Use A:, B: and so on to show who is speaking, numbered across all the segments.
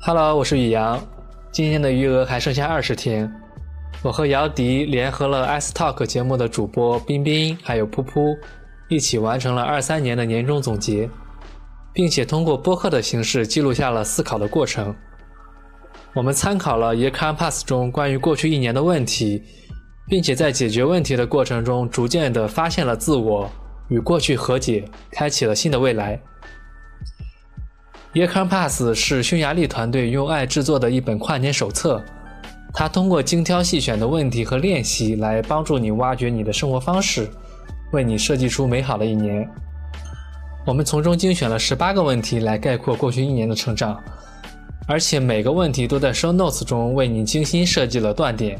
A: Hello，我是宇阳，今年的余额还剩下二十天。我和姚笛联合了 S Talk 节目的主播冰冰，还有噗噗，一起完成了二三年的年终总结，并且通过播客的形式记录下了思考的过程。我们参考了《耶 Campus》中关于过去一年的问题，并且在解决问题的过程中，逐渐地发现了自我，与过去和解，开启了新的未来。Year Can Pass 是匈牙利团队用爱制作的一本跨年手册，它通过精挑细选的问题和练习来帮助你挖掘你的生活方式，为你设计出美好的一年。我们从中精选了十八个问题来概括过去一年的成长，而且每个问题都在 Show Notes 中为你精心设计了断点。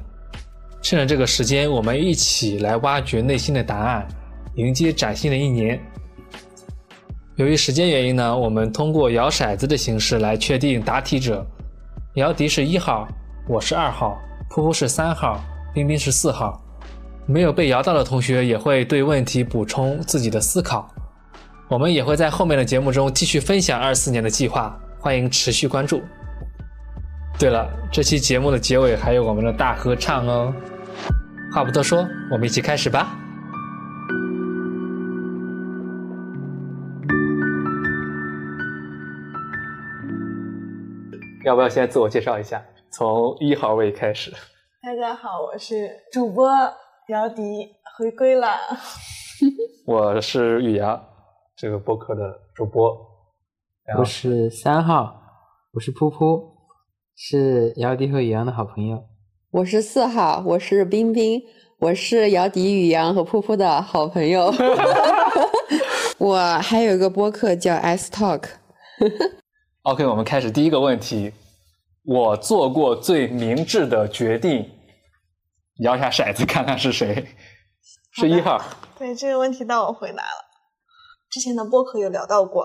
A: 趁着这个时间，我们一起来挖掘内心的答案，迎接崭新的一年。由于时间原因呢，我们通过摇骰子的形式来确定答题者。姚笛是一号，我是二号，噗噗是三号，冰冰是四号。没有被摇到的同学也会对问题补充自己的思考。我们也会在后面的节目中继续分享二四年的计划，欢迎持续关注。对了，这期节目的结尾还有我们的大合唱哦。话不多说，我们一起开始吧。要不要先自我介绍一下？从一号位开始。
B: 大家好，我是主播姚笛，回归了。
A: 我是雨阳，这个播客的主播。然后
C: 我是三号，我是噗噗，是姚笛和宇阳的好朋友。
D: 我是四号，我是冰冰，我是姚笛、宇阳和噗噗的好 朋友。我还有一个播客叫 S Talk，
A: OK，我们开始第一个问题。我做过最明智的决定，摇下骰子看看是谁，是一号。
B: 对这个问题到我回答了。之前的播客有聊到过，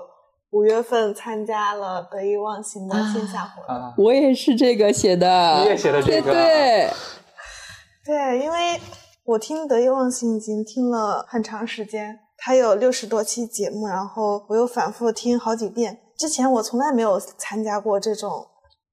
B: 五月份参加了得意忘形的线下活动。
A: 啊，
D: 我也是这个写
A: 你也
D: 的，
A: 写的这
D: 对
A: 个。啊
D: 对，
B: 对，因为我听得意忘形已经听了很长时间，它有六十多期节目，然后我又反复听好几遍。之前我从来没有参加过这种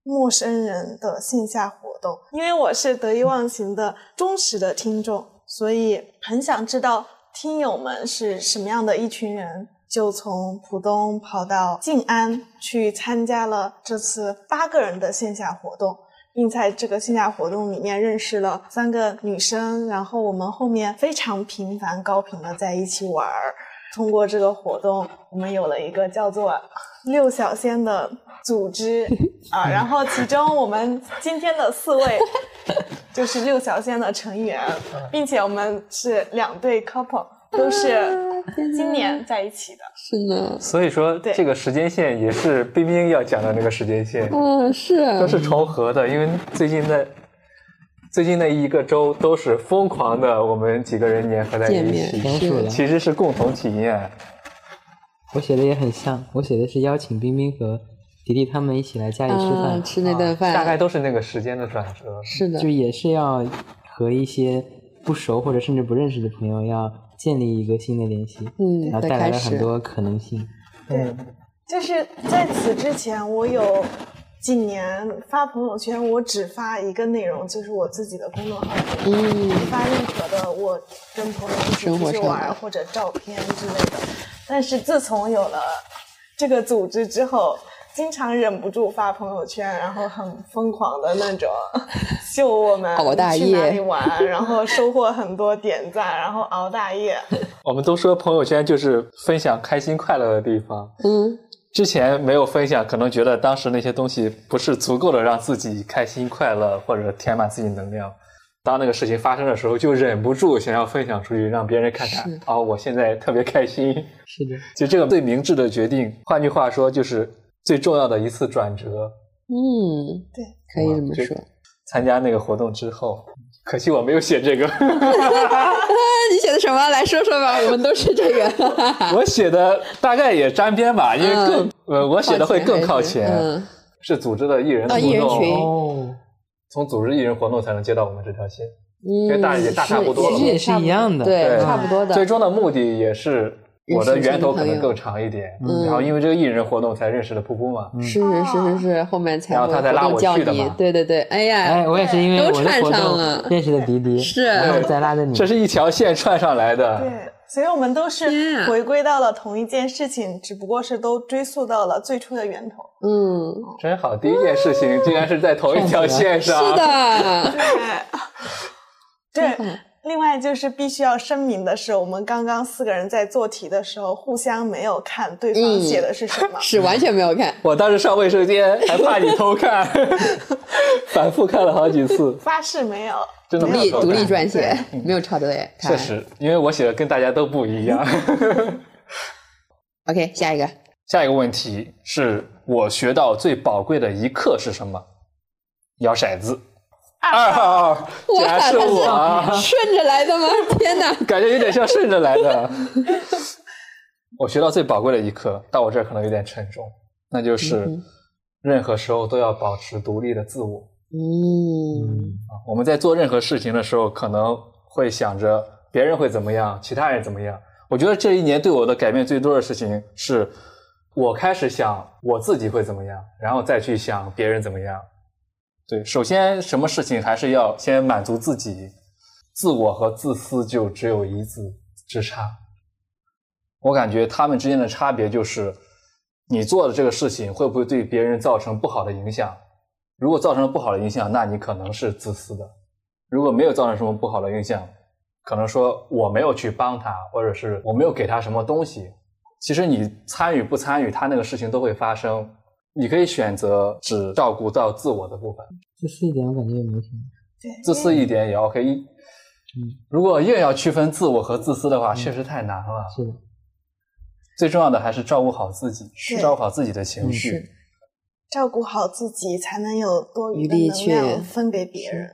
B: 陌生人的线下活动，因为我是得意忘形的忠实的听众，所以很想知道听友们是什么样的一群人。就从浦东跑到静安去参加了这次八个人的线下活动，并在这个线下活动里面认识了三个女生，然后我们后面非常频繁、高频的在一起玩儿。通过这个活动，我们有了一个叫做“六小仙”的组织啊，然后其中我们今天的四位就是六小仙的成员，并且我们是两对 couple，都是今年在一起的。
D: 是呢，
A: 所以说，
B: 对
A: 这个时间线也是冰冰要讲的那个时间线，
D: 嗯，是
A: 都是重合的，因为最近的最近的一个周都是疯狂的，我们几个人粘合在
D: 见
A: 一
D: 面
A: 起，
C: 同属的
A: 其实是共同体验。
C: 我写的也很像，我写的是邀请冰冰和迪迪他们一起来家里吃
D: 啊，
C: 饭，
D: 吃那顿饭，
A: 大概都是那个时间的转折。
D: 是的
C: 就，也是要和一些不熟或者甚至不认识的朋友要建立一个新的联系，
D: 嗯，
C: 然后
D: 再
C: 带来
D: 开
C: 了很
D: 始，
C: 多可能性。
B: 对，就是在此之前，我有几年发朋友圈，我只发一个内容，就是我自己的公众号，
D: 嗯
B: 不发任何的我跟朋友一起出去玩儿或者照片之类的。但是自从有了这个组织之后，经常忍不住发朋友圈，然后很疯狂的那种 秀我们
D: 熬大夜
B: 去哪里玩，然后收获很多点赞，然后熬大夜。
A: 我们都说朋友圈就是分享开心快乐的地方。
D: 嗯，
A: 之前没有分享，可能觉得当时那些东西不是足够的让自己开心快乐或者填满自己能量。当那个事情发生的时候，就忍不住想要分享出去，让别人看看
D: 是
A: 啊、我现在特别开心。
C: 是的，
A: 就这个最明智的决定，换句话说，就是最重要的一次转折。
D: 嗯，
B: 对，
D: 可以这么说。
A: 参加那个活动之后，可惜我没有写这个，
D: 那你写的什么？来说说吧，我们都是这个，
A: 我写的大概也沾边吧，因为更、呃，我写的会更靠前。
D: 嗯，
A: 是组织的艺人活
D: 啊艺人群
A: 动，
C: 哦，
A: 从组织艺人活动才能接到我们这条线。
D: 嗯
A: 跟大也大差不多了
C: 其实也是一样的
D: 对，
A: 对
D: 差不多的。
A: 最终的目的也是
D: 人
A: 我的
D: 生中
A: 源头可
D: 朋
A: 能
D: 友
A: 更长一点，
D: 嗯
A: 然后因为这个艺人活动才认识的噗噗嘛。
D: 是是是是是，后面才
A: 嗯然后
D: 会
A: 他才
D: 主
A: 拉
D: 动
A: 我
D: 叫
A: 去的
D: 你
A: 嘛
D: 对对对，哎呀，
C: 哎，我也是因为
D: 都
C: 我的
D: 串
C: 活
D: 上
C: 动
D: 了
C: 认识的迪迪，
D: 是
C: 然后再拉着你，
A: 这是一条线串上来的，
B: 对，所以我们都是
D: Yeah
B: 回归到了同一件事情，只不过是都追溯到了最初的源头。
D: 嗯，
A: 真好。第一件事情竟然是在同一条线上，
D: 是的，
B: 对，对。另外就是必须要声明的是，我们刚刚四个人在做题的时候，互相没有看对方
D: 嗯
B: 写的是什么。
D: 是完全没有看，
A: 我当时上卫生间还怕你偷 看，反复看了好几次，
B: 发誓没有，
A: 真的
D: 独
A: 啊没
D: 立
A: 有偷
D: 独立
A: 看。
D: 撰写，没有抄对，
A: 确实，因为我写的跟大家都不一样。
D: 看。OK，下 一个，
A: 下一个问题是我学到最宝贵的一课是什么？摇骰子。二号竟然是我啊，
D: 顺着来的吗？ 天哪！
A: 感觉有点像顺着来的。 我学到最宝贵的一课，到我这儿可能有点沉重，那就是
D: 嗯
A: 任何时候都要保持独立的自我。
D: 嗯，
C: 嗯，
A: 我们在做任何事情的时候，可能会想着别人会怎么样，其他人怎么样。我觉得这一年对我的改变最多的事情是，我开始想我自己会怎么样，然后再去想别人怎么样。对，首先什么事情还是要先满足自己，自我和自私就只有一字之差。我感觉他们之间的差别就是，你做的这个事情会不会对别人造成不好的影响？如果造成了不好的影响，那你可能是自私的；如果没有造成什么不好的影响，可能说我没有去帮他，或者是我没有给他什么东西。其实你参与不参与，他那个事情都会发生。你可以选择只照顾到自我的部分，
C: 自私一点，我感觉也没什么。
B: 对，
A: 自私一点也 OK。如果硬要区分自我和自私的话，确实太难了。
C: 是的，
A: 最重要的还是照顾好自己，
B: 是
A: 照顾好自己的情
C: 嗯
A: 绪。
D: 是
B: 照顾好自己，才能有多余的
D: 余力
B: 能量
D: 去
B: 分给别人。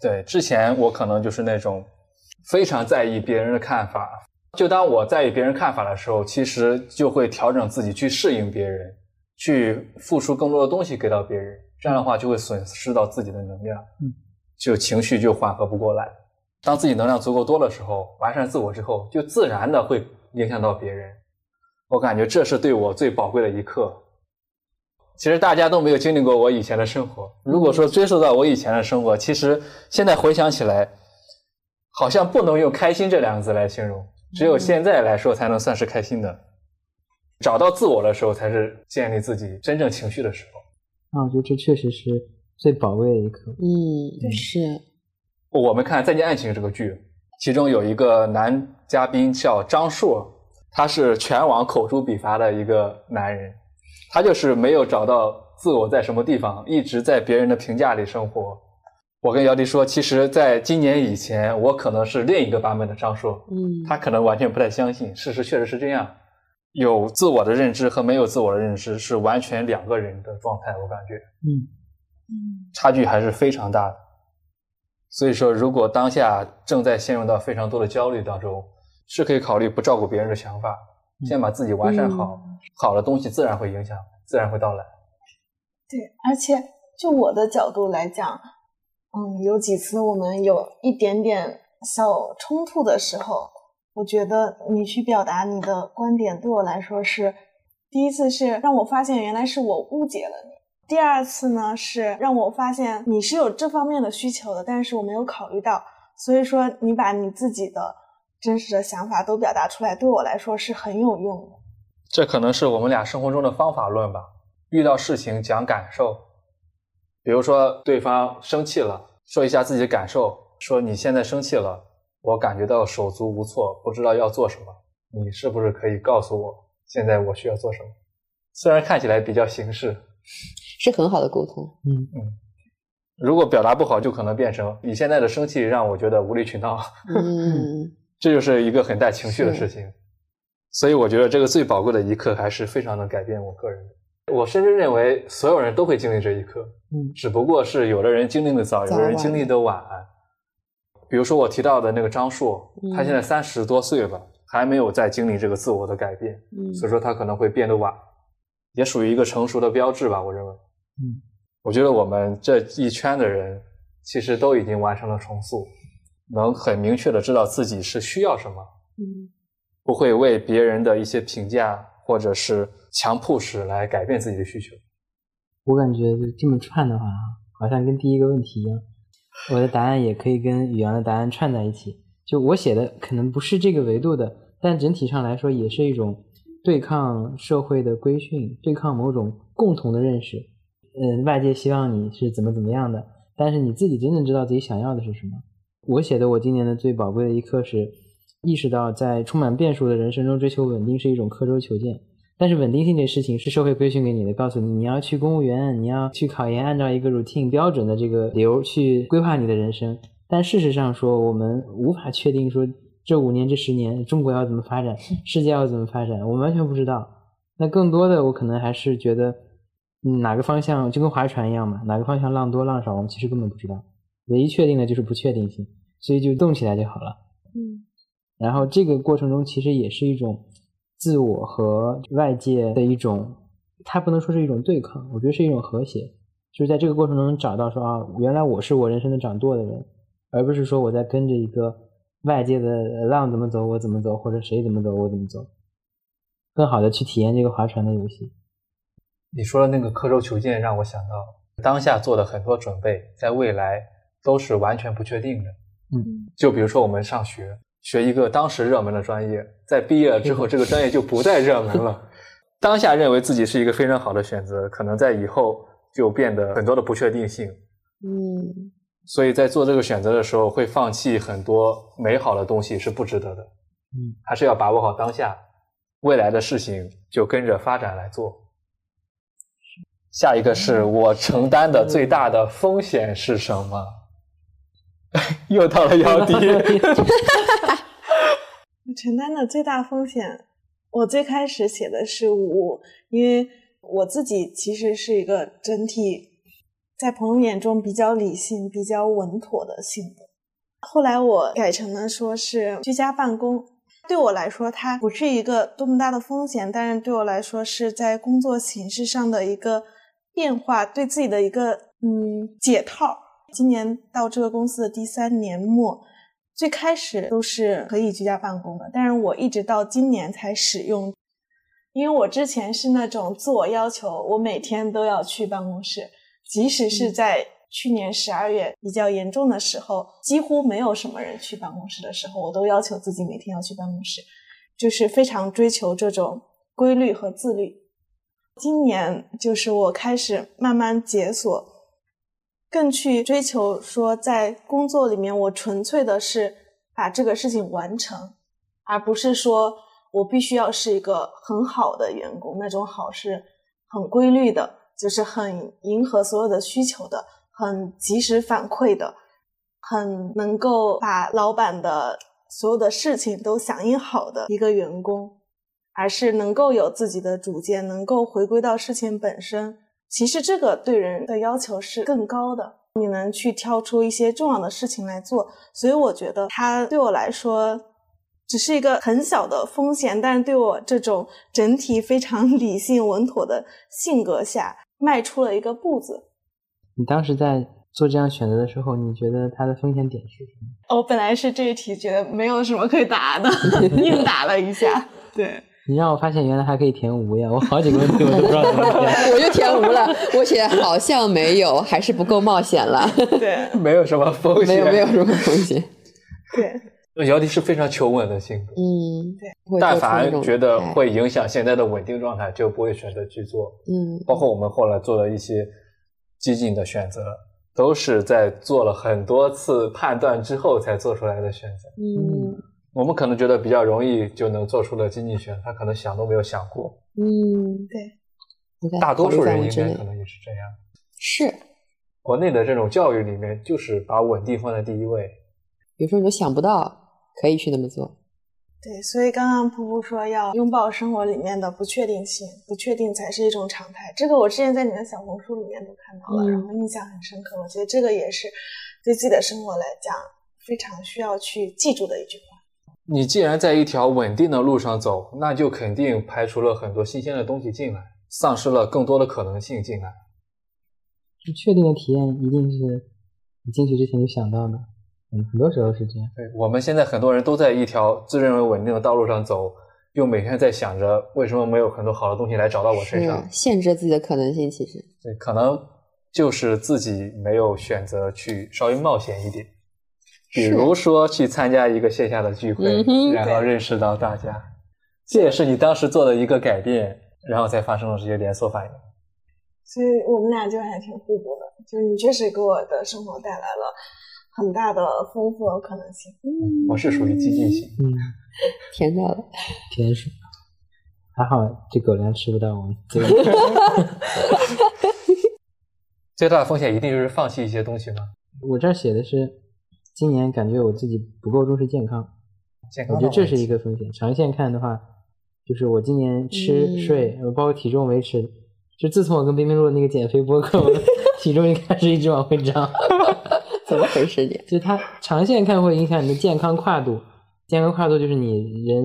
A: 对，之前我可能就是那种非常在意别人的看法。就当我在意别人看法的时候，其实就会调整自己去适应别人，去付出更多的东西给到别人。这样的话就会损失到自己的能量，
C: 嗯，
A: 就情绪就缓和不过来。当自己能量足够多的时候，完善自我之后，就自然的会影响到别人。我感觉这是对我最宝贵的一课。其实大家都没有经历过我以前的生活。如果说追溯到我以前的生活，其实现在回想起来，好像不能用“开心”这两个字来形容，只有现在来说才能算是开心的。找到自我的时候，才是建立自己真正情绪的时候。
C: 啊那我觉得这确实是最宝贵的一刻。
D: 嗯，是，
A: 我们看《再见爱情》这个剧，其中有一个男嘉宾叫张硕，他是全网口诛笔伐的一个男人，他就是没有找到自我在什么地方，一直在别人的评价里生活。我跟姚笛说，其实，在今年以前，我可能是另一个版本的张硕，
D: 嗯，
A: 他可能完全不太相信，事实确实是这样。有自我的认知和没有自我的认知是完全两个人的状态，我感觉。
C: 嗯，
A: 差距还是非常大的。所以说，如果当下正在陷入到非常多的焦虑当中，是可以考虑不照顾别人的想法，
C: 嗯
A: 先把自己完善好，好的东西自然会影响，自然会到来。
B: 对，而且就我的角度来讲，嗯，有几次我们有一点点小冲突的时候，我觉得你去表达你的观点，对我来说是第一次是让我发现原来是我误解了你。第二次呢，是让我发现你是有这方面的需求的，但是我没有考虑到，所以说你把你自己的真实的想法都表达出来，对我来说是很有用的。
A: 这可能是我们俩生活中的方法论吧。遇到事情讲感受，比如说对方生气了，说一下自己的感受，说你现在生气了，我感觉到手足无措，不知道要做什么，你是不是可以告诉我现在我需要做什么？虽然看起来比较形式，
D: 是很好的 沟通。
A: 如果表达不好，就可能变成你现在的生气让我觉得无理取闹，
D: 嗯，
A: 这就是一个很带情绪的事情。所以我觉得这个最宝贵的一刻还是非常能改变我个人的。我甚至认为所有人都会经历这一刻，
C: 嗯
A: 只不过是有的人经历的早，
D: 早
A: 有的人
D: 晚
A: 经历的晚。比如说我提到的那个张硕，
D: 嗯
A: 他现在三十多岁了，还没有在经历这个自我的改变，
D: 嗯
A: 所以说他可能会变得晚，也属于一个成熟的标志吧，我认为。
C: 嗯，
A: 我觉得我们这一圈的人其实都已经完成了重塑，能很明确的知道自己是需要什么，
D: 嗯
A: 不会为别人的一些评价或者是强 push 来改变自己的需求。
C: 我感觉就这么串的话，好像跟第一个问题一样，我的答案也可以跟宇阳的答案串在一起。就我写的可能不是这个维度的，但整体上来说也是一种对抗社会的规训，对抗某种共同的认识。嗯，外界希望你是怎么怎么样的，但是你自己真正知道自己想要的是什么。我写的我今年的最宝贵的一课是，意识到在充满变数的人生中追求稳定是一种刻舟求剑。但是稳定性这事情是社会规训给你的，告诉你你要去公务员，你要去考研，按照一个 routine 标准的这个流去规划你的人生。但事实上说，我们无法确定说这五年、这十年中国要怎么发展，世界要怎么发展，我们完全不知道。那更多的，我可能还是觉得，嗯，哪个方向就跟划船一样嘛，哪个方向浪多浪少，我们其实根本不知道。唯一确定的就是不确定性，所以就动起来就好了。
B: 嗯，
C: 然后这个过程中其实也是一种自我和外界的一种，它不能说是一种对抗，我觉得是一种和谐，就是在这个过程中找到说啊，原来我是我人生的掌舵的人，而不是说我在跟着一个外界的浪怎么走我怎么走，或者谁怎么走我怎么走，更好的去体验这个划船的游戏。
A: 你说的那个刻舟求剑让我想到，当下做的很多准备，在未来都是完全不确定的。
C: 嗯，
A: 就比如说我们上学学一个当时热门的专业，在毕业了之后，这个专业就不再热门了。当下认为自己是一个非常好的选择，可能在以后就变得很多的不确定性。
D: 嗯
A: 所以在做这个选择的时候，会放弃很多美好的东西是不值得的。
C: 嗯，
A: 还是要把握好当下，未来的事情就跟着发展来做。下一个是
D: 嗯
A: 我承担的最大的风险是什么？ 又到了姚 笛，
B: 我承担的最大风险，我最开始写的是无，因为我自己其实是一个整体在朋友眼中比较理性、比较稳妥的性格。后来我改成了说是居家办公，对我来说它不是一个多么大的风险，但是对我来说是在工作形式上的一个变化，对自己的一个嗯解套。今年到这个公司的第三年末，最开始都是可以居家办公的，但是我一直到今年才使用，因为我之前是那种自我要求，我每天都要去办公室，即使是在去年十二月比较严重的时候，几乎没有什么人去办公室的时候，我都要求自己每天要去办公室，就是非常追求这种规律和自律。今年就是我开始慢慢解锁更去追求说，在工作里面，我纯粹的是把这个事情完成，而不是说我必须要是一个很好的员工，那种好是很规律的，就是很迎合所有的需求的，很及时反馈的，很能够把老板的所有的事情都响应好的一个员工，而是能够有自己的主见，能够回归到事情本身。其实这个对人的要求是更高的，你能去挑出一些重要的事情来做，所以我觉得它对我来说只是一个很小的风险，但是对我这种整体非常 理性稳妥的性格下，迈出了一个步子。
C: 你当时在做这样选择的时候，你觉得它的风险点是什么？
B: 我哦本来是这一题觉得没有什么可以答的， 硬答了一下。对，
C: 你让我发现原来还可以填无呀！我好几个问题我都不知道怎么填。
D: 我就填无了，我写好像没有，还是不够冒险了，
B: 对，
A: 没有什么风
D: 没
A: 险。
D: 有没有什么风 险。
B: 对，
A: 有，姚笛是非常求稳的性格，
D: 嗯，
B: 对
D: 不会做
A: 但
D: 出那
A: 凡
D: 种
A: 觉得
D: 哎
A: 会影响现在的稳定状态，就不会选择去做。
D: 嗯
A: 包括我们后来做的一些激进的选择，都是在做了很多次判断之后才做出来的选择。
D: 嗯
A: 我们可能觉得比较容易就能做出的经济学，他可能想都没有想过。
D: 嗯，
B: 对
D: 不在
A: 大多数
D: 考
A: 人
D: 虑
A: 应
D: 范围
A: 该
D: 之
A: 可
D: 内
A: 能也是这样。
D: 是，
A: 国内的这种教育里面，就是把稳定放在第一位。
D: 有时候你都想不到可以去那么做。
B: 对，所以刚刚噗噗说要拥抱生活里面的不确定性，不确定才是一种常态。这个我之前在你的小红书里面都看到了，
D: 嗯
B: 然后印象很深刻。我觉得这个也是对自己的生活来讲非常需要去记住的一句话。
A: 你既然在一条稳定的路上走，那就肯定排除了很多新鲜的东西进来，丧失了更多的可能性进来。
C: 不确定的体验一定是你进去之前就想到的，嗯，很多时候是这样。
A: 对，我们现在很多人都在一条自认为稳定的道路上走，又每天在想着为什么没有很多好的东西来找到我身上
D: 是。嗯限制自己的可能性，其实
A: 对，可能就是自己没有选择去稍微冒险一点，比
D: 是
A: 如说去参加一个线下的聚会
D: 嗯，哼
A: 然后认识到大家，这也是你当时做的一个改变，然后才发生了这些连锁反应。
C: 嗯
B: 所以我们俩就还挺互补的，就是你确实给我的生活带来了很大的丰富和可能性。
A: 我是属于激进型，
C: 嗯，
D: 甜到了。
C: 天使，还好这狗粮吃不到我们嘴里。
A: 最大的风险一定就是放弃一些东西吗？
C: 我这儿写的是，今年感觉我自己不够重视健康，
A: 健康
C: 我
A: 的
C: 觉得这是
A: 问题
C: 一个风险。长线看的话，就是我今年吃、
D: 嗯
C: 睡，呃包括体重维持，就自从我跟冰冰录的那个减肥播客，我的 体重就开始一直往回涨。
D: 怎么回事你？
C: 就它长线看会影响你的健康跨度，健康跨度就是你人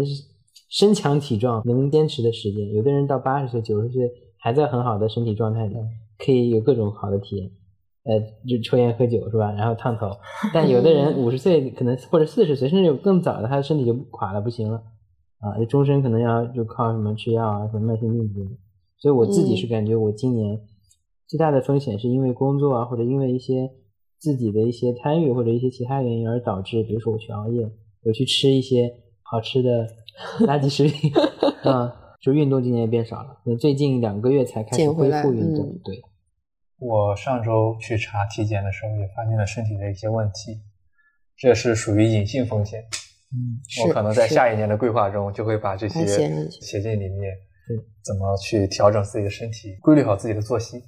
C: 身强体壮能坚持的时间。有的人到八十岁、九十岁还在很好的身体状态里，可以有各种好的体验，呃，就抽烟喝酒是吧？然后烫头，但有的人五十岁可能或者四十岁，甚至有更早的，他的身体就垮了，不行了啊，就终身可能要就靠什么吃药啊，什么慢性病之类的。所以我自己
D: 嗯
C: 是感觉我今年最大的风险是因为工作啊，或者因为一些自己的一些贪欲或者一些其他原因而导致，比如说我去熬夜，我去吃一些好吃的垃圾食 品，啊，就运动今年也变少了，可能最近两个月才开始
D: 捡回
C: 恢
D: 来
C: 复运动
D: 嗯，
C: 对，
A: 我上周去查体检的时候，也发现了身体的一些问题，这是属于隐性风险。
C: 嗯，
A: 我
D: 是
A: 可能在
D: 是
A: 下一年的规划中，就会把这
D: 把它写
A: 些
D: 上去
A: 写进里面
C: 对，
A: 怎么去调整自己的身体，规律好自己的作息，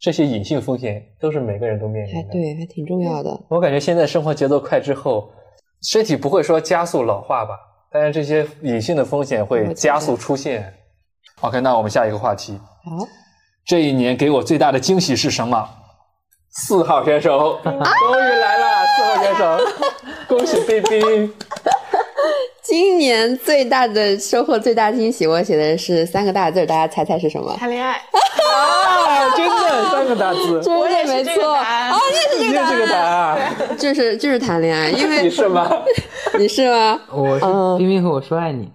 A: 这些隐性风险都是每个人都面
D: 还
A: 临的。，
D: 哎对，还挺重要的。
A: 我感觉现在生活节奏快之后，身体不会说加速老化吧，但是这些隐性的风险会
D: 会
A: 加
D: 加
A: 速
D: 速
A: 出现。OK，那我们下一个话题，
B: 嗯
D: 好，
A: 这一年给我最大的惊喜是什么？四号选手
D: 哎
A: 终于来了，四号选手， 恭喜冰冰。
D: 今年最大的收获、最大惊喜，我写的是三个大字儿，大家猜猜是什 么？
B: 谈恋爱，
A: 啊，真的三个大字，
B: 我也
D: 真
B: 是
D: 的没
B: 这个
D: 错，
B: 答案
D: 哦，这
A: 你
D: 是
A: 也
D: 这
A: 是
D: 个
A: 个答
D: 答案，
A: 案，
D: 就是就是谈恋爱，因
A: 你
D: 为
A: 是吗？
D: 你是吗？
C: 我是
D: 嗯
C: 冰冰和我说爱 你，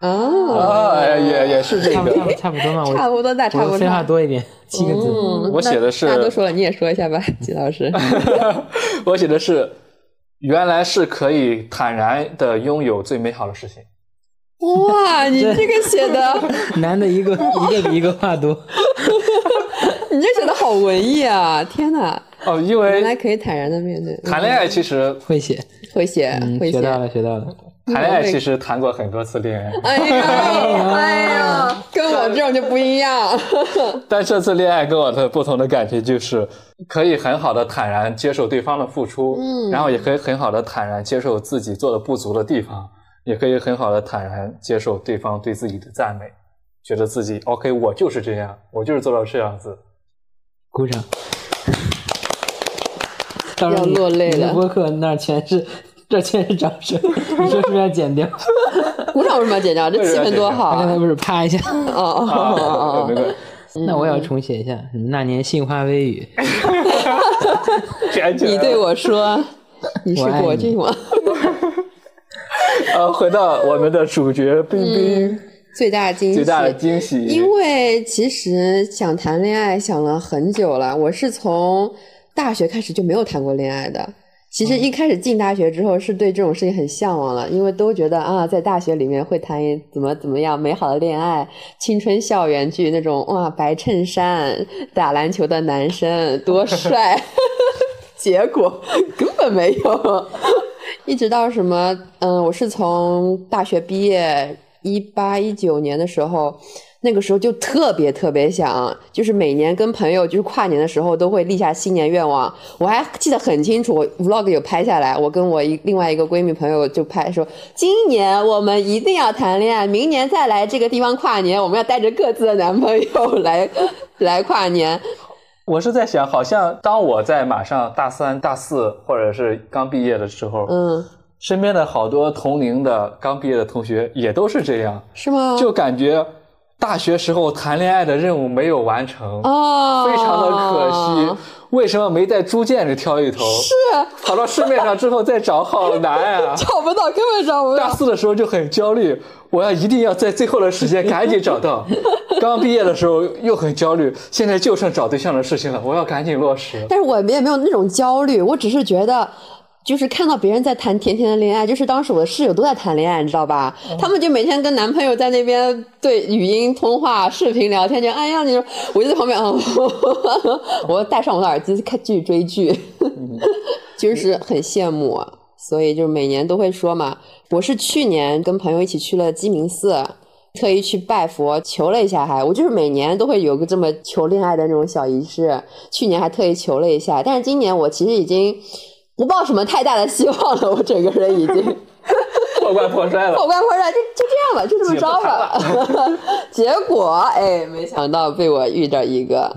D: 哦，
A: 啊，也也是这
C: 差不差
D: 嗯
C: 不
A: 个，
C: 差不多嘛，我
D: 差不多大，差
C: 我
D: 不多
C: 废话
D: 大。
C: 多一 点，七个字，
D: 嗯
A: 我写的是
D: 大家都说了，你也说一下吧， 季老师。
A: 我写的是，原来是可以坦然的拥有最美好的事情。
D: 哇，你这个写的，
C: 男的一个一个比一个话多，
D: 你这写的好文艺啊！天哪，
A: 哦，因
D: 原来
A: 为
D: 嗯可以坦然的面对。
A: 谈恋爱其实
C: 会写，
D: 会写
C: 嗯，，
D: 会
C: 学
D: 写。
C: 到了，学到了，
A: 谈恋爱其实谈过很多次恋爱，
D: 哎呀，哎呀，跟我这种就不一样。
A: 但这次恋爱给我的不同的感觉就是，可以很好的坦然接受对方的付出，
D: 嗯
A: 然后也可以很好的坦然接受自己做的不足的地方，也可以很好的坦然接受对方对自己的赞美，觉得自己 OK，我就是这样，我就是做到这样 子。
C: 鼓掌。到时候你
D: 要落泪了
C: 你的播客那儿全是，这全是掌声，你说是不是要剪 掉？
D: 鼓掌为什么要剪掉？这气氛多好
C: 我刚才
D: 啊！
C: 不是啪一下，
D: 哦哦
A: 啊
D: 哦
A: 没
D: 哦
A: 关系
C: 那我也要重写一下，什么那年杏花微雨，
A: 卷起来
D: 你
A: 了
D: 对我说，你是
C: 我爱你
D: 国君吗？
A: 呃，回到我们的主角冰冰，
D: 最大惊喜，
A: 最大的惊喜，
D: 嗯因为其实想谈恋爱想了很久了，我是从大学开始就没有谈过恋爱的。其实一开始进大学之后，是对这种事情很向往了，因为都觉得啊，在大学里面会谈一怎么怎么样美好的恋爱，青春校园剧那种哇，白衬衫打篮球的男生多帅， 结果根本没有。 一直到什么，嗯，我是从大学毕业一八一九年的时候，那个时候就特别特别想，就是每年跟朋友就是跨年的时候都会立下新年愿望。我还记得很清楚，我 vlog 有拍下来，我跟我一另外一个闺蜜朋友就拍说，今年我们一定要谈恋爱，明年再来这个地方跨年，我们要带着各自的男朋友来来跨年。
A: 我是在想，好像当我在马上大三、大四，或者是刚毕业的时候，
D: 嗯，
A: 身边的好多同龄的刚毕业的同学也都是这样，
D: 是吗？
A: 就感觉大学时候谈恋爱的任务没有完成，
D: 哦，
A: 非常的可惜。
E: 为什么没在猪圈里挑一头？是跑到市面上之后再找，好难啊！
D: 找不到，根本找不
E: 大
D: 到。
E: 四的时候就很焦虑，我要一定要在最后的时间赶紧找到。刚毕业的时候又很焦虑，现在就剩找对象的事情了，我要赶紧落实。
D: 但是我们也没有那种焦虑，我只是觉得。就是看到别人在谈甜甜的恋爱，就是当时我的室友都在谈恋爱，你知道吧？他们就每天跟男朋友在那边对语音通话、视频聊天，就哎呀，你说，我就在旁边， 嗯、我戴上我的耳机看剧追剧， 就是很羡慕啊。所以就是每年都会说嘛，我是去年跟朋友一起去了鸡鸣寺，特意去拜佛求了一下还，我就是每年都会有个这么求恋爱的那种小仪式。去年还特意求了一下，但是今年我其实已经不抱什么太大的希望了，我整个人已 经
E: 破罐破摔了，
D: 破罐破摔，就就这样吧，就这么着吧。结果哎，没想到被我遇到一个，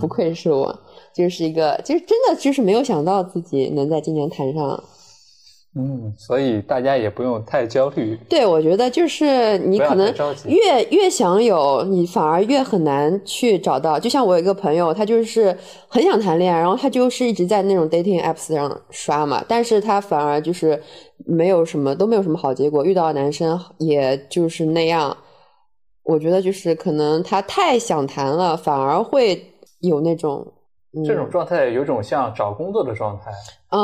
D: 不愧是我，就是一个，就是真的就是没有想到自己能在今年谈上。
E: 嗯，所以大家也不用太焦虑。
D: 对，我觉得就是你
E: 不要
D: 可
E: 太
D: 能
E: 着急
D: 越越想有，你反而越很难去找到。就像我有一个朋友，他就是很想谈恋爱，然后他就是一直在那种 dating apps 上刷嘛，但是他反而就是没有什么都没有什么好结果，遇到的男生也就是那样。我觉得就是可能他太想谈了，反而会有那种、嗯、
E: 这种状态有种像找工作的状态，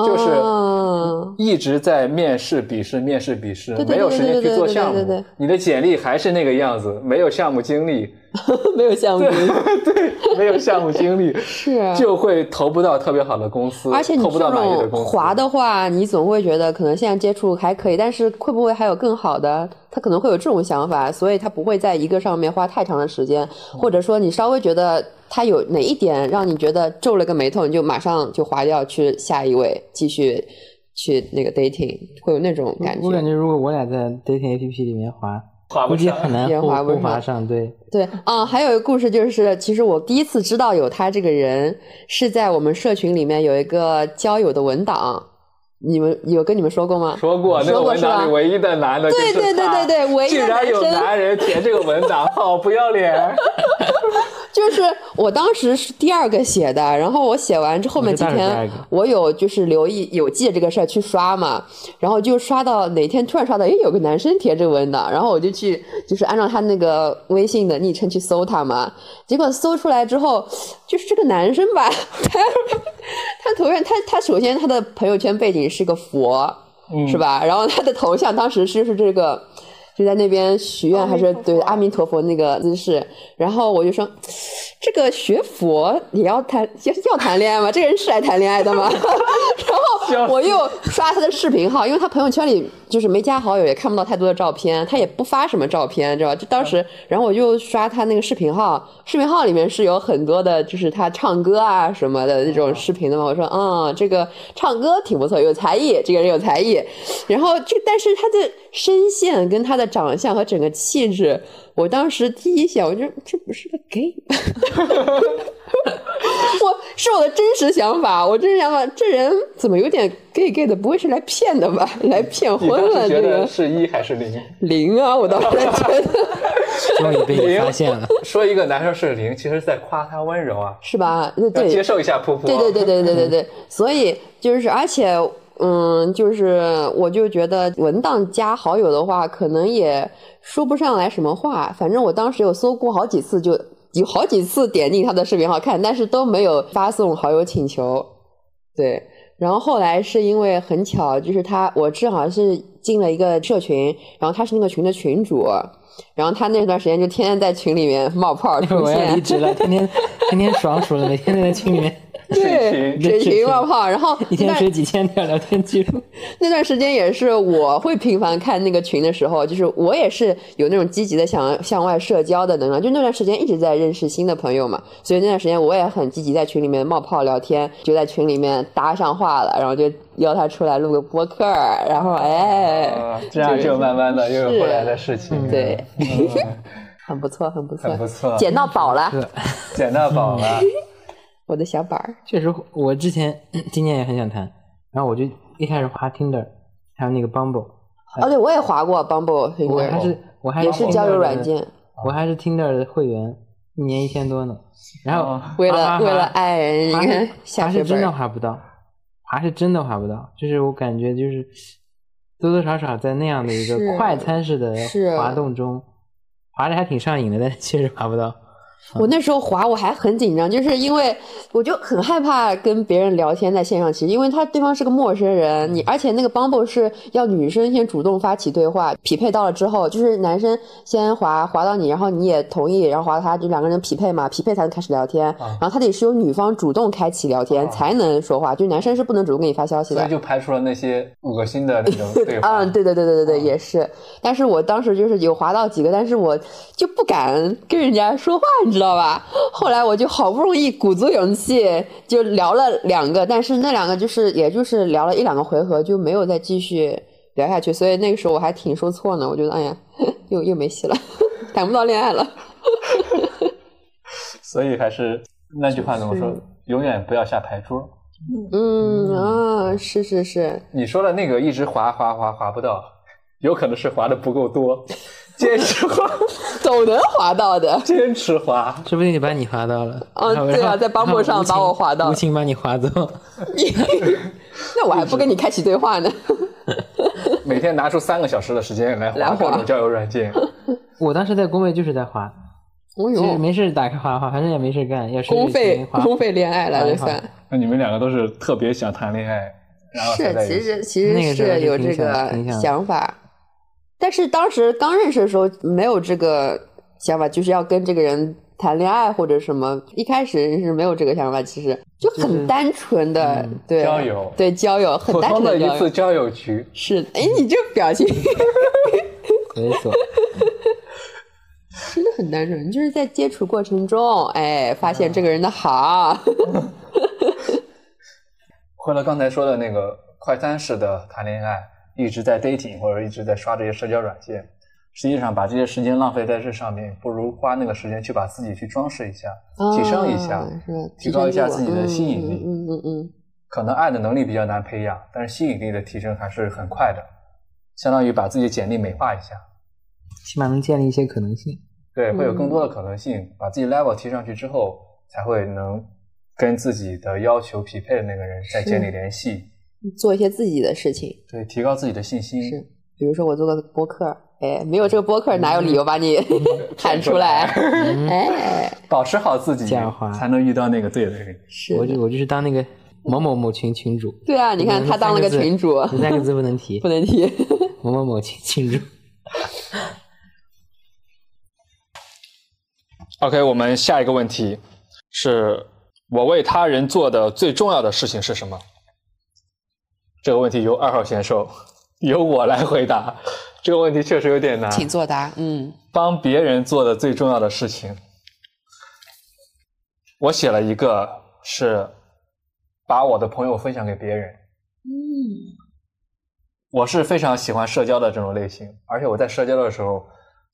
E: 就是
D: 啊
E: 一直在面试、笔试、面试、笔试
D: 对，对
E: 没有时间去做项
D: 对对对对
E: 目
D: 对。
E: 你的简历还是那个样子，没有项目经 历，嗯
D: 没有项目 经历
E: 对，没有项目经历，
D: 是啊
E: 就会投不到特别好的公司，
D: 而且你
E: 投不
D: 这
E: 到满意的
D: 种
E: 公司。
D: 滑的话，你总会觉得可能现在接触还可以，但是会不会还有更好的？他可能会有这种想法，所以他不会在一个上面花太长的时间，或者说你稍微觉得他有哪一点让你觉得皱了个眉头，你就马上就划掉去下一位，继续去那个 dating，会有那种感
C: 我感
D: 觉。
C: 觉如果我俩在 dating A P P 里面滑，
E: 滑
C: 估
E: 不
C: 计
E: 上。
C: 很难
D: 也
C: 互
D: 滑不
C: 互滑
D: 上
C: 上。对，
D: 对，啊、还有一个故事就是，其实我第一次知道有他这个人，是在我们社群里面有一个交友的文档，你们有跟你们说过吗？
E: 说过那个
D: 说过
E: 文
D: 是吧
E: 档里唯一的男的，
D: 对对对对对唯一的
E: 竟然有
D: 男生
E: 男人填这个文档，好不要脸！
D: 就是我当时是第二个写的，然后我写完之后面几
C: 你是当时
D: 天
C: 第二个，
D: 我有就是留意有记这个事儿去刷嘛，然后就刷到哪天突然刷到，诶，有个男生贴这个文档，然后我就去就是按照他那个微信的昵称去搜他嘛，结果搜出来之后，就是这个男生吧， 他他头像他他首先他的朋友圈背景是个佛， 是
B: 嗯
D: 吧？然后他的头像当时是是这个。就在那边许愿，
B: 阿弥
D: 还是
B: 陀佛
D: 对阿弥陀佛那个姿势，然后我就说，这个学佛也要谈要要谈恋爱吗？这个人是来谈恋爱 的吗？然后我又刷他的视频号，因为他朋友圈里就是没加好友，也看不到太多的照片，他也不发什么照片，知道吧？就当
E: 嗯
D: 时，然后我就刷他那个视频号，视频号里面是有很多的，就是他唱歌啊什么的那种视频的嘛。我说，嗯，这个唱歌挺不错，有才艺，这个人有才艺。然后这，但是他的声线跟他的长相和整个气质，我当时第一想，我就这不是个 gay 吗 我是我的真实想法，我真实想法，这人怎么有点 gay gay 的？不会是来骗的吧？来骗
E: 嗯你
D: 婚
E: 当
D: 了
E: 时觉
D: 这
E: 得
D: 个
E: 是一还是零？
D: 零啊！我当时觉得
C: 终于被你发现了。
E: 说一个男生是零，其实是在夸他温柔啊，
D: 是吧？那
E: 要
D: 对，
E: 接受一嗯下噗噗。
D: 对对对对对对对，所以就是，而且，嗯，就是，我就觉得文档加好友的话，可能也说不上来什么话。反正我当时有搜过好几次就，有好几次点进他的视频号看，但是都没有发送好友请求。对，然后后来是因为很巧，就是他，我正好是进了一个社群，然后他是那个群的群主。然后他那段时间就天天在群里面 冒泡出
C: 我要
D: 现
C: 离，职了，天天天天爽死了，每天都在群里面，
E: 群
D: 对，水
C: 水
D: 群
C: 群
D: 冒泡，然后
C: 一天
D: 那
C: 水几千条聊天记录。
D: 那段时间也是我会频繁看那个群的时候，就是我也是有那种积极的想向外社交的能量，就那段时间一直在认识新的朋友嘛，所以那段时间我也很积极在群里面冒泡聊天，就在群里面搭上话了，然后就邀他出来录个播客儿，然后
C: 哦
D: 哎，
E: 啊，这样就慢慢的又有后来的事情。
D: 是对
E: 嗯，
D: 很不错，很不错，
E: 很不错，
D: 捡到宝了，
E: 捡到宝了。
D: 我的小板儿，
C: 确实，我之前 今年也很想谈，然后我就一开始滑 Tinder，还有那个 Bumble，
D: 哦，对我也划过 Bumble，
C: 我还
D: Tinder
C: 哦是我还
D: 也是
C: Tinder
D: 交友
C: 的
D: 软件，
C: 我还是 Tinder 的会员。一年一千多呢。然后、
A: 哦
D: 为了、
C: 啊
D: 为了爱人，你
C: 爬
D: 看
C: 是
D: 下
C: 爬
D: 血
C: 是真
D: 本
C: 的
D: 儿。
C: 滑不到，爬是真的滑不到，就是我感觉就是多多少少在那样的一
D: 是
C: 个快餐式的
D: 是
C: 滑动中，滑着还挺上瘾的，但是确实滑不到。
D: 我那时候滑我还很紧张，就是因为我就很害怕跟别人聊天在线上，其实因为他对方是个陌生人，你而且那个 Bumble 是要女生先主动发起对话，匹配到了之后，就是男生先滑滑到你，然后你也同意，然后滑到他，就两个人匹配嘛，匹配才能开始聊天，然后他得是由女方主动开启聊天
A: 啊
D: 才能说话，就是男生是不能主动给你发消息的
A: 所以。就排除了那些恶心的那种对话。
D: 嗯，对对对对对对，
A: 嗯
D: 也是。但是我当时就是有滑到几个，但是我就不敢跟人家说话，你知道吧？后来我就好不容易鼓足勇气，就聊了两个，但是那两个就是也就是聊了一两个回合，就没有再继续聊下去。所以那个时候我还挺受挫呢，我觉得哎呀，又又没戏了， 谈不到恋爱了。
A: 所以还是那句话怎么说
D: 是？
A: 永远不要下牌桌。
D: 嗯啊，是是是，
A: 你说的那个一直滑滑滑滑不到，有可能是滑的不够多，坚持滑，
D: 总能滑到的。
A: 坚持滑。
C: 说不定就把你滑到了。
D: 哦
C: 然后
D: 对啊
C: 然后
D: 在 Bumble
C: 然后无
D: 上把
C: 情
D: 我滑到
C: 无情把你滑走。
D: 那我还不跟你开启对话 呢。
A: 每天拿出三个小时的时间来
D: 来
A: 滑
D: 滑
A: 各种交友软件，
C: 我当时在工位就是在滑，
D: 哦
C: 就是
D: 哟，
C: 没事打开滑滑，反正也没事干，要睡
D: 公费
C: 滑。
D: 公费恋爱了，
C: 滑一
D: 这
C: 滑
D: 算。
A: 那你们两个都是特别想谈恋爱，然后才
D: 是
A: 啊在，一
D: 其
A: 起。
D: 实其实
C: 那个时候
D: 是
C: 是
D: 有
C: 挺
D: 这
C: 想
D: 个
C: 挺想
D: 想法，但是当时刚认识的时候没有这个想法，就是要跟这个人谈恋爱或者什么。一开始是没有这个想法，其实就
C: 就
D: 很
C: 是
D: 单纯的、
C: 嗯
D: 对
A: 交友
D: 对交友很
A: 普
D: 单
A: 通的
D: 纯地
A: 一
D: 交
A: 次
D: 友。
A: 交友局，
D: 是的，哎，你这表情
C: 猥琐。
D: 真的很单纯，就是在接触过程中，哎，发
A: 嗯
D: 现这个人的好，
A: 回到刚才说的那个快餐式的谈恋爱，一直在 dating 或者一直在刷这些社交软件，实际上把这些时间浪费在这上面，不如花那个时间去把自己去装饰一下，提升一下
D: 啊，是吧？
A: 提高一下
D: 提升
A: 自己的
D: 我
A: 吸引力
D: 嗯嗯嗯嗯
A: 可能爱的能力比较难培养，但是吸引力的提升还是很快的，相当于把自己简历美化一下，
C: 起码能建立一些可能 性。
A: 对，会有
D: 嗯
A: 更多的可能性，把自己 level 提上去之后，才会能跟自己的要求匹配的那个人再建立
D: 是
A: 联系，
D: 嗯，做一些自己的事情。
A: 对，提高自己的信心，
D: 是比如说我做个播客，哎，没有这个播
A: 嗯
D: 客，哪有理由把 你喊出来？
C: 嗯
D: 哎，
A: 保持好自己
C: 狡猾，
A: 才能遇到那个对的人。
D: 是
C: 我
D: 的
C: 就我就是当那个某某某群群主。
D: 对嗯啊，你看他当了个群主，
C: 这三个字不能提
D: 不，能提。
C: 某某某群群主。
A: OK，我们下一个问题是我为他人做的最重要的事情是什么？这个问题由二号选手 由我来回答。这个问题确实有点难，
D: 请作答，嗯，
A: 帮别人做的最重要的事情，我写了一个是把我的朋友分享给别人。我是非常喜欢社交的这种类型，而且我在社交的时候，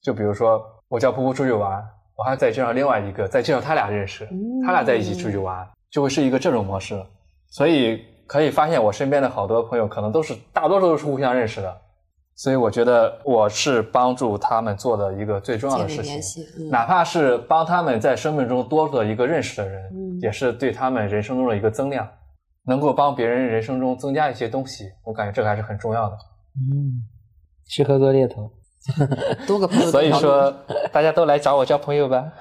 A: 就比如说我叫噗噗出去玩，我还再介绍另外一个，再介绍他俩认识，他俩在一起出去玩，就会是一个这种模式。所以可以发现，我身边的好多朋友可能都是大多数都是互相认识的，所以我觉得我是帮助他们做的一个最重要的
D: 建
A: 事
D: 立联
A: 情。
D: 系，嗯
A: 哪怕是帮他们在生命中多了一个认识的人，
D: 嗯
A: 也是对他们人生中的一个增量，能够帮别人人生中增加一些东西，我感觉这个还是很重要的。
C: 嗯，适合做猎头。
D: 多个朋友，
A: 所以，说，大家都来找我交朋友吧。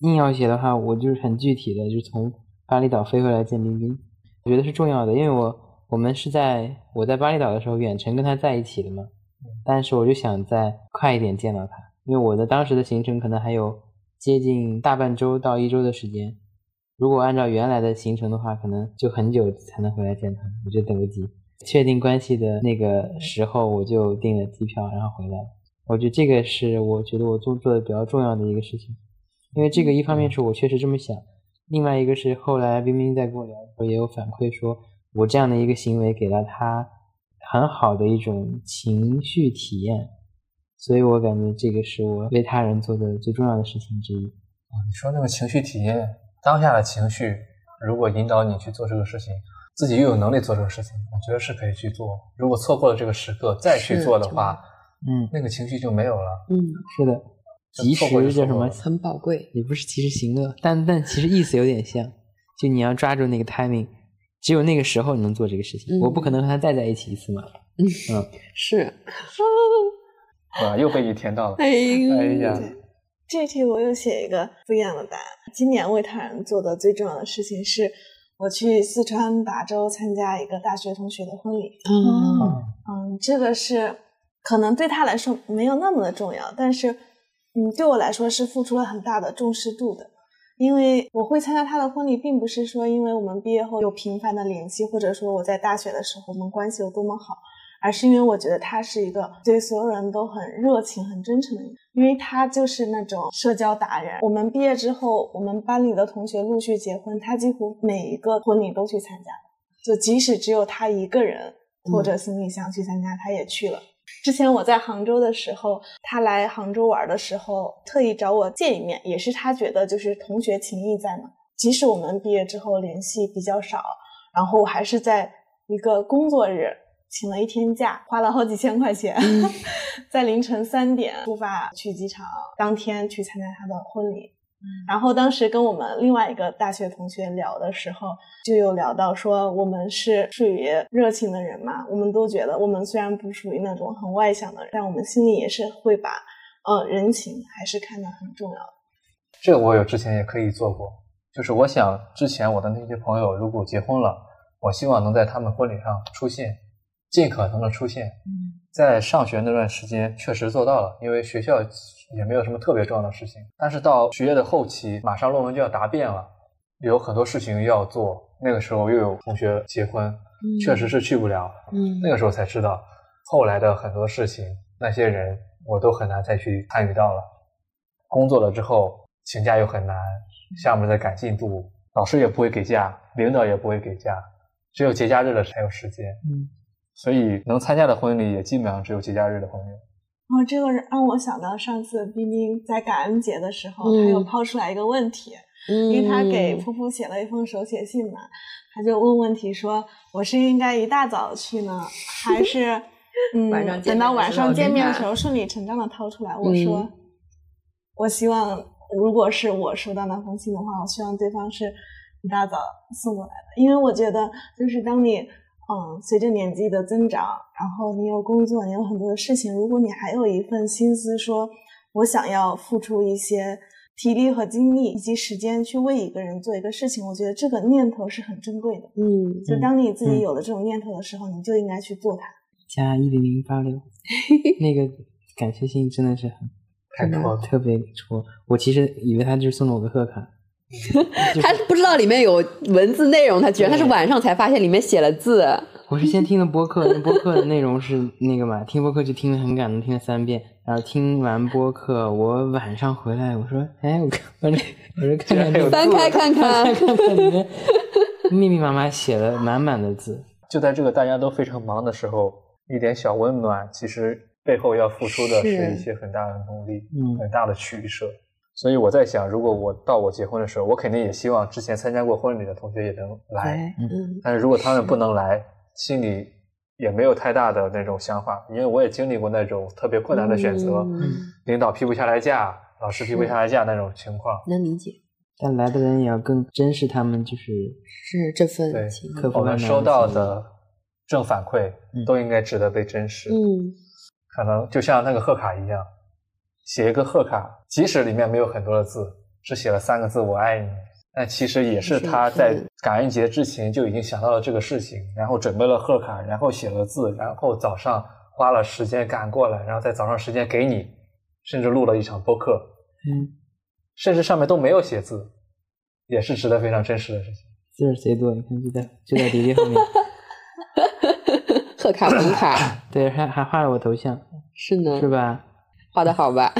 C: 硬要写的话，我就是很具体的，就是从巴厘岛飞回来见冰冰，我觉得是重要的，因为我我们是在我在巴厘岛的时候远程跟他在一起的嘛，但是我就想再快一点见到他，因为我的当时的行程可能还有接近大半周到一周的时间，如果按照原来的行程的话，可能就很久才能回来见他，我就等不及。确定关系的那个时候，我就订了机票，然后回来了。我觉得这个是我觉得我做做的比较重要的一个事情，因为这
D: 嗯
C: 个一方面是我确实这么想，另外一个是后来冰冰在跟我聊的时候也有反馈说，我这样的一个行为给了他很好的一种情绪体验，所以我感觉这个是我为他人做的最重要的事情之
D: 嗯
C: 一。
A: 你说那个情绪体验，当下的情绪，如果引导你去做这个事情，自己又有能力做这个事情，我觉得是可以去做。如果错过了这个时刻再去
D: 是
A: 做的
D: 真的
A: 话，
C: 嗯，
A: 那个情绪就没有了。
D: 嗯，
C: 是的，及
A: 错过就
C: 时叫
A: 错
C: 什
A: 过
C: 么
A: 了？
D: 很宝贵。
C: 也不是及时行乐，但但其实意思有点像，就你要抓住那个 timing，只有那个时候你能做这个事情。
D: 嗯
C: 我不可能和他再在一起一次嘛。
D: 是，
A: 啊，又被你甜到了。
D: 哎呦
A: 哎呀，
B: 这题我又写一个不一样的答案。今年为他人做的最重要的事情是，我去四川达州参加一个大学同学的婚礼。
D: 嗯
B: 嗯，这个是可能对他来说没有那么的重要，但是嗯，对我来说是付出了很大的重视度的。因为我会参加他的婚礼，并不是说因为我们毕业后有频繁的联系，或者说我在大学的时候我们关系有多么好，而是因为我觉得他是一个对所有人都很热情、很真诚的人，因为他就是那种社交达人。我们毕业之后，我们班里的同学陆续结婚，他几乎每一个婚礼都去参加，就即使只有他一个人拖着行李箱去参加，他也去了。之前我在杭州的时候，他来杭州玩的时候，特意找我见一面，也是他觉得就是同学情谊在嘛。即使我们毕业之后联系比较少，然后我还是在一个工作日请了一天假，花了好几千块钱， 在凌晨三点出发去机场，当天去参加他的婚礼。然后当时跟我们另外一个大学同学聊的时候，就有聊到说我们是属于热情的人嘛，我们都觉得我们虽然不属于那种很外向的人，但我们心里也是会把呃人情还是看得很重要的。
A: 这我有之前也可以做过，就是我想之前我的那些朋友如果结婚了，我希望能在他们婚礼上出现，尽可能的出现。在上学那段时间确实做到了，因为学校也没有什么特别重要的事情。但是到学业的后期，马上论文就要答辩了，有很多事情要做。那个时候又有同学结婚，确实是去不了。
D: 嗯
A: 那个时候才知道，后来的很多事情，那些人我都很难再去参与到了。工作了之后，请假又很难，项目的赶进度，老师也不会给假，领导也不会给假，只有节假日了才有时间。
C: 嗯，
A: 所以能参加的婚礼也基本上只有节假日的婚礼。
B: 然哦后这个让我想到上次冰冰在感恩节的时候，
D: 嗯
B: 还有抛出来一个问题，
D: 嗯，
B: 因为他给噗噗写了一封手写信嘛，他就问问题说：“我是应该一大早去呢，还 是嗯
D: 晚上见面
B: 等到晚上
D: 的时候
B: 见面
D: 给
B: 的
D: 他
B: 时候顺理成章的掏出来？”我说：“
D: 嗯
B: 我希望如果是我收到那封信的话，我希望对方是一大早送过来的，因为我觉得就是当你。”嗯，随着年纪的增长，然后你有工作，你有很多的事情。如果你还有一份心思说，我想要付出一些体力和精力以及时间去为一个人做一个事情，我觉得这个念头是很珍贵的。
D: 嗯，
B: 就当你自己
C: 嗯
B: 有了这种念头的时候，你就应该去做它。
C: 加一零零八六， 那个感谢信真的是很
A: 太 多了，
C: 哦特别戳。我其实以为他就是送了我个贺卡，就是
D: 他不知道里面有文字内容，他居然他是晚上才发现里面写了字，
A: 哎
C: 我是先听的播客，那播客的内容是那个嘛，听播客就听了很感动，听了三遍。然后听完播客，我晚上回来，我说，哎，我看，我说，我说看看这个，
D: 翻开看看
C: 看，看 看里面密密麻麻写了满满的字，
A: 就在这个大家都非常忙的时候，一点小温暖，其实背后要付出的是
D: 是
A: 一些很大的努力，
C: 嗯
A: 很大的取舍。所以我在想，如果我到我结婚的时候，我肯定也希望之前参加过婚礼的同学也能来，
D: 哎嗯
A: 但是如果他们不能来，心里也没有太大的那种想法，因为我也经历过那种特别困难的选择，
D: 嗯
A: 领导批不下来假，老师批不下来假那种情况。
D: 能理解，
C: 但来的人也要更珍视他们，就是
D: 是这份
A: 对
D: 情
C: 客
A: 我
C: 服
A: 们收到的正反馈
C: 嗯
A: 都应该值得被珍视，
D: 嗯
A: 可能就像那个贺卡一样，写一个贺卡，即使里面没有很多的字，只写了三个字“我爱你”，但其实也是
D: 是
A: 他在
D: 是
A: 感恩节之前就已经想到了这个事情，然后准备了贺卡，然后写了字，然后早上花了时间赶过来，然后在早上时间给你，甚至录了一场播客，
C: 嗯，
A: 甚至上面都没有写字，也是值得非常珍视的事情。
C: 字儿贼多，你看就在就在迪迪后面，
D: 贺卡红卡
C: 对，还还画了我头像，
D: 是呢
C: 是， 吧？
D: 画的好吧？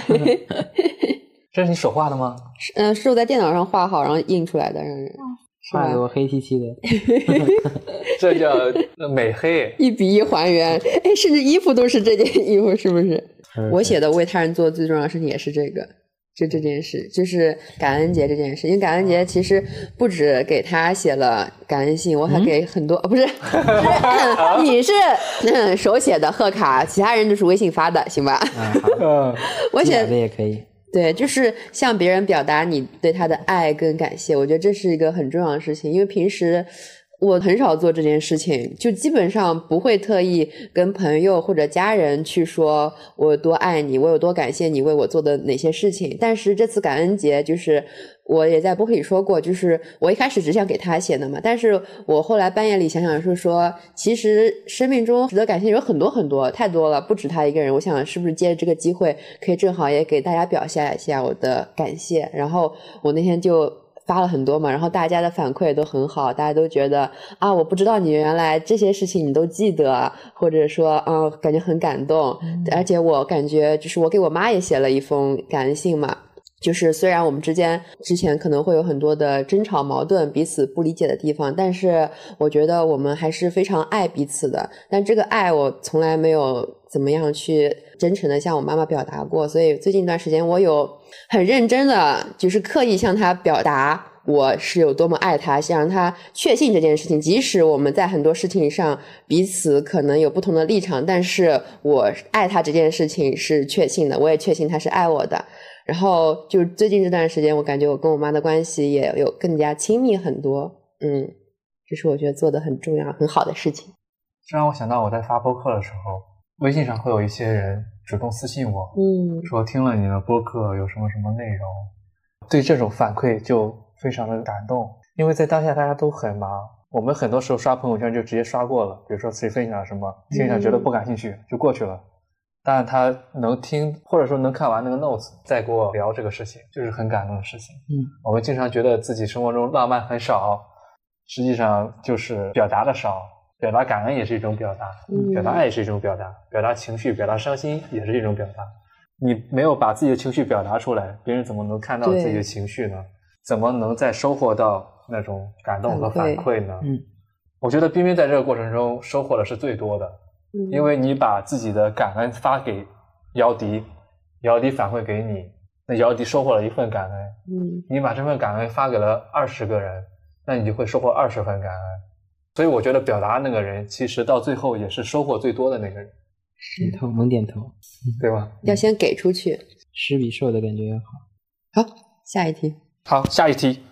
A: 这是你手画的吗？
D: 是嗯，是我在电脑上画好，然后印出来的，让人是
C: 画的
D: 吧？
C: 我黑漆漆的，
A: 这叫美 黑。
D: 一比一还原，哎，甚至衣服都是这件衣服，是不是？ 我写的为他人做最重要的事情也是这个，就这件事，就是感恩节这件事。因为感恩
C: 啊
D: 节其实不止给他写了感恩信，我还
C: 嗯
D: 给很多，哦、 不是，是你是 嗯手写的贺卡，其他人就是微信发的，行吧？
C: 啊，好，
A: 嗯，
D: 我
C: 寄来
D: 写
C: 的也可以，
D: 对，就是向别人表达你对他的爱跟感谢，我觉得这是一个很重要的事情，因为平时我很少做这件事情，就基本上不会特意跟朋友或者家人去说我有多爱你，我有多感谢你为我做的哪些事情。但是这次感恩节，就是我也在播客里说过，就是我一开始只想给他写的嘛，但是我后来半夜里想想是说，其实生命中值得感谢有很多很多，太多了，不止他一个人。我想是不是借着这个机会，可以正好也给大家表现一下我的感谢。然后我那天就发了很多嘛，然后大家的反馈都很好，大家都觉得啊，我不知道你原来这些事情你都记得，或者说啊，感觉很感动。
C: 嗯
D: 而且我感觉就是我给我妈也写了一封感恩信嘛。就是虽然我们之间之前可能会有很多的争吵、矛盾、彼此不理解的地方，但是我觉得我们还是非常爱彼此的。但这个爱我从来没有怎么样去真诚的向我妈妈表达过，所以最近一段时间我有很认真的，就是刻意向她表达我是有多么爱她，想让她确信这件事情。即使我们在很多事情上彼此可能有不同的立场，但是我爱她这件事情是确信的，我也确信她是爱我的。然后就是最近这段时间，我感觉我跟我妈的关系也有更加亲密很多。嗯，这是我觉得做的很重要、很好的事情。
A: 这让我想到我在发播客的时候，微信上会有一些人主动私信我，
D: 嗯
A: 说听了你的播客有什么什么内容，对这种反馈就非常的感动，因为在当下大家都很忙，我们很多时候刷朋友圈就直接刷过了，比如说自己分享什么，听一下觉得不感兴趣就过去了。但是他能听，或者说能看完那个 notes，再跟我聊这个事情，就是很感动的事情。
C: 嗯，
A: 我们经常觉得自己生活中浪漫很少，实际上就是表达的少。表达感恩也是一种表达，
D: 嗯
A: 表达爱也是一种表达，表达情绪、表达伤心也是一种表达。你没有把自己的情绪表达出来，别人怎么能看到
D: 对
A: 自己的情绪呢？怎么能再收获到那种感动和
D: 反
A: 反
D: 馈
A: 馈呢？
C: 嗯，
A: 我觉得冰冰在这个过程中收获的是最多的。
D: 嗯
A: 因为你把自己的感恩发给姚笛，姚笛反馈给你，那姚笛收获了一份感恩，
D: 嗯
A: 你把这份感恩发给了二十个人，那你就会收获二十份感恩。所以我觉得表达那个人，其实到最后也是收获最多的那个人，
C: 点头猛点头，
A: 对吧？
D: 要先给出去。
C: 施比受的感觉要好。
D: 好，下一题。
A: 好，下一题，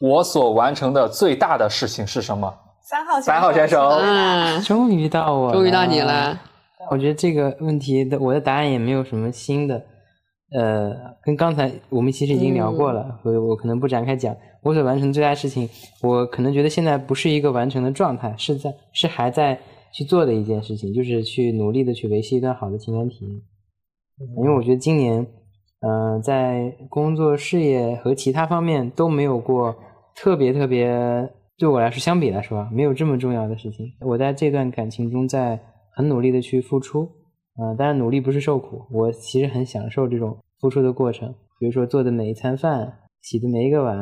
A: 我所完成的最大的事情是什么？
B: 三号
A: 三号选手
D: 啊，
C: 终于到我，
D: 终于到你了。。
C: 我觉得这个问题的我的答案也没有什么新的，呃，跟刚才我们其实已经聊过
D: 嗯
C: 了，所以我可能不展开讲。我所完成最大事情，我可能觉得现在不是一个完成的状态，是在是还在去做的一件事情，就是去努力的去维系一段好的情感体验。因为我觉得今年，呃，在工作、事业和其他方面都没有过特别特别，对我来说，相比来说啊，没有这么重要的事情。我在这段感情中，在很努力的去付出，呃，当然努力不是受苦，我其实很享受这种付出的过程。比如说做的每一餐饭，洗的每一个碗，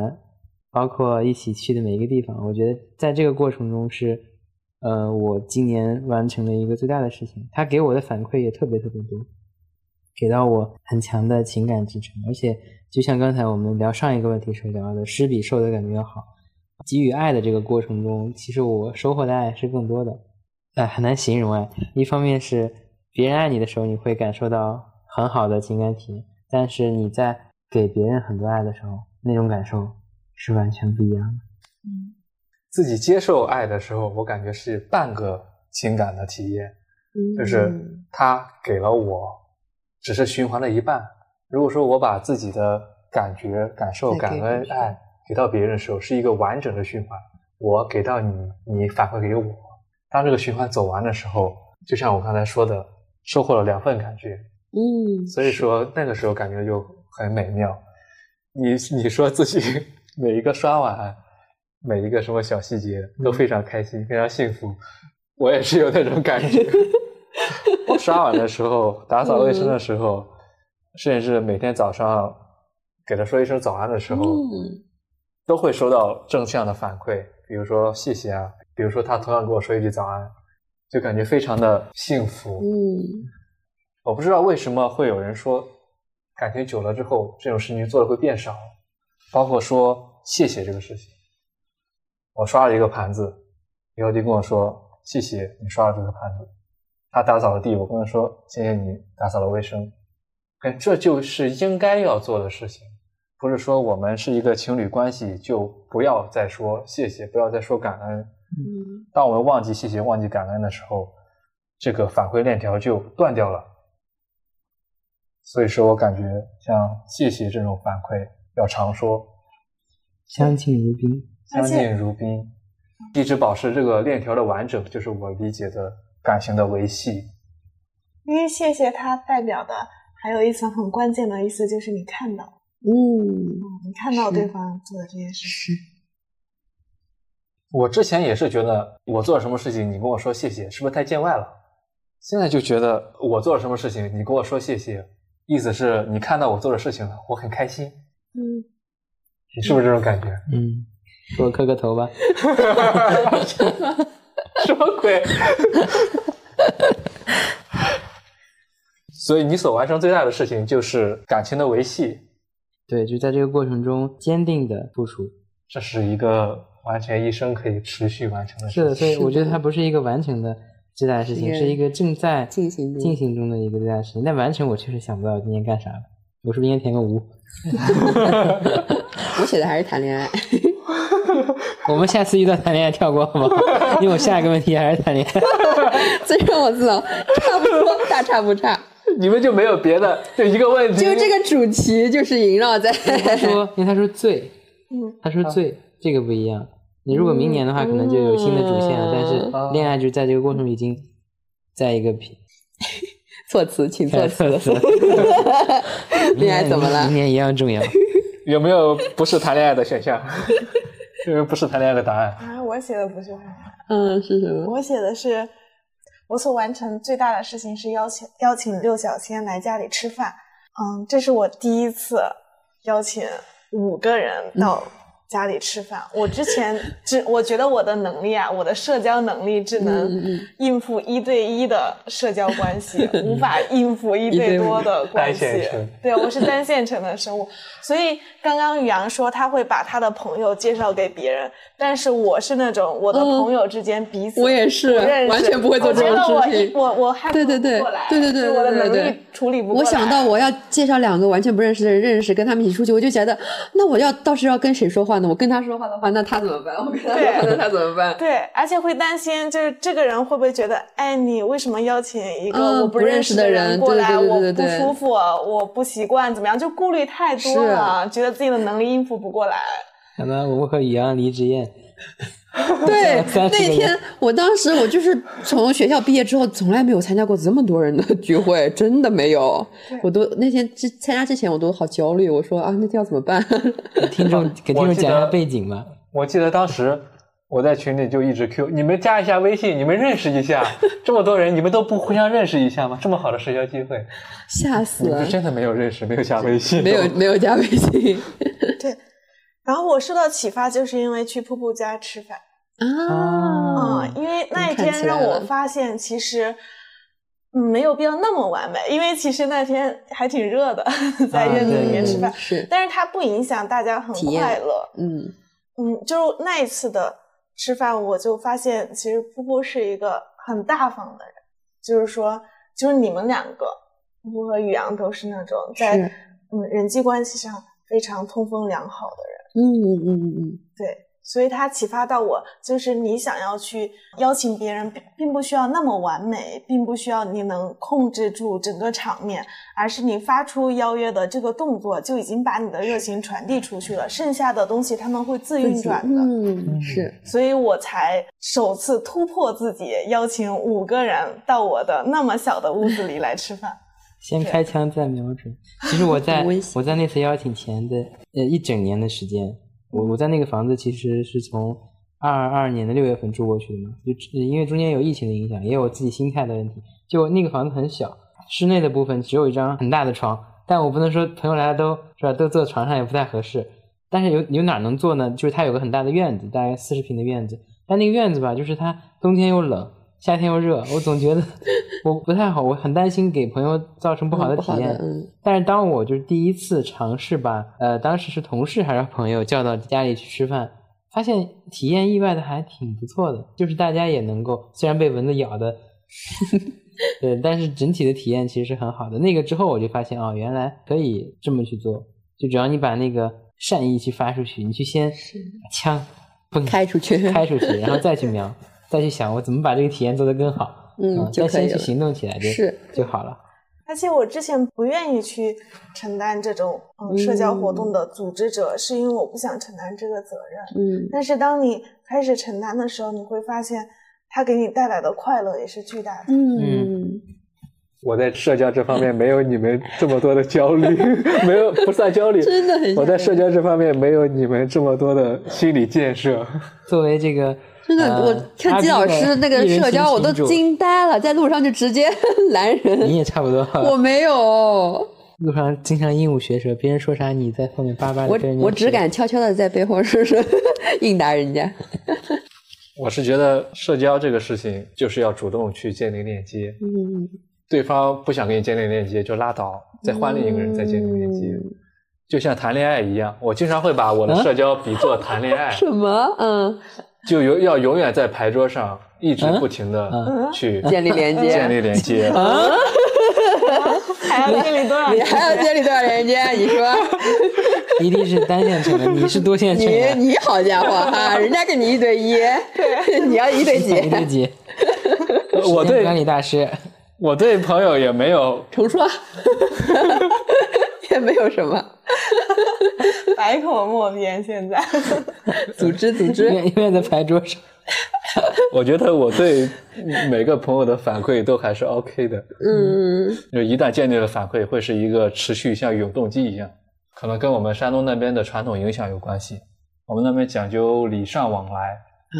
C: 包括一起去的每一个地方，我觉得在这个过程中是，呃，我今年完成了一个最大的事情。他给我的反馈也特别特别多，给到我很强的情感支撑，而且就像刚才我们聊上一个问题时候聊的，施比受的感觉要好。给予爱的这个过程中，其实我收获的爱是更多的，呃，很难形容爱。一方面是别人爱你的时候，你会感受到很好的情感体验，但是你在给别人很多爱的时候，那种感受是完全不一样的。
A: 自己接受爱的时候，我感觉是半个情感的体验，
D: 嗯
A: 就是他给了我，只是循环了一半。如果说我把自己的感觉、感受、
D: 再给
A: 感
D: 回
A: 恩、
D: 去
A: 爱给到别人的时候，是一个完整的循环。我给到你，你反馈给我。当这个循环走完的时候，就像我刚才说的，收获了两份感觉，
D: 嗯，
A: 所以说那个时候感觉就很美妙。你你说自己 每一个刷碗，每一个什么小细节都非常开心，非常幸福。我也是有那种感觉。我刷碗的时候，打扫卫生的时候，甚至每天早上给他说一声早安的时候，
D: 嗯
A: 都会收到正向的反馈，比如说谢谢啊，比如说他同样跟我说一句早安，就感觉非常的幸福。
D: 嗯，
A: 我不知道为什么会有人说，感情久了之后，这种事情做的会变少，包括说谢谢这个事情。我刷了一个盘子，以后就跟我说谢谢你刷了这个盘子。他打扫了地，我跟他说谢谢你打扫了卫生。感觉这就是应该要做的事情，不是说我们是一个情侣关系就不要再说谢谢，不要再说感恩。
D: 嗯
A: 当我们忘记谢谢、忘记感恩的时候，这个反馈链条就断掉了。所以说我感觉像谢谢这种反馈要常说，
C: 相敬如宾。
A: 相
B: 而且
A: 敬如宾，一直保持这个链条的完整，就是我理解的感情的维系。
B: 因为谢谢它代表的还有一层很关键的意思，就是你看到，
D: 嗯，
B: 你看到
D: 是
B: 对方做的这件事。
D: 是
A: 我之前也是觉得我做了什么事情，你跟我说谢谢，是不是太见外了？现在就觉得我做了什么事情，你跟我说谢谢，意思是你看到我做的事情了，我很开心。
B: 嗯，
A: 你是不是这种感觉？
C: 嗯，给我磕个头吧。
A: 什么鬼？所以你所完成最大的事情就是感情的维系，
C: 对，就在这个过程中坚定的付出。
A: 这是一个完全一生可以持续完成的
C: 是
A: 事
C: 的，
A: 情。
C: 所以
D: 啊是
C: 我觉得
D: 的
C: 它不是一个完成的最大的事情，
D: 是
C: 是一个正在
D: 进行中
C: 进行中的一个最大的事情。但完成我确实想不到我今天干啥了，我是不是应该填个五？
D: 我写的还是谈恋爱，
C: 我们下次遇到谈恋爱跳过好不好？ 因为我下一个问题还是谈恋爱。
D: 最让我自豪，差不多，大差不差。
A: 你们就没有别的，就一个问题。
D: 就这个主题就是萦绕在，
C: 他说，因为他说醉，
B: 嗯，
C: 他说醉，这个不一样。你如果明年的话，可能就有新的主线了。但
D: 嗯
A: 啊
C: 是恋爱就在这个过程已经在一个平
D: 措辞，请措辞。 恋爱怎么了
C: 明年一样重要。
A: 有没有不是谈恋爱的选项？有没有不是谈恋爱的答案？
B: 啊，我写的不是很好。
D: 嗯，是什么？
B: 我写的是，我所完成最大的事情是邀请邀请六小仙来家里吃饭。嗯，这是我第一次邀请五个人
D: 嗯
B: 到家里吃饭。我之前只我觉得我的能力啊，我的社交能力只
D: 嗯嗯
B: 能应付一对一的社交关 系，无法应付一对多的关系
A: 单线程。
B: 对，我是单线程的生物，所以刚刚宇阳说他会把他的朋友介绍给别人，但是我是那种我的
D: 嗯
B: 朋友之间彼此。
D: 我也是
B: 我认识
D: 完全不会做这种
B: 我觉得
D: 事情
B: 我我我还
D: 对对
B: 处理
D: 对
B: 不过来
D: 对对对
B: 就我的
D: 对对
B: 能
D: 对
B: 力处理不过
D: 我
B: 来。
D: 想到我要介绍两个完全不认识的人认识，跟他们一起出去，我就觉得，那我要到时要跟谁说话呢？我跟他说话的话，那他怎么办？我跟他说话，那他怎 么办？
B: 对，而且会担心，就是这个人会不会觉得，哎，你为什么邀请一
D: 嗯
B: 个我
D: 不认
B: 认
D: 识
B: 识
D: 的人
B: 人过
D: 对
B: 来，
D: 对对对对对
B: 我不舒服，我不习惯，怎么样？就顾虑太多
D: 是
B: 了，觉得自己的能力应付不过来。
C: 想到我们和宇阳离职宴，
D: 对
C: 三，十个
D: 那
C: 人
D: 天我当时我就是从学校毕业之后，从来没有参加过这么多人的 聚会，真的没有。我都那天之参加之前我都好焦虑，我说啊，那天要怎么办？
C: 给听众给听众讲一下背景吧。
A: 我记得当时我在群里就一直 Q 你们加一下微信，你们认识一下，这么多人，你们都不互相认识一下吗？这么好的社交机会，
D: 吓死
A: 你
D: 了
A: 们，真的没有认识，没有加微信，
D: 没有没有加微信
B: 然后我受到启发，就是因为去瀑布家吃饭。
D: 啊。
B: 啊、
C: 啊，
B: 因为那一
D: 看
B: 天
D: 起来
B: 让我
D: 了
B: 发现，其实嗯没有必要那么完美，因为其实那天还挺热的， 在
C: 啊
B: 院子里面
C: 对
B: 吃
D: 嗯
B: 饭，
D: 是，
B: 但是它不影响大家很
D: 体验
B: 快乐。
D: 嗯，
B: 嗯，就那一次的吃饭，我就发现其实噗噗是一个很大方的人，就是说，就是你们两个，噗噗和宇阳都是那种在
D: 是
B: 嗯人际关系上非常通风良好的人。
D: 嗯嗯嗯嗯嗯。
B: 对，所以它启发到我，就是你想要去邀请别人，并并不需要那么完美，并不需要你能控制住整个场面，而是你发出邀约的这个动作就已经把你的热情传递出去了，剩下的东西他们会自运转的。
D: 嗯，是
B: 所以我才首次突破自己，邀请五个人到我的那么小的屋子里来吃饭。
C: 先开枪再瞄准。其实我在
D: 很危险
C: 我在那次邀请前的呃一整年的时间，我我在那个房子其实是从二二年的六月份住过去的嘛，就只因为中间有疫情的影响，也有我自己心态的问题。就那个房子很小，室内的部分只有一张很大的床，但我不能说朋友来了都是吧，都坐床上也不太合适。但是有有哪能坐呢？就是它有个很大的院子，大概四十平的院子。但那个院子吧，就是它冬天又冷，夏天又热，我总觉得 我不太好，我很担心给朋友造成不好的
D: 嗯
C: 体验。
D: 嗯，
C: 但是当我就是第一次尝试把呃，当时是同事还是朋友叫到家里去吃饭，发现体验意外的还挺不错的，就是大家也能够虽然被蚊子咬的 对，但是整体的体验其实是很好的。那个之后我就发现哦，原来可以这么去做，就只要你把那个善意去发出去，你去先枪蹦
D: 开出去
C: 开 出去，然后再去瞄，再去想我怎么把这个体验做得更好，啊
D: 嗯就
C: 再
D: 可
C: 先
D: 以
C: 去
D: 了
C: 行动起来就是就好了。
B: 而且我之前不愿意去承担这种嗯
D: 嗯
B: 社交活动的组织者，是因为我不想承担这个责任。
D: 嗯，
B: 但是当你开始承担的时候，你会发现，它给你带来的快乐也是巨大 的。
D: 嗯，
A: 我在社交这方面没有你们这么多的焦 虑，没有不算焦虑，
D: 真的很
A: 我在
D: 像
A: 社交这方面没有你们这么多的心理建设。
C: 作为这个
D: 真的，
C: 呃
D: 我看季老
C: RB 的
D: 师那个
C: 艺人
D: 社交，
C: 型
D: 我都
C: 群主，
D: 惊呆了，在路上就直接 拦人。
C: 你也差不多。
D: 我没有，
C: 路上经常鹦鹉学舌，别人说啥你在后面巴巴的
D: 我
C: 跟人家
D: 我只
C: 学
D: 敢悄悄的在背后说说 应答人家。
A: 我是觉得社交这个事情就是要主动去建立链接，
D: 嗯，
A: 对方不想跟你建立链接就拉倒，再换另一个人再建立链接
D: 嗯，啊
A: 就像谈恋爱一样。我经常会把我的社交比作谈恋 爱，
D: 什么？嗯，
A: 就永要永远在牌桌上一直不停的
C: 嗯
A: 去
D: 啊建立啊连接，
A: 建立连接。
B: 还要建立多少
D: 你 还要建立多少连接？你说
C: 一定是单线程的，你是多线程的，
D: 你你好家伙啊，人家跟你一对一， 你要一对几？
C: 一对几？
A: 我
C: 时间
A: 对
C: 管理大师，
A: 我对朋友也没有
D: 重说，也没有什么
B: 百口莫辩。现 在
D: 组织组
C: 永
D: 织。
C: 远永远在牌桌上。
A: 我觉得我对每个朋友的反馈都还是 OK 的。
D: 嗯，
A: 就一旦建立了反馈，会是一个持续像永动机一样，可能跟我们山东那边的传统影响有关系。我们那边讲究礼尚往来，
D: 啊，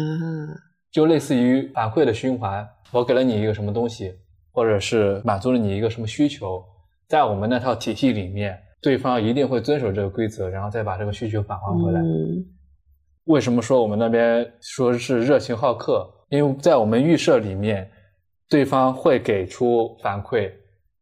A: 就类似于反馈的循环。我给了你一个什么东西，或者是满足了你一个什么需求，在我们那套体系里面，对方一定会遵守这个规则，然后再把这个需求返还回来。
D: 嗯
A: 为什么说我们那边说是热情好客？因为在我们预设里面，对方会给出反馈，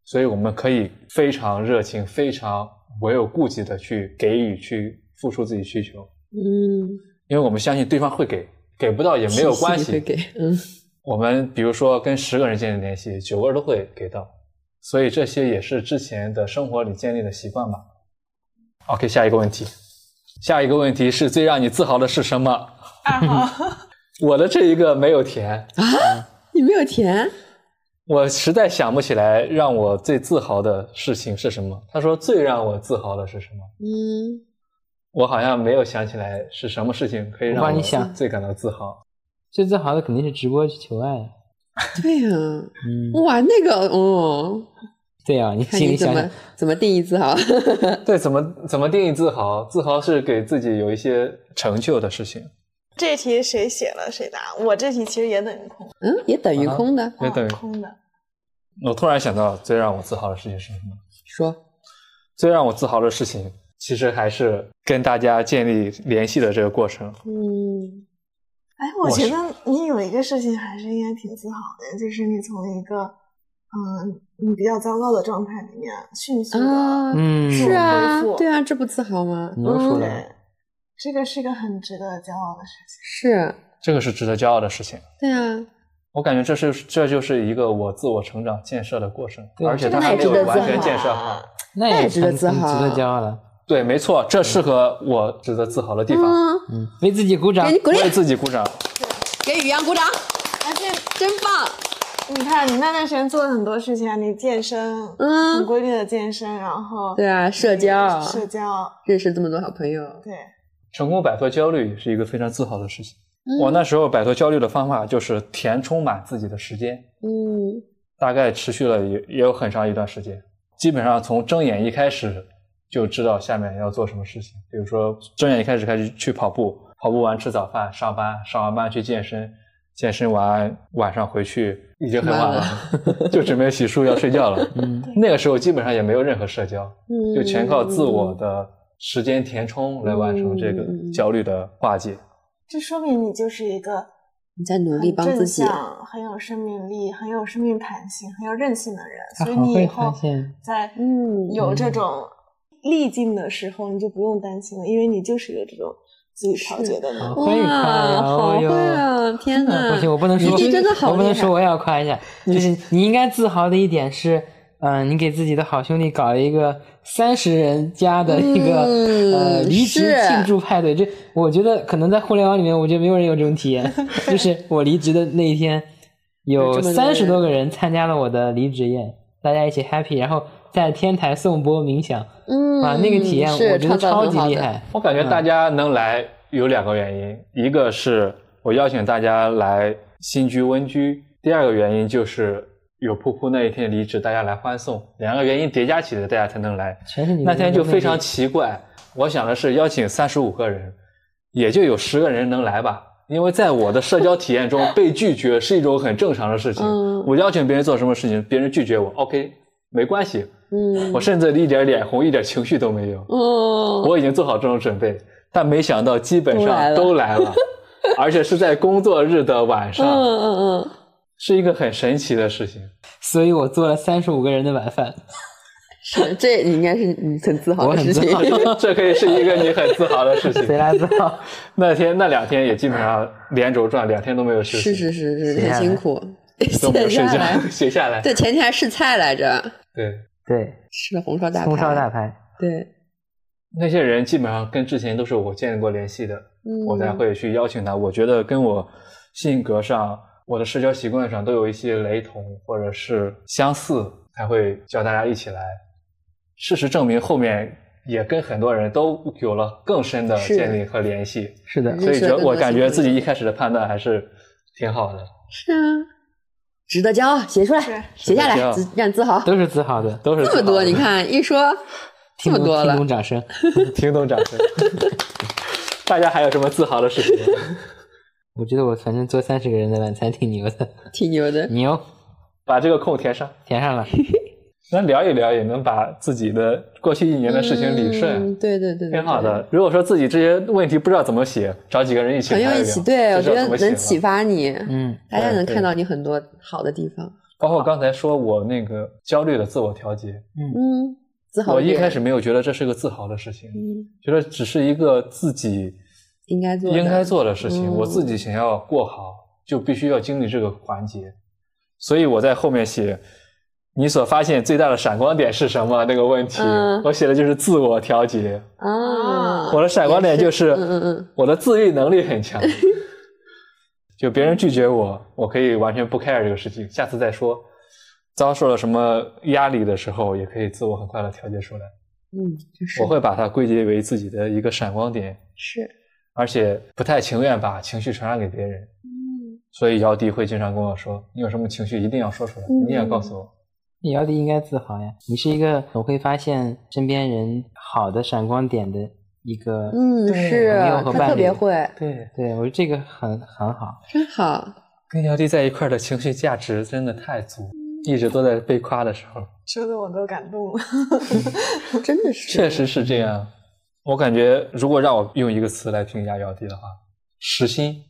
A: 所以我们可以非常热情、非常没有顾忌的去给予、去付出自己需求，
D: 嗯，
A: 因为我们相信对方会给，给不到也没有关
D: 信息会
A: 系。
D: 给，嗯
A: 我们比如说跟十个人建立联系，九个都会给到，所以这些也是之前的生活里建立的习惯吧。OK，下一个问题，下一个问题是最让你自豪的是什么？
B: 二号，
A: 我的这一个没有填，
D: 啊，你没有填，
A: 我实在想不起来让我最自豪的事情是什么。他说最让我自豪的是什么？
D: 嗯，
A: 我好像没有想起来是什么事情可以
C: 我
A: 让
C: 帮你
A: 我
C: 想
A: 最感到自豪。
C: 最自豪的肯定是直播去求爱。
D: 对呀、
C: 嗯，
D: 哇，那个，哦，
C: 对啊，你
D: 看
C: 心
D: 你
C: 里
D: 怎
C: 想想
D: 么，怎么定义自豪，
A: 对，怎么怎么定义自豪？自豪是给自己有一些成就的事情，
C: 哦
B: 这题谁写了谁答？我这题其实也等于空，
D: 嗯，也等于空的，
A: 也等于
B: 啊空的。
A: 我突然想到最让我自豪的事情是什么？
D: 说，
A: 最让我自豪的事情，其实还是跟大家建立联系的这个过程。
D: 嗯，
B: 哎，我
A: 我
B: 觉
A: 是
B: 得你有一个事情还是应该挺自豪的，就是你从一个嗯你比较糟糕的状态里面迅速的、
D: 啊，
C: 嗯，
D: 是啊
B: 恢复，
D: 对啊，这不自豪吗？
C: 你又说了
D: 嗯、
B: 对，这个是一个很值得骄傲的事情。
D: 是，
A: 这个是值得骄傲的事情。
D: 对啊，
A: 我感觉这是这就是一个我自我成长建设的过程，
C: 对
A: 而且它
D: 那
A: 还
D: 也
A: 没
D: 值
A: 有
D: 得自
A: 完全
D: 豪
A: 建设
B: 啊
A: 好。
C: 那
D: 那
C: 也
D: 也值得
C: 很
D: 自
C: 很
D: 豪
C: 值得骄傲了。
A: 对，没错，这适合我值得自豪的地方。
D: 嗯，
C: 嗯，为自己鼓掌
D: 给。你鼓
A: 我
D: 励，
A: 为自己鼓掌。
D: 给宇阳鼓掌，
B: 而且
D: 哎真棒，
B: 你看，你那段时间做了很多事情啊，你健身，很
D: 嗯，
B: 规律的健身，然后
D: 对啊，社交，
B: 社交，
D: 认识这么多好朋友，
B: 对，
A: 成功摆脱焦虑是一个非常自豪的事情。
D: 嗯
A: 我那时候摆脱焦虑的方法就是填充满自己的时间，
D: 嗯
A: 大概持续了也也有很长一段时间，基本上从睁眼一开始就知道下面要做什么事情。比如说睁眼一开始开始去跑步，跑步完吃早饭，上班，上完班去健身，健身完晚上回去已经很晚了， 就准备洗漱要睡觉了。
C: 嗯，
A: 那个时候基本上也没有任何社交，
D: 嗯，
A: 就全靠自我的时间填充来完成这个焦虑的化解。
B: 这说明你就是一个
D: 你在努
B: 很
D: 力帮自
B: 正
D: 己，
B: 向、很有生命力、很有生命弹性、很有韧性的人，
C: 他
B: 所以
C: 好
B: 你
C: 会
B: 以后
C: 发现
B: 在
D: 嗯
B: 有这种历境的时候，你就不用担心了，因为你就是有这种自己调节的呢？
C: 好会夸呀！
D: 好
C: 哦
D: 会
C: 哟
D: 啊！天哪，
C: 不行，我不能说，
D: 你这真的好
C: 我不
D: 厉
C: 能
D: 害
C: 说，我也要夸一下。就是你应该自豪的一点是，嗯、你给自己的好兄弟搞了一个三十人加的一个、呃
D: 嗯
C: 离职
D: 是
C: 庆祝派对。这我觉得可能在互联网里面，我觉得没有人有这种 体验。就是我离职的那一天，
D: 有
C: 有
D: 这么多人
C: 三十多个人参加了我的离职宴，大家一起 happy，然后在天台颂钵冥想，
D: 嗯，
C: 啊，那个体验
D: 是
C: 我觉得
D: 创造
C: 超
D: 很
C: 级
D: 好
C: 厉
D: 的，
C: 害。
A: 我感觉大家能来有两个原因，一个是我邀请大家来新居温居，第二个原因就是有噗噗那一天离职，大家来欢送，两个原因叠加起来，大家才能来。
C: 全是你
A: 那
C: 的
A: 天就非常
C: 魅力
A: 奇怪，我想的是邀请三十五个人，也就有十个人能来吧。因为在我的社交体验中，被拒绝是一种很正常的事情。
D: 嗯
A: 我邀请别人做什么事情，别人拒绝我，OK，没关系。
D: 嗯，
A: 我甚至一点脸红、一点情绪都没有，
D: 哦，
A: 我已经做好这种准备。但没想到，基本上
D: 都
A: 都来 了，而且是在工作日的晚
C: 啊
D: 嗯
A: 上，
D: 嗯嗯，
A: 是一个很神奇的事情。
C: 所以我做了三十五个人的晚饭。
D: 是，这应该是你很自豪
C: 我
D: 的
C: 很
D: 事
C: 自
D: 情。
C: 豪
A: 这可以是一个你很自豪的事情。
C: 谁 来知道？
A: 那天那两天也基本上连轴转，两天都没有休息，
D: 是是是
C: 写
D: 是，
C: 下
D: 很辛
C: 来
D: 苦。
A: 都没有
D: 写
A: 睡
D: 下来
A: 觉，， 写下来。
D: 对，前天还试菜来着，
A: 对，
C: 对，
D: 吃了红烧大排。
C: 红烧大排，
D: 对，
A: 那些人基本上跟之前都是我见过联系的，
D: 嗯
A: 我才会去邀请他。我觉得跟我性格上、我的社交习惯上都有一些雷同，或者是相似，才会叫大家一起来。事实证明，后面也跟很多人都有了更深的
D: 是
A: 建立和联系，
C: 是的
D: 嗯，
A: 所以
D: 认识
A: 觉
D: 了
A: 得
D: 更
A: 我
D: 多
A: 感
D: 新
A: 觉
D: 朋
A: 自己
D: 友
A: 一开始的判断还是挺好的，
D: 是啊，值得骄傲，写出
B: 是
D: 来，写下
A: 值得骄
D: 来，
A: 傲
D: 自让你自豪。
C: 都是自豪的。
A: 都是
D: 这么
A: 挺好
D: 多，
A: 的
D: 你看 一说这
C: 听
D: 么
C: 懂
D: 多
C: 听
D: 了
C: 懂，掌声。
A: 听懂掌声。 大家还有什么自豪的事情吗？
C: 我觉得我反正做三十个人的晚餐挺牛的，
D: 挺牛的。
C: 牛
A: 把这个空填上，
C: 填上 了。
A: 咱聊一聊，也能把自己的过去一年的事情理顺，
D: 嗯对对对，对
A: 挺好。的。如果说自己这些问题不知道怎么写，找几个人一起
D: 对朋
A: 聊
D: 友
A: 聊
D: 一起，对我
A: 就知
D: 觉
A: 道怎
D: 得
A: 么写
D: 能
A: 了
D: 启。发你，
C: 嗯，
D: 大家能
A: 对
D: 看到你很多好的地方。
A: 包括刚才说我那个焦虑的自我调节，
D: 嗯，自豪。
A: 我一开始，没有觉得这是个自豪的事情，
D: 嗯，
A: 觉得只是一个自己
D: 应该做的，
A: 应该做的事情，
D: 嗯
A: 我自己想要过好，就必须要经历这个环节。所以我在后面写“你所发现最大的闪光点是什么”那个问题，
D: 嗯
A: 我写的就是自我调节。
D: 啊。
A: 我的闪光点就是，
D: 也是嗯嗯嗯
A: 我的自愈能力 很强，就别人拒绝我，我可以完全不 care 这个事情，下次再说。遭受了什么压力的时候，也可以自我很快的调节出来。
D: 嗯，就是
A: 我会把它归结为自己的一个闪光点，
D: 是
A: 而且不太情愿把情绪传染给别人。所以姚笛会经常跟我说：“你有什么情绪一定要说出来，
D: 嗯
A: 一定要告诉我。
C: 姚笛应该自豪呀，你是一个总会发现身边人好的闪光点的一个。
D: 嗯，
A: 对
D: 是
C: 朋友和
D: 他
C: 伴
D: 特别
C: 侣
D: 会，
A: 对，
C: 对，我觉得这个很很好。
D: 真好。
A: 跟姚笛在一块儿的情绪价值真的太足，一直都在被夸的时候，
B: 说的我都感动了。
D: 真的是，
A: 确实是这样。我感觉如果让我用一个词来评价姚笛的话，实心，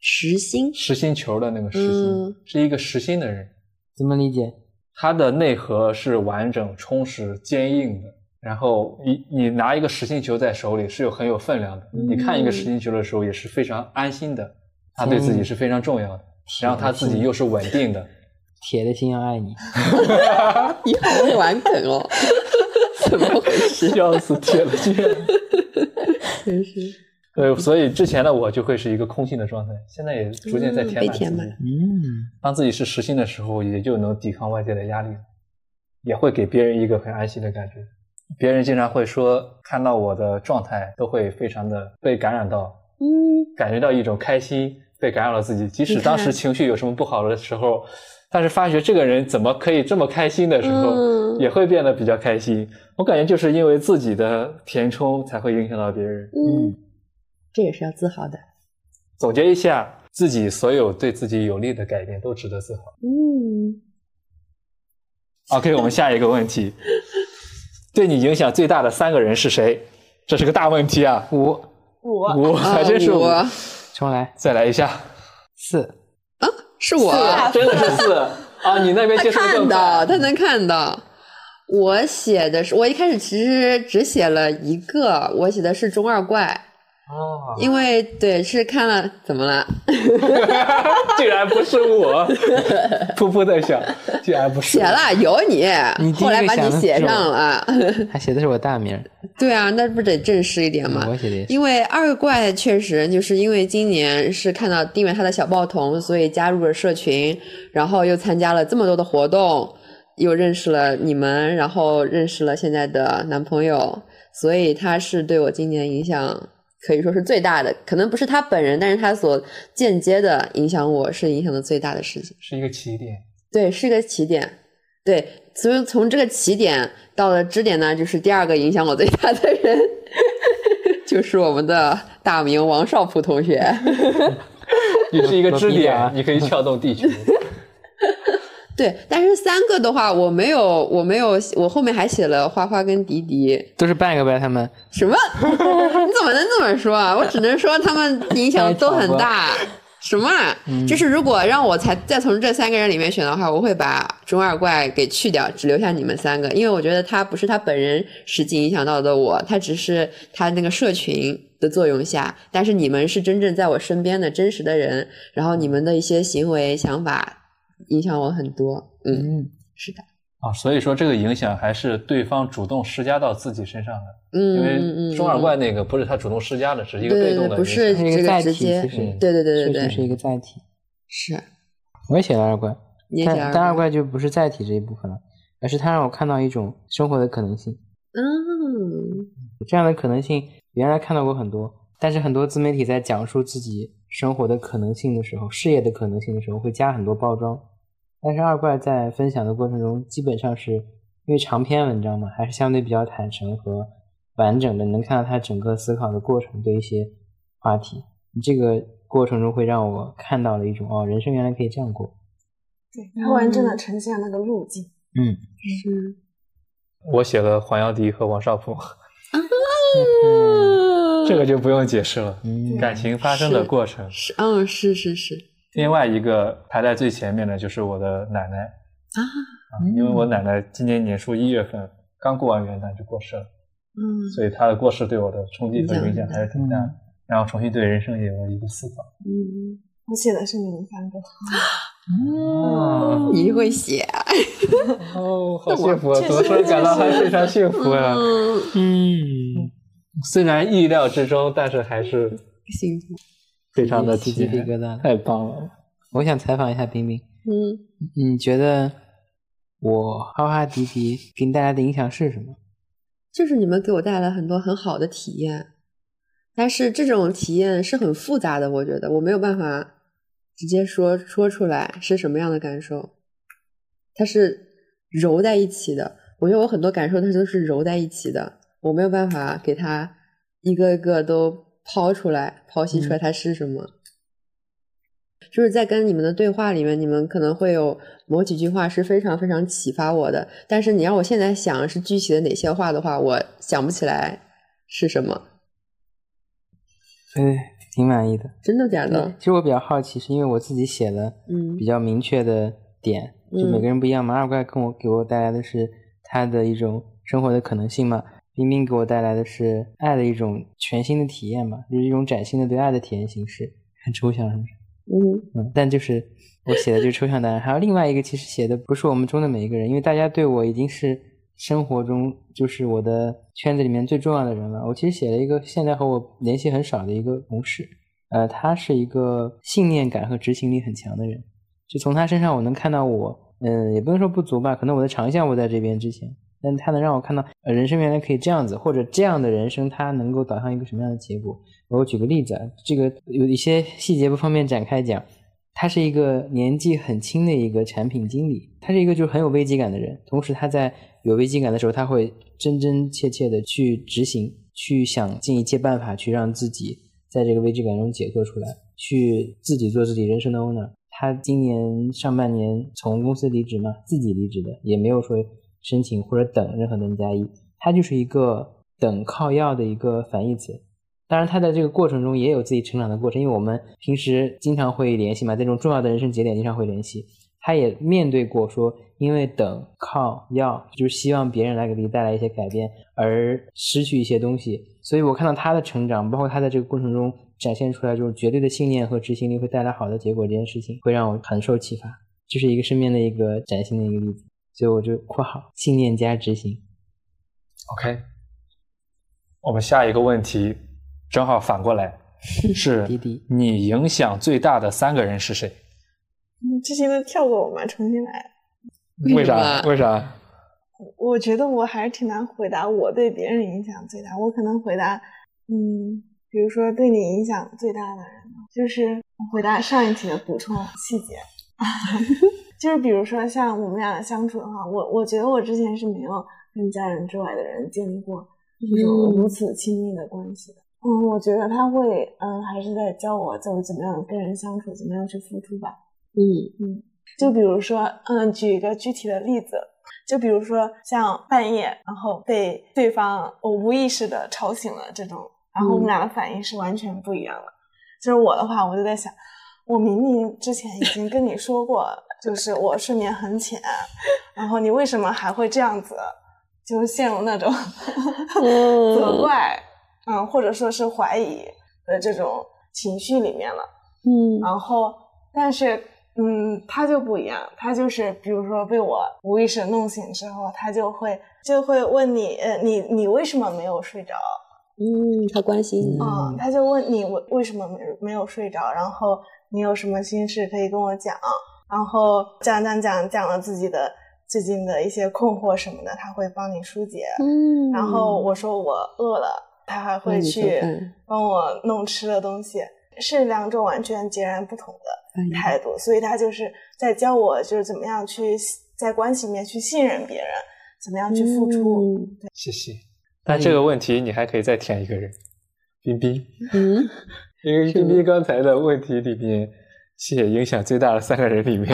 D: 实心，
A: 实心球的那个实心，
D: 嗯
A: 是一个实心的人，
C: 怎么理解？
A: 他的内核是完整、充实、坚硬的。然后你你拿一个实心球在手里是有很有分量的，你看一个实心球的时候也是非常安心的，他对自己是非常重要的。然后他自己又嗯是稳定的，
C: 铁的心要爱你，
D: 你好会玩梗哦， 怎么回事？
A: 笑死 铁了心。
D: 真是，
A: 对，所以之前的我就会是一个空心的状态，现在也逐渐在
D: 嗯
A: 填满
D: 被
A: 自己。
D: 填满
C: 嗯，
A: 当自己是实心的时候，也就能抵抗外界的压力，也会给别人一个很安心的感觉。别人经常会说，看到我的状态都会非常的被感染到，
D: 嗯，
A: 感觉到一种开心，被感染了自己。即使当时情绪有什么不好的时候，但是发觉这个人怎么可以这么开心的时候，
D: 嗯
A: 也会变得比较开心。我感觉就是因为自己的填充才会影响到别人。
D: 嗯，这也是要自豪的。
A: 总结一下，自己所有对自己有利的改变都值得自豪。
D: 嗯，
A: OK，我们下一个问题，对你影响最大的三个人是谁？这是个大问题啊！
C: 五
B: 我
A: 五还真是五，
D: 啊
C: 重来
A: 再来一下，
C: 四，
D: 是我
A: 啊真的是四啊！你那边接
D: 他
A: 受得更
D: 看
A: 快
D: 到，他能看到。我写的是，我一开始其实只写了一个，我写的是中二怪，
A: 哦，
D: 因为对是看了怎么了？
A: 竟然不是 我，噗噗在想，竟然不是
D: 写
A: 我。
D: 了有你，
C: 你第一
D: 后来
C: 个
D: 把
C: 想
D: 你
C: 的
D: 写
C: 是我
D: 上了。
C: 还写的是我大名儿，
D: 对啊，那不得正式一点吗？
C: 嗯我写的也是。
D: 因为二怪确实就是因为今年是看到订阅他的小报童，所以加入了社群，然后又参加了这么多的活动，又认识了你们，然后认识了现在的男朋友，所以他是对我今年影响可以说是最大的，可能不是他本人，但是他所间接的影响我是影响的最大的事情。
A: 是一个起点，
D: 对，是个起点。对，所以从这个起点到了支点呢，就是第二个影响我最大的人， 就是我们的大明王少普同学。
A: 也是一个支
C: 我逼的啊
A: 点， 你可以撬动地球。
D: 对，但是三个的话，我没有，我没有，我后面还写了花花跟迪迪。
C: 都是 bug 呗，他们
D: 什么？ 你怎么能这么说啊？我只能说他们影响都很大。什么啊？
C: 嗯
D: 就是如果让我才再从这三个人里面选的话，我会把中二怪给去掉，只留下你们三个，因为我觉得他不是他本人实际影响到的我，他只是他那个社群的作用下。但是你们是真正在我身边的真实的人，然后你们的一些行为想法影响我很多。嗯，是的。
A: 啊，所以说这个影响还是对方主动施加到自己身上的，
D: 嗯，
A: 因
D: 嗯
A: 为
D: 嗯
A: 中二
D: 嗯
A: 怪那个不是他主动施加的，只是一个
D: 对
A: 被动的
D: 不
A: 影
D: 是
A: 响。
C: 它是一
D: 这
C: 个
D: 个
C: 载
D: 直
C: 体，
D: 接
C: 其实
D: 对对对对
C: 确实是
D: 对，
C: 一个载体。
D: 是。
C: 我也写了二怪，
D: 你也写
C: 但但
D: 二
C: 二
D: 怪？
C: 怪就不是载体这一部分了，而是它让我看到一种生活的可能性。
D: 嗯，
C: 这样的可能性原来看到过很多，但是很多自媒体在讲述自己生活的可能性的时候，事业的可能性的时候，会加很多包装。但是二怪在分享的过程中，基本上是因为长篇文章嘛，还是相对比较坦诚和完整的，能看到他整个思考的过程对一些话题。这个过程中会让我看到了一种哦，人生原来可以这样过。
B: 对，它完整的
D: 嗯
B: 呈现了那个路径。
C: 嗯，
D: 是。
A: 我写了黄瑶迪和王少 普，
D: 嗯
A: 这个就不用解释了，
C: 嗯
A: 感情发生的
D: 是
A: 过程。
D: 是，嗯，是是是
A: 另外一个排在最前面的就是我的奶奶，
D: 啊，
A: 啊因为我奶奶今年年初一月份刚过完元旦就过世了，
D: 嗯
A: 所以她的过世对我的冲击和影
D: 影
A: 响
D: 响很大
A: 还是挺大的。嗯然后重新对人生也有一个思考。
D: 嗯，
B: 我写的是你们三个，嗯
A: 哦，
D: 你会写啊，
A: 好幸福啊！
B: 确实
A: 怎么突然感到还非常幸福啊？
D: 嗯，
C: 嗯，
A: 虽然意料之中，但是还是
D: 幸福，
A: 非常的
C: 起鸡皮疙
A: 甜，
C: 瘩了。
A: 太棒了！
C: 我想采访一下冰冰。
D: 嗯，
C: 你觉得我哈哈迪迪给你带来的影响是什么？
D: 就是你们给我带来很多很好的体验，但是这种体验是很复杂的，我觉得我没有办法直接说说出来是什么样的感受，它是揉在一起的，我觉得我很多感受它都是揉在一起的，我没有办法给它一个一个都抛出来、剖析出来它是什么。就是在跟你们的对话里面，你们可能会有某几句话是非常非常启发我的，但是你让我现在想是具体的哪些话的话，我想不起来是什么。
C: 嗯，挺满意的。
D: 真的假
C: 对
D: 的，？
C: 其实我比较好奇，是因为我自己写了
D: 嗯
C: 比较明确的点，就
D: 嗯
C: 每个人不一样嘛。二怪跟我给我带来的是他的一种生活的可能性嘛，冰冰给我带来的是爱的一种全新的体验嘛，就是一种崭新的对爱的体验形式，很抽象是不是？
D: 嗯
C: 嗯，但就是我写的就是抽象答案。还有另外一个，其实写的不是我们中的每一个人，因为大家对我已经是生活中就是我的圈子里面最重要的人了。我其实写了一个现在和我联系很少的一个同事，呃，他是一个信念感和执行力很强的人，就从他身上我能看到我，嗯、也不能说不足吧，可能我的长项我在这边之前。但他能让我看到，呃，人生原来可以这样子，或者这样的人生，他能够导向一个什么样的结果？我举个例子啊，这个有一些细节不方便展开讲。他是一个年纪很轻的一个产品经理，他是一个就是很有危机感的人，同时他在有危机感的时候，他会真真切切的去执行，去想尽一切办法去让自己在这个危机感中解脱出来，去自己做自己人生的 owner。他今年上半年从公司离职嘛，自己离职的，也没有说申请或者等任何的 N 加一，他就是一个等靠要的一个反义词。当然，他在这个过程中也有自己成长的过程，因为我们平时经常会联系嘛，这种重要的人生节点经常会联系。他也面对过说，因为等靠要，就是希望别人来给自己带来一些改变，而失去一些东西，所以我看到他的成长，包括他在这个过程中展现出来这种绝对的信念和执行力会带来好的结果，这件事情会让我很受启发。这、就是一个身边的一个崭新的一个例子，所以我就括号信念加执行。
A: OK，我们下一个问题正好反过 来，是
C: 滴滴
A: 你影响最大的三个人是谁？
B: 嗯，这些都跳过我们，重新来。
D: 嗯
A: 为啥？为啥？
B: 我觉得我还是挺难回答我对别人影响最大。我可能回答，嗯，比如说对你影响最大的人，就是回答上一题的补充细节， 就是比如说像我们俩的相处的话，我我觉得我之前是没有跟家人之外的人建立过这种如此亲密的关系的。嗯，我觉得他会，嗯，还是在教我就是怎么样跟人相处，怎么样去付出吧。
D: 嗯
B: 嗯，就比如说，嗯，举一个具体的例子，就比如说像半夜，然后被对方我无意识的吵醒了这种，然后我们俩的反应是完全不一样的。就是我的话，我就在想，我明明之前已经跟你说过，就是我睡眠很浅，然后你为什么还会这样子，就是陷入那种
D: 嗯
B: 责怪，嗯，或者说是怀疑的这种情绪里面了。
D: 嗯
B: 然后，但是，嗯，他就不一样，他就是比如说被我无意识弄醒之后，他就会就会问你，呃，你你为什么没有睡着？
D: 嗯，他关心你，
B: 嗯，他就问你为为什么没没有睡着，然后你有什么心事可以跟我讲，然后讲讲讲讲了自己的最近的一些困惑什么的，他会帮你疏解。
D: 嗯
B: 然后我说我饿了，他还
D: 帮
B: 会
D: 你嗯做
B: 去
D: 饭
B: 帮我弄吃的东西，是两种完全截然不同的。
D: 哎
B: 态度，所以他就是在教我就是怎么样去在关系里面去信任别人，怎么样去付出。
D: 嗯
A: 谢谢。但这个问题你还可以再填一个人，冰冰，
D: 嗯
A: 因为
D: 是
A: 冰冰刚才的问题里面写影响最大的三个人里面，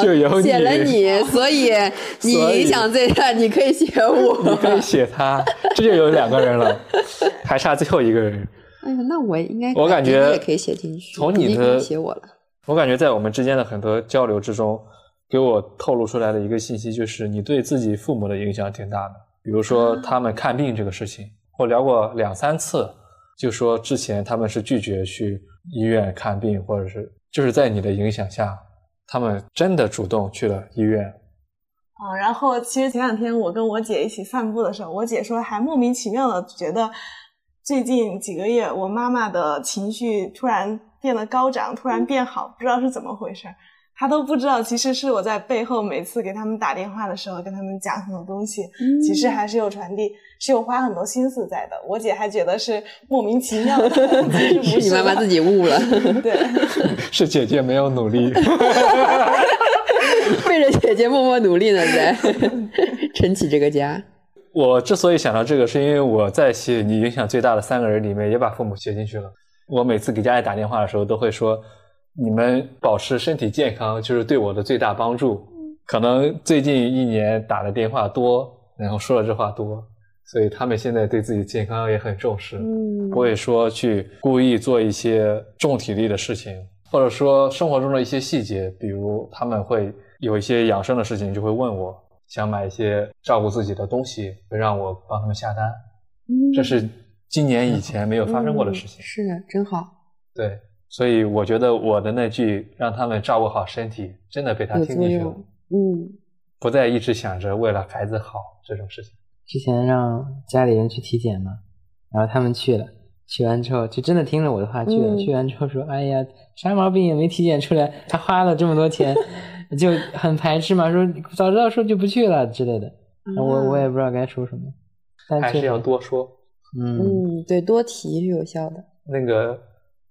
A: ，就有
D: 写了 你，所以你
A: 所以
D: 影响最大，你可以写我。
A: 你可以写他，这就有两个人了，还差最后一个人。
D: 哎呀，那我应该
A: 我感觉
D: 你也可以写进去，
A: 从
D: 你
A: 你
D: 也可
A: 的
D: 以写我了。
A: 我感觉在我们之间的很多交流之中，给我透露出来的一个信息就是，你对自己父母的影响挺大的。比如
D: 啊
A: 说他们看病这个事情，我聊过两三次，就说之前他们是拒绝去医院看病，或者是就是在你的影响下，他们真的主动去了医院。
B: 啊，然后其实前两天我跟我姐一起散步的时候，我姐说还莫名其妙的觉得最近几个月我妈妈的情绪突然变得高涨，突然变好，不知道是怎么回事儿。她都不知道，其实是我在背后每次给他们打电话的时候，跟他们讲很多东西， 其实还是有传递，是有花很多心思在的。我姐还觉得是莫名其妙的，其实不
D: 是嗯你妈妈自
B: 己
D: 己悟了，
B: 对。
A: 是姐姐没有努力，
D: 为了姐姐默默努力呢，在 撑起这个家。
A: 我之所以想到这个，是因为我在写你影响最大的三个人里面，也把父母写进去了。我每次给家里打电话的时候，都会说，你们保持身体健康就是对我的最大帮助。可能最近一年打的电话多，然后说了这话多，所以他们现在对自己健康也很重视，
D: 嗯
A: 不会说去故意做一些重体力的事情，或者说生活中的一些细节，比如他们会有一些养生的事情，就会问我想买一些照顾自己的东西，会让我帮他们下单，
D: 嗯
A: 这是今年以前没有发生过的事情。
D: 是真好，
A: 对，所以我觉得我的那句让他们照顾好身体，真的被他
D: 有
A: 听
D: 作
A: 进去了
D: 用，。嗯，
A: 不再一直想着为了孩子好这种事情。
C: 之前让家里人去体检嘛，然后他们去了，去完之后就真的听了我的话去了，
D: 嗯
C: 去完之后说：“哎呀，啥毛病也没体检出来，还花了这么多钱，就很排斥嘛，说早知道说就不去了之类的。”然后我我也不知道该说什么，但
A: 还
C: 确
A: 是
C: 实
A: 要多说。
C: 嗯，
D: 嗯，对，多提是有效的。
A: 那个《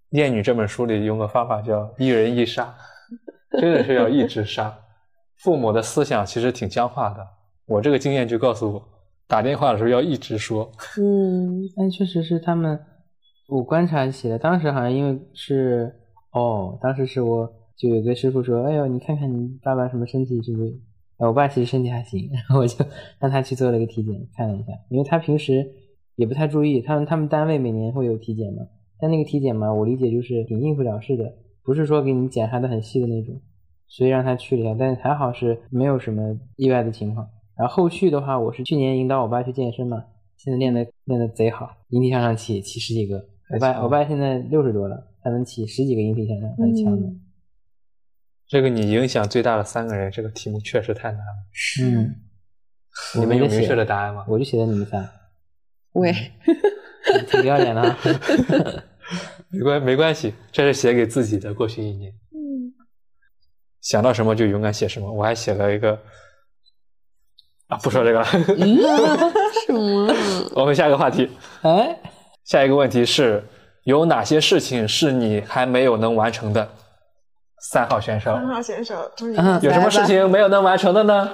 A: 厌女》这本书里用个方法叫“一人一杀”，真的是要一直杀。父母的思想其实挺僵化的，我这个经验就告诉我，打电话的时候要一直说。
D: 嗯，
C: 但确实是他们，我观察起来，当时好像因为是哦，当时是我就有个师傅说：“哎呦，你看看你爸爸什么身体是不是？”啊我爸其实身体还行， 然后我就让他去做了个体检，看了一下，因为他平时也不太注意，他们他们单位每年会有体检嘛，但那个体检嘛，我理解就是挺应付了事的，不是说给你检查的很细的那种，所以让他去了一下，但是还好是没有什么意外的情况。然后后续的话，我是去年引导我爸去健身嘛，现在练的练的贼好，引体向上起起十几个。我爸我爸现在六十多了，他能起十几个引体向上，很强
D: 嗯
C: 的。
A: 这个你影响最大的三个人，这个题目确实太难了。
C: 嗯，
A: 你们有
C: 我没得
A: 明
C: 写
A: 确的答案吗？
C: 我就写的你们仨，
D: 喂，
C: 挺不要脸的啊。
A: 没关没关系，这是写给自己的过去一年，
B: 嗯，
A: 想到什么就勇敢写什么。我还写了一个啊，不说这个了，
D: 嗯， 什么？啊
A: 我们下一个话题。
C: 哎，
A: 下一个问题是有哪些事情是你还没有能完成的？三号选手
B: 三号选手终于
C: 嗯
A: 有什么事情没有能完成的呢？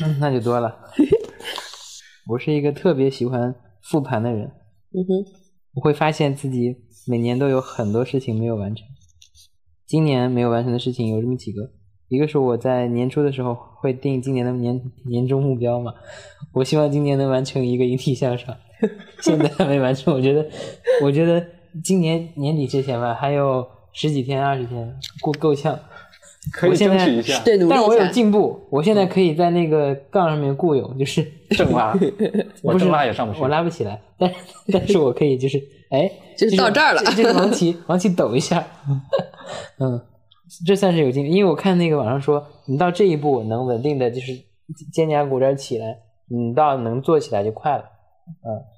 C: 嗯那就多了。 我是一个特别喜欢复盘的人，
D: 嗯哼，
C: 我会发现自己每年都有很多事情没有完成。今年没有完成的事情有这么几个，一个是我在年初的时候会定今年的年年终目标嘛，我希望今年能完成一个引体向上， 现在还没完成，我觉得，我觉得今年年底之前吧，还有十几天二十天，够够呛。
A: 可以
C: 我现
A: 争
C: 在
A: 取一下，嗯
D: 对，努力
C: 但我有
D: 一下。
C: 进步，我现在可以在那个杠上面固有，就是
A: 正拉，我
C: 不是
A: 正拉也上不去
C: 我。拉不起来，但但是我可以就是哎，
D: 就是到这儿了
C: 就是就是往起往起抖一下， 嗯，这算是有进步，因为我看那个网上说，你到这一步能稳定的就是肩胛骨这儿起来，你到能坐起来就快了。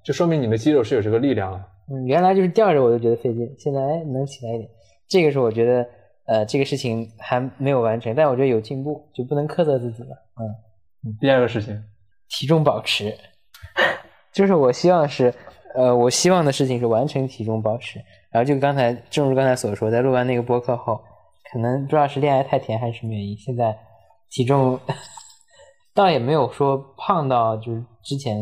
A: 就说明你的肌肉是有这个力量啊的。
C: 嗯，原来就是吊着我都觉得费劲，现在哎能起来一点，这个是我觉得呃这个事情还没有完成，但我觉得有进步，就不能苛责自己了。嗯，
A: 第二个事情，
C: 体重保持，就是我希望是，呃，我希望的事情是完成体重保持。然后就刚才，正如刚才所说，在录完那个播客后，可能不知道是恋爱太甜还是什么原因，现在体重 倒也没有说胖到就是之前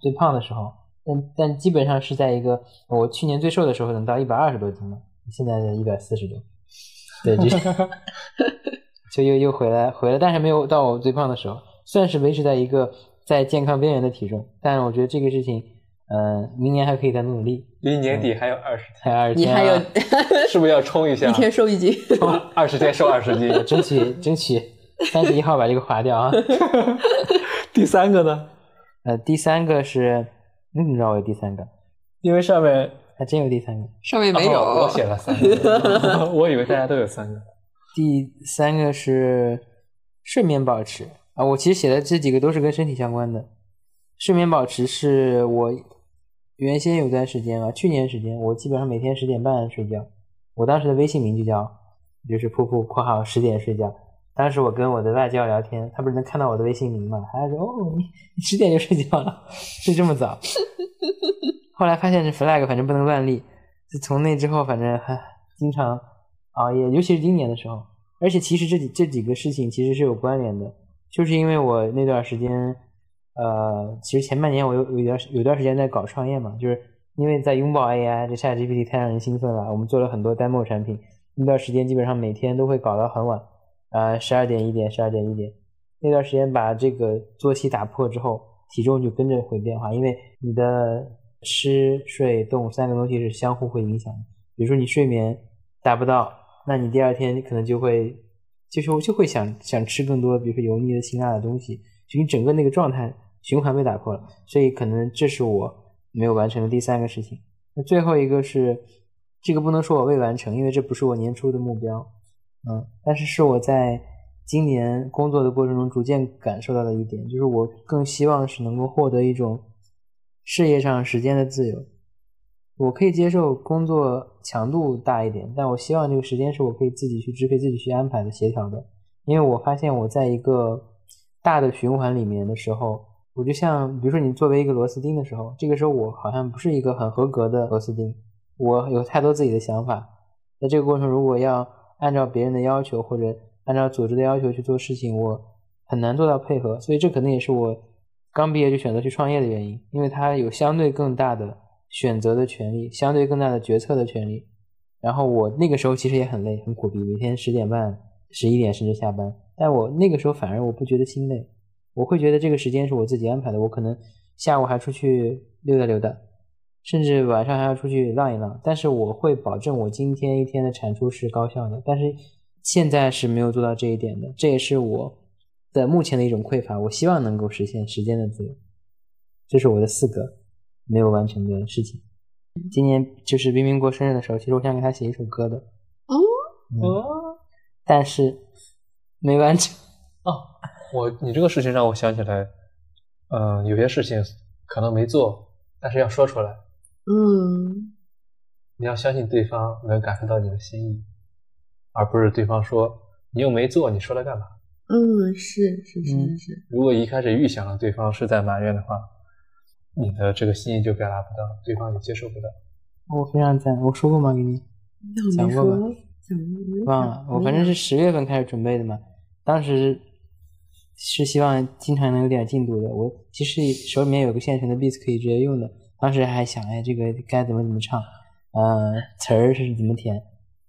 C: 最胖的时候，但但基本上是在一个我去年最瘦的时候能到一百二十多斤嘛，现在一百四十多，对，就是就又又回来回来，但是没有到我最胖的时候，算是维持在一个在健康边缘的体重。但我觉得这个事情，呃，明年还可以再努努力，
A: 离年底还有二十
C: 还有二十
D: 你
C: 天、啊，
D: 还有
A: 天，是不是要冲一下
D: 一？天瘦一斤，
A: 二十天瘦啊二十斤。
C: 争取争 取三十一号把这个划掉啊。
A: 第三个呢？
C: 呃，第三个是，嗯你怎么知道我有第三个？
A: 因为上面
C: 还真有第三个。
D: 上面没有。
A: 哦我写了三个，我以为大家都有三个。
C: 第三个是睡眠保持啊，我其实写的这几个都是跟身体相关的。睡眠保持是我原先有段时间啊，去年时间我基本上每天十点半睡觉，我当时的微信名就叫就是瀑布（括号十点睡觉）。当时我跟我的外教聊天，他不是能看到我的微信名嘛，他说哦，你你十点就睡觉了， 睡这么早。后来发现这 flag 反正不能乱立，自从那之后，反正还经常熬夜，尤其是今年的时候。而且其实这几这几个事情其实是有关联的，就是因为我那段时间，呃，其实前半年我有有段有段时间在搞创业嘛，就是因为在拥抱 AI，这 ChatGPT 太让人兴奋了，我们做了很多 demo 产品，那段时间基本上每天都会搞到很晚，啊、1十二点一点，十二点一点，那段时间把这个作息打破之后，体重就跟着会变化，因为你的吃、睡、动三个东西是相互会影响的。比如说你睡眠达不到，那你第二天可能就会就是就会想想吃更多，比如说油腻的、辛辣的东西，就你整个那个状态循环被打破了。所以可能这是我没有完成的第三个事情。那最后一个是这个不能说我未完成，因为这不是我年初的目标。嗯，但是是我在今年工作的过程中逐渐感受到的一点，就是我更希望是能够获得一种事业上时间的自由。我可以接受工作强度大一点，但我希望这个时间是我可以自己去支配、自己去安排的、协调的。因为我发现我在一个大的循环里面的时候，我就像比如说你作为一个螺丝钉的时候，这个时候我好像不是一个很合格的螺丝钉，我有太多自己的想法，在这个过程，如果要按照别人的要求或者按照组织的要求去做事情，我很难做到配合，所以这可能也是我刚毕业就选择去创业的原因，因为它有相对更大的选择的权利，相对更大的决策的权利。然后我那个时候其实也很累，很苦逼，每天十点半、十一点甚至下班，但我那个时候反而我不觉得心累，我会觉得这个时间是我自己安排的，我可能下午还出去溜达溜达，甚至晚上还要出去浪一浪。但是我会保证我今天一天的产出是高效的，但是现在是没有做到这一点的，这也是我的目前的一种匮乏。我希望能够实现时间的自由，这是我的四个。没有完成的事情。今年就是冰冰过生日的时候，其实我想给她写一首歌的，
D: 哦
C: 嗯，但是没完成。
A: 我你这个事情让我想起来，嗯、有些事情可能没做，但是要说出来，
D: 嗯，
A: 你要相信对方能感受到你的心意，而不是对方说你又没做，你说来干嘛？
D: 嗯，是是是是
C: 嗯
D: 是，
A: 如果一开始预想了对方是在埋怨的话，你的这个心意就表达不到，对方也接受不到。
C: 我非常赞，我说过吗？给你
D: 那我
C: 讲
D: 没
C: 过
D: 说，
C: 吧
D: 讲没讲
C: 忘啊了，我
D: 嗯没
C: 反正
D: 讲
C: 是十月份开始准备的嘛，当时是希望经常能有点进度的。我其实手里面有个现成的 beat 可以直接用的，当时还想，哎，这个该怎么怎么唱，呃，词儿是怎么填。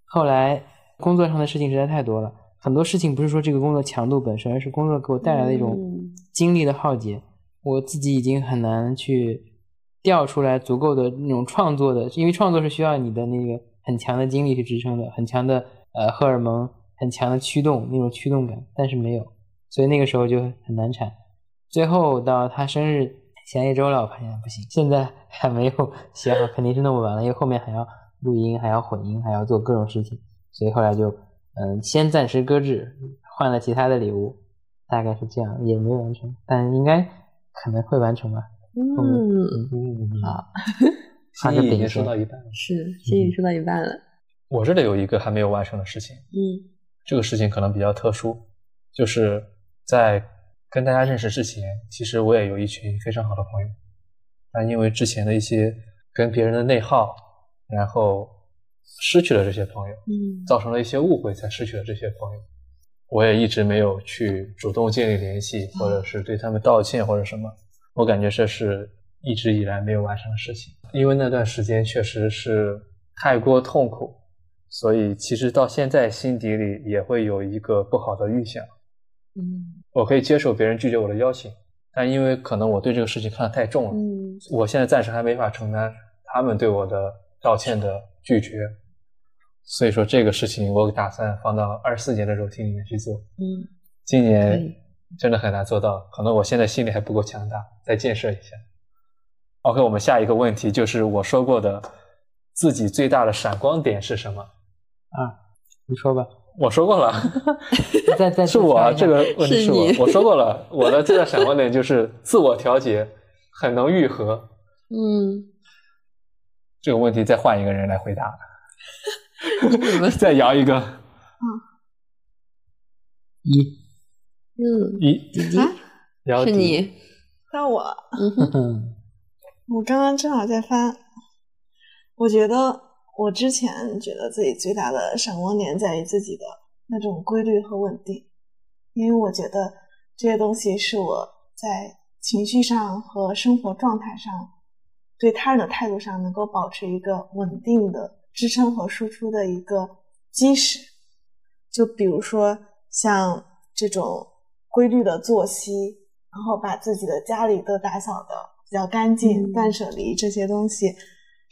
C: 后来工作上的事情实在太多了，很多事情不是说这个工作强度本身，而是工作给我带来的一种
D: 嗯
C: 精力的耗竭。我自己已经很难去调出来足够的那种创作的，因为创作是需要你的那个很强的精力去支撑的，很强的呃荷尔蒙，很强的驱动那种驱动感，但是没有，所以那个时候就很难产。最后到他生日前一周了，我发现不行，现在还没有写好，肯定是弄不完了，因为后面还要录音，还要混音，还要做各种事情，所以后来就嗯先暂时搁置，换了其他的礼物，大概是这样，也没完成，但应该可能会完成吧。
D: 嗯，
A: 嗯，
D: 好，
C: 发个
A: 心意已
C: 饼
A: 经说
C: 先
A: 到一半了。
D: 是，心里说到一半了，
A: 我这里有一个还没有完成的事情，
D: 嗯
A: 这个事情可能比较特殊，就是在跟大家认识之前，其实我也有一群非常好的朋友，但因为之前的一些跟别人的内耗，然后失去了这些朋友，
D: 嗯
A: 造成了一些误会，才失去了这些朋友。我也一直没有去主动建立联系，或者是对他们道歉或者什么。我感觉这是一直以来没有完成的事情，因为那段时间确实是太过痛苦，所以其实到现在心底里也会有一个不好的预想。
D: 嗯
A: 我可以接受别人拒绝我的邀请，但因为可能我对这个事情看得太重了，
D: 嗯
A: 我现在暂时还没法承担他们对我的道歉的拒绝，所以说这个事情我打算放到二四年的时候心里面去做。
D: 嗯，
A: 今
D: 可
A: 年
D: 以
A: 真的很难做到，可能我现在心里还不够强大，再建设一下。OK，我们下一个问题就是我说过的，自己最大的闪光点是什么？
C: 你说吧，
A: 我说 过了，
C: 再再
A: 是
C: 多
A: 我
C: 挑
A: 啊
C: 一下
A: 这个问题
D: 是
A: 是我
D: 你，
A: 我说过 了，我的最大闪光点就是自我调节，很能愈合。
D: 嗯，
A: 这个问题再换一个人来回答，
D: 你们
A: 再摇一个
C: 一，
D: 嗯
A: 一，
D: 弟弟
B: 啊
A: 摇
D: 是
A: 底
D: 你，
B: 那我
D: 嗯哼
B: 我刚刚正好在翻，我觉得我之前觉得自己最大的闪光点在于自己的那种规律和稳定，因为我觉得这些东西是我在情绪上和生活状态上对他人的态度上能够保持一个稳定的支撑和输出的一个基石。就比如说像这种规律的作息，然后把自己的家里都打扫的比较干净、
D: 嗯
B: 断舍离这些东西，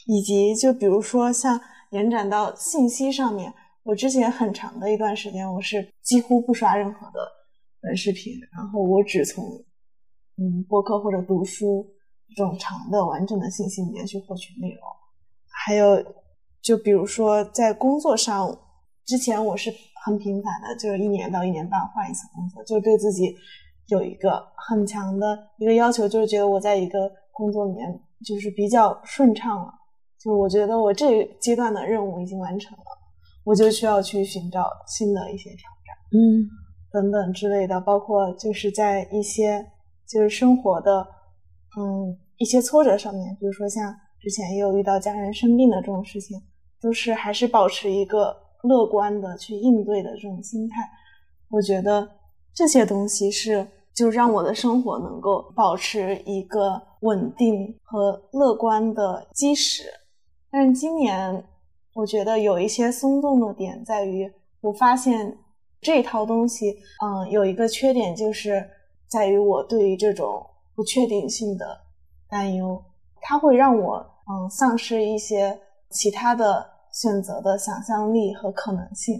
B: 以及就比如说像延展到信息上面，我之前很长的一段时间，我是几乎不刷任何的短视频，然后我只从嗯播客或者读书这种长的完整的信息里面去获取内容。还有就比如说在工作上，之前我是很频繁的，就是一年到一年半换一次工作，就是对自己有一个很强的一个要求，就是觉得我在一个工作里面就是比较顺畅了，就是我觉得我这阶段的任务已经完成了，我就需要去寻找新的一些挑战。
D: 嗯
B: 等等之类的，包括就是在一些就是生活的嗯一些挫折上面，比如说像之前也有遇到家人生病的这种事情，都是还是保持一个乐观的去应对的这种心态。我觉得这些东西是就让我的生活能够保持一个稳定和乐观的基石。但是今年我觉得有一些松动的点在于，我发现这套东西，嗯，有一个缺点就是在于我对于这种不确定性的担忧，它会让我嗯丧失一些其他的选择的想象力和可能性。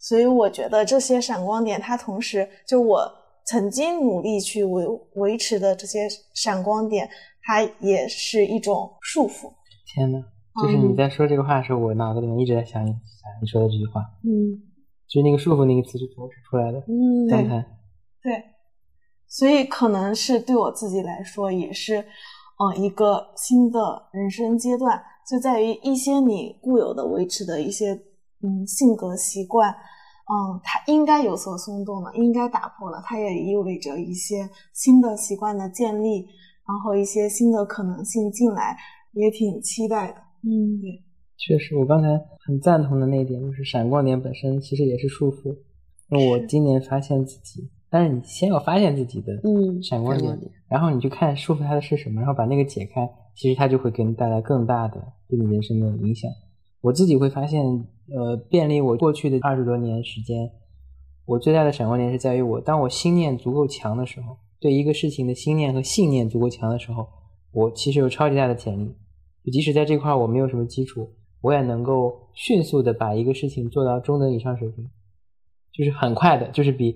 B: 所以我觉得这些闪光点，它同时就我曾经努力去维维持的这些闪光点，它也是一种束缚。
C: 天呐，就是你在说这个话的时候，我脑子里面一直在想你想你说的这句话，
D: 嗯
C: 就是那个束缚那个词是从我出来的。
D: 嗯，
C: 感叹，
B: 对，所以可能是对我自己来说，也是，嗯、一个新的人生阶段，就在于一些你固有的维持的一些，嗯，性格习惯，嗯，它应该有所松动了，应该打破了，它也意味着一些新的习惯的建立，然后一些新的可能性进来，也挺期待的。嗯，对，
C: 确实，我刚才很赞同的那一点就是闪光点本身其实也是束缚。那我今年发现自己，但是你先要发现自己的
D: 嗯
C: 闪光点，
D: 闪光点
C: 然后你去看束缚它的是什么，然后把那个解开，其实它就会给你带来更大的对你人生的影响。我自己会发现，呃，便利我过去的二十多年时间，我最大的闪光点是在于我，当我心念足够强的时候，对一个事情的心念和信念足够强的时候，我其实有超级大的潜力。就即使在这块儿我没有什么基础，我也能够迅速的把一个事情做到中等以上水平，就是很快的，就是比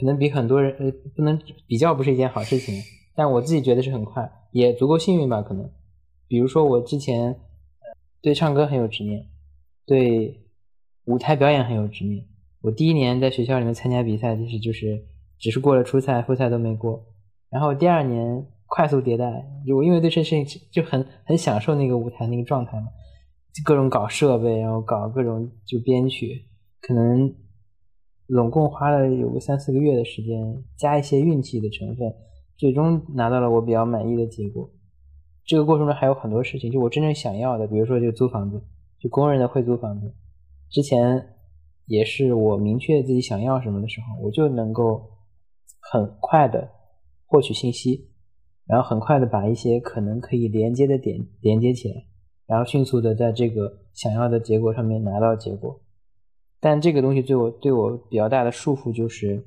C: 可能比很多人呃不能比较不是一件好事情，但我自己觉得是很快，也足够幸运吧，可能。比如说我之前呃对唱歌很有执念，对舞台表演很有执念。我第一年在学校里面参加比赛，就是就是只是过了初赛、复赛都没过。然后第二年快速迭代，我因为对这事情就很很享受那个舞台那个状态嘛，就各种搞设备，然后搞各种就编曲，可能总共花了有个三四个月的时间，加一些运气的成分，最终拿到了我比较满意的结果。这个过程中还有很多事情，就我真正想要的，比如说就租房子，就公认的会租房子，之前也是我明确自己想要什么的时候，我就能够很快的获取信息，然后很快的把一些可能可以连接的点连接起来，然后迅速的在这个想要的结果上面拿到结果。但这个东西对我对我比较大的束缚就是，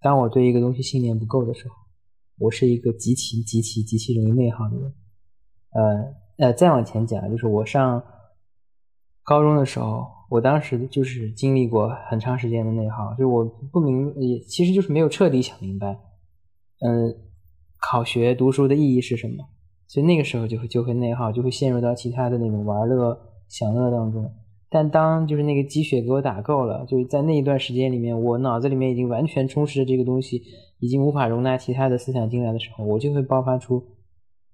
C: 当我对一个东西信念不够的时候，我是一个极其极其极其容易内耗的人。呃呃，再往前讲，就是我上高中的时候，我当时就是经历过很长时间的内耗，就是我不明，也其实就是没有彻底想明白，嗯、考学读书的意义是什么。所以那个时候就会就会内耗，就会陷入到其他的那种玩乐享乐当中。但当就是那个积雪给我打够了，就是在那一段时间里面，我脑子里面已经完全充斥着这个东西，已经无法容纳其他的思想进来的时候，我就会爆发出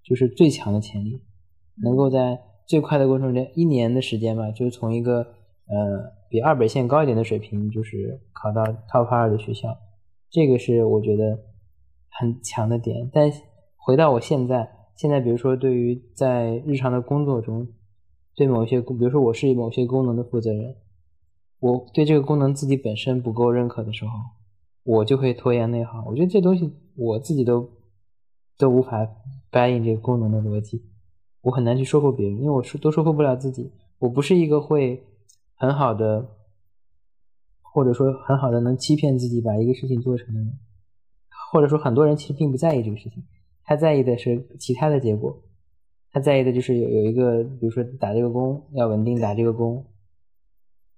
C: 就是最强的潜力，能够在最快的过程中，一年的时间吧，就是从一个呃比二本线高一点的水平，就是考到 top 二的学校，这个是我觉得很强的点。但回到我现在，现在比如说对于在日常的工作中，对某一些功，比如说我是某些功能的负责人，我对这个功能自己本身不够认可的时候，我就会拖延内耗。我觉得这东西我自己都都无法掰硬这个功能的逻辑，我很难去说服别人，因为我说都说服不了自己。我不是一个会很好的，或者说很好的能欺骗自己把一个事情做成的人，或者说很多人其实并不在意这个事情，他在意的是其他的结果，他在意的就是有有一个，比如说打这个工要稳定打这个工，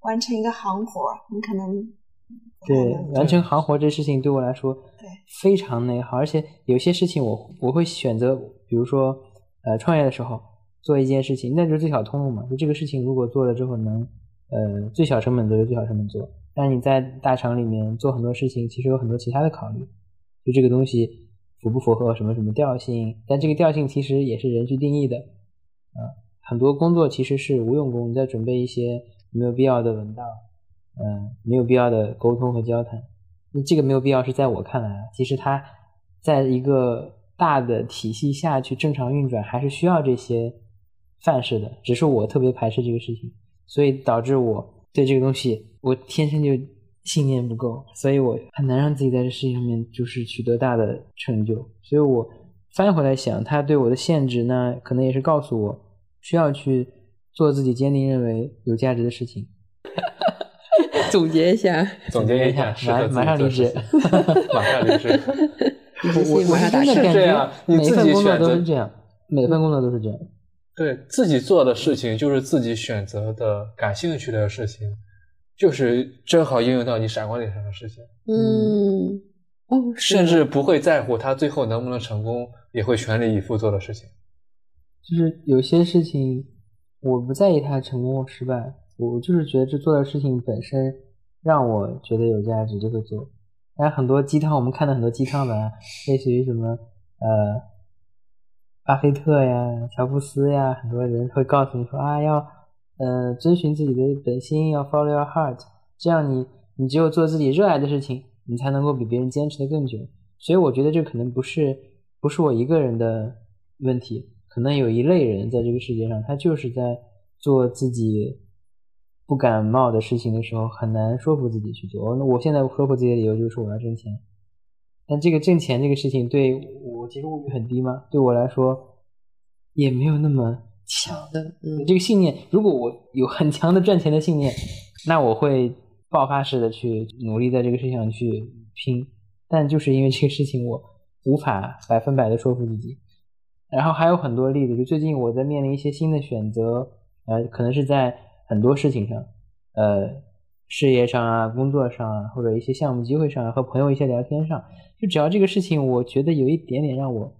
B: 完成一个行活儿，你可能
C: 对，
B: 嗯
C: 完成行活这事情对我来说，
B: 对
C: 非常内耗，而且有些事情我我会选择，比如说呃创业的时候做一件事情，那就是最小通路嘛，就这个事情如果做了之后能呃最小成本做就最小成本做，但是你在大厂里面做很多事情，其实有很多其他的考虑，就这个东西符不符合什么什么调性，但这个调性其实也是人去定义的，啊、很多工作其实是无用功，你在准备一些没有必要的文档。嗯，没有必要的沟通和交谈。那这个没有必要是在我看来啊，其实它在一个大的体系下去正常运转，还是需要这些范式的。只是我特别排斥这个事情，所以导致我对这个东西我天生就信念不够，所以我很难让自己在这事情上面就是取得大的成就。所以我翻回来想，他对我的限制呢，可能也是告诉我需要去做自己坚定认为有价值的事情。
D: 总结一下，
A: 总结一下，适合自
C: 马
A: 己
C: 马上
A: 做
C: 离职
A: 事情， 马上离职。
C: 我
D: 马上打
C: 真的
D: 车
C: 感
A: 这样
C: 觉
A: 啊你
C: 每一
A: 自
C: 份
A: 己
C: 工作
A: 选
C: 都
A: 择
C: 是这样，每份工作都是这样。
A: 对自己做的事情，就是自己选择的、感兴趣的事情，就是正好应用到你闪光点上的事情。
D: 嗯，嗯，是
A: 甚
D: 的
A: 至不会在乎他最后能不能成功，也会全力以赴做的事情。
C: 就是有些事情我不在意它成功或失败，我就是觉得这做的事情本身让我觉得有价值就会做。但是很多鸡汤，我们看到很多鸡汤文啊，类似于什么呃，巴菲特呀、乔布斯呀，很多人会告诉你说啊，要呃遵循自己的本心，要 follow your heart，这样你你只有做自己热爱的事情，你才能够比别人坚持的更久。所以我觉得这可能不是不是我一个人的问题，可能有一类人在这个世界上，他就是在做自己不感冒的事情的时候，很难说服自己去做。哦那我现在说服自己的理由就是我要挣钱，但这个挣钱这个事情对我其实物欲很低嘛，对我来说也没有那么强。
D: 的，嗯，
C: 这个信念，如果我有很强的赚钱的信念，那我会爆发式的去努力在这个事情上去拼。但就是因为这个事情，我无法百分百的说服自己。然后还有很多例子，就最近我在面临一些新的选择，呃，可能是在很多事情上，呃，事业上啊、工作上啊，或者一些项目机会上啊，和朋友一些聊天上，就只要这个事情，我觉得有一点点让我，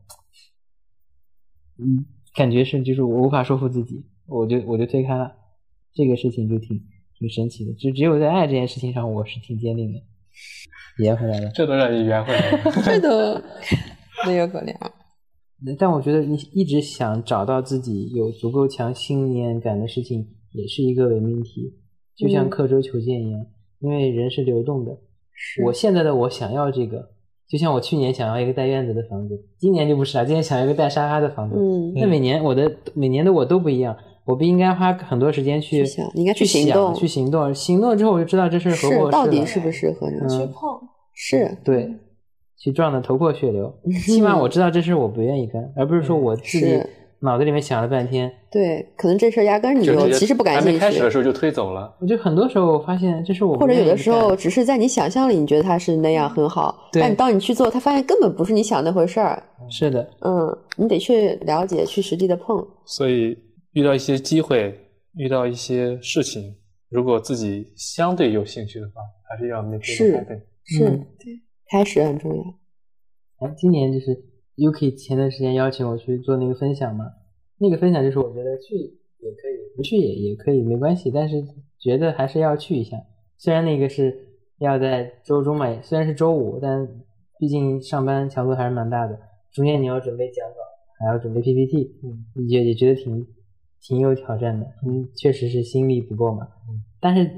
C: 嗯，感觉是就是我无法说服自己，我就我就推开了，这个事情就挺挺神奇的，就只有在爱这件事情上，我是挺坚定的，圆回来了。
A: 这都让你圆回 来了。
D: 这都没有可啊聊。
C: 但我觉得你一直想找到自己有足够强信念感的事情，也是一个伪命题，就像
D: 嗯
C: 刻舟求剑一样，因为人是流动的。我现在的我想要这个，就像我去年想要一个带院子的房子，今年就不是了，今年想要一个带沙发的房子。
D: 嗯，
C: 那每年我的每年的我都不一样，我不应该花很多时间去
D: 去想你应该去
C: 去
D: 行
C: 想
D: 动
C: 去行动，行动之后我就知道这事儿合
D: 是
C: 不合适
D: 到底
C: 了
D: 适不适合你？
C: 嗯
B: 去碰，
D: 是，
C: 对，去撞得头破血 流。起码我知道这事我不愿意干，而不是说我自己
D: 嗯是
C: 脑子里面想了半天。
D: 对，可能这事儿压根儿你
A: 就
D: 就
A: 直接
D: 其实不感
A: 还没
D: 兴
A: 开始的
D: 趣，
A: 时候就推走了，
C: 我就很多时候我发现这是我不
D: 或者
C: 愿
D: 有
C: 意
D: 的时候
C: 干
D: 只是在你想象里，你觉得它是那样很好，
C: 对
D: 但你当你去做，它发现根本不是你想那回事儿。
C: 是的，
D: 嗯，你得去了解，去实地的碰。
A: 所以遇到一些机会，遇到一些事情，如果自己相对有兴趣的话，还是要 make it
D: 是
A: happen。
D: 是，
C: 嗯
D: 开始很重要。
C: 哎，今年就是 Yuki 前段时间邀请我去做那个分享嘛，那个分享就是我觉得去也可以，不去也也可以，没关系，但是觉得还是要去一下。虽然那个是要在周中嘛，虽然是周五，但毕竟上班强度还是蛮大的，中间你要准备讲稿，还要准备 PPT，嗯，也也觉得挺挺有挑战的，嗯，确实是心力不够嘛，但是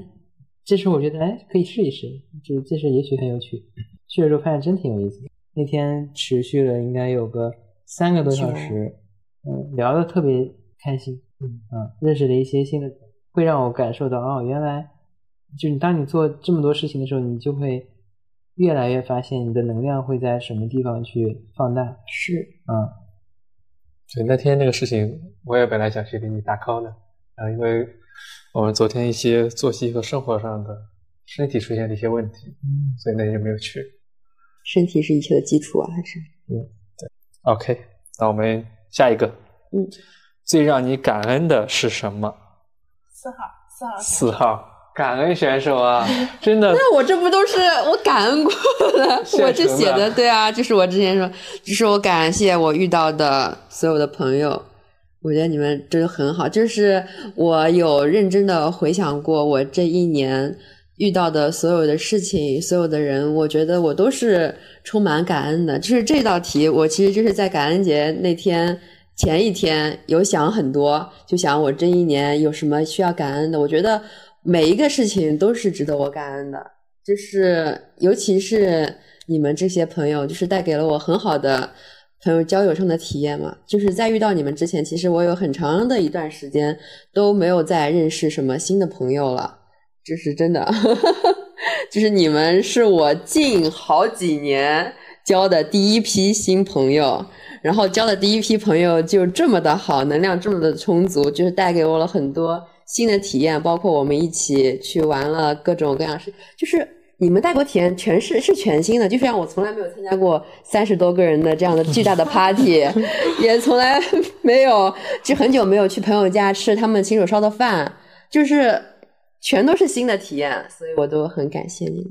C: 这时候我觉得哎可以试一试，这这事也许很有趣，去了之后发现真挺有意思的。那天持续了应该有个三个多小时，嗯，聊的特别开心，嗯认识了一些新的，会让我感受到哦，原来就你当你做这么多事情的时候，你就会越来越发现你的能量会在什么地方去放大，
D: 是，
C: 嗯，
A: 对，那天那个事情，我也本来想去给你打 call 的，啊，因为我们昨天一些作息和生活上的身体出现了一些问题，
D: 嗯
A: 所以那天就没有去。
D: 身体是一切的基础啊，还是
A: OK，那我们下一个，
D: 嗯，
A: 最让你感恩的是什么？
B: 四号，四号，
A: 四号，感恩选手啊， 真的，
D: 那我这不都是我感恩过了？
A: 现成的
D: 我这写的对啊，就是我之前说，就是我感谢我遇到的所有的朋友，我觉得你们真的很好。就是我有认真的回想过我这一年遇到的所有的事情、所有的人，我觉得我都是充满感恩的。就是这道题，我其实就是在感恩节那天。前一天有想很多，就想我这一年有什么需要感恩的。我觉得每一个事情都是值得我感恩的，就是尤其是你们这些朋友，就是带给了我很好的朋友交友上的体验嘛。就是在遇到你们之前，其实我有很长的一段时间都没有再认识什么新的朋友了，这是真的。 就是你们是我近好几年交的第一批新朋友，然后交的第一批朋友就这么的好，能量这么的充足，就是带给我了很多新的体验，包括我们一起去玩了各种各样的事，就是你们带给我体验全是是全新的，就像我从来没有参加过三十多个人的这样的巨大的 party，也 从来没有就很久没有去朋友家吃他们亲手烧的饭，就是全都是新的体验，所以我都很感谢你们。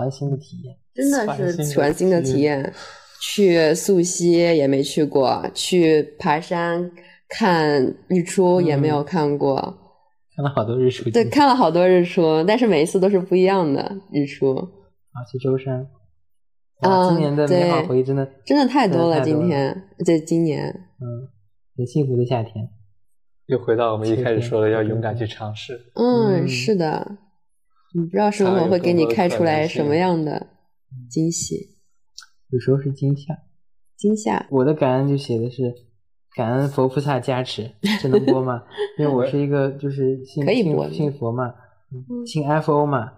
C: 全新的体验。
D: 真的是
A: 全新的
D: 全新的体
A: 体
D: 验。去溯溪也没去过，去爬山看日出也没有
A: 嗯
D: 看过。
C: 看了好多日出
D: 对，
C: 景，
D: 看了好多日出，但是每一次都是不一样的日出，
C: 啊，去舟山。哇，今
D: 嗯
C: 年的美好
D: 对
C: 回忆真的
D: 真的太多
C: 真的
D: 了。
C: 太多
D: 今天对今年，
C: 嗯，很幸福的夏天。
A: 又回到我们一开始说的，
C: 这
A: 要
C: 个
A: 勇敢去尝试。
D: 嗯，
C: 嗯
D: 是的，你不知道生
A: 看来
D: 活
A: 有
D: 会给
A: 更
D: 你
A: 多的
D: 开
A: 可
D: 出来
A: 能
D: 什么
A: 性
D: 样的惊喜、
C: 有时候是惊吓。
D: 惊吓。
C: 我的感恩就写的是感恩佛菩萨加持，这能播 吗？因为我是一个就是信
D: 可以播的嗯
C: 信信佛嘛，嗯信 FO 嘛，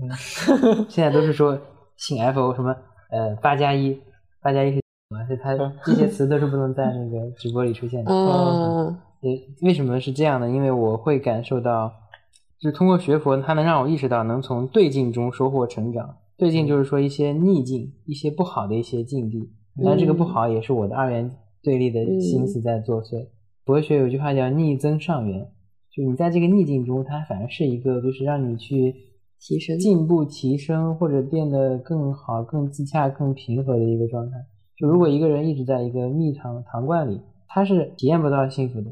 C: 嗯 现在都是说信 FO 什么呃八加一，八加一是什么？是它这些词都是不能在那个直播里出现的。
D: 嗯，
C: 对，为什么是这样呢？因为我会感受到，就通过学佛，它能让我意识到，能从对境中收获成长。对境就是说一些逆境，一些不好的一些境地，但这个不好也是我的二元对立的心思在作祟。佛学有句话叫逆增上缘，就你在这个逆境中，它反而是一个就是让你去
D: 提升
C: 进步、提升或者变得更好、更自洽、更平和的一个状态。就如果一个人一直在一个蜜糖糖罐里，他是体验不到幸福的。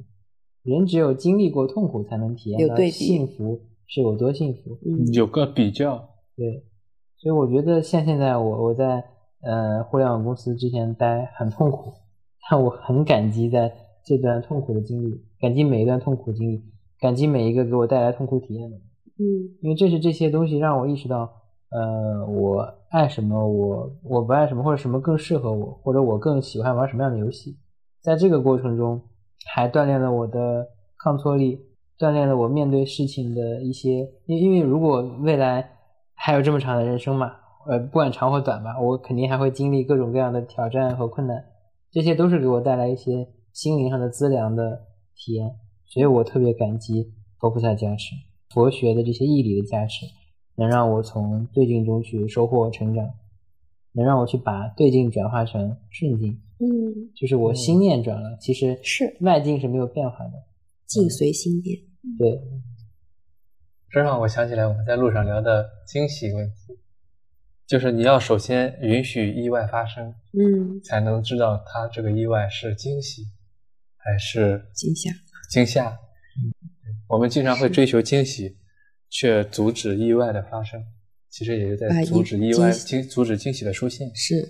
C: 人只有经历过痛苦，才能体验
D: 有
C: 到
D: 对比
C: 幸福是有多幸福。
D: 嗯
A: 有个比较，
C: 对，所以我觉得像现在我我在呃互联网公司之前待很痛苦，但我很感激在这段痛苦的经历，感激每一段痛苦经历，感激每一个给我带来痛苦体验的人。
D: 嗯
C: 因为正是这些东西让我意识到，呃，我爱什么，我我不爱什么，或者什么更适合我，或者我更喜欢玩什么样的游戏。在这个过程中，还锻炼了我的抗挫力，锻炼了我面对事情的一些，因因为如果未来还有这么长的人生嘛，呃，不管长或短吧，我肯定还会经历各种各样的挑战和困难，这些都是给我带来一些心灵上的资粮的体验，所以我特别感激佛菩萨加持。佛学的这些义理的加持，能让我从对境中去收获成长，能让我去把对境转化成顺境，
D: 嗯，
C: 就是我心念转了，其实
D: 是
C: 外境是没有变化的。
D: 境随心变。
C: 对，
A: 这让我想起来我们在路上聊的惊喜问题，就是你要首先允许意外发生，
D: 嗯，
A: 才能知道它这个意外是惊喜还是
D: 惊吓。
A: 惊吓。我们经常会追求惊喜，却阻止意外的发生，其实也就
D: 把
A: 在
D: 意
A: 阻止意外、
D: 哎惊喜
A: 惊阻止惊喜的出现。
D: 是啊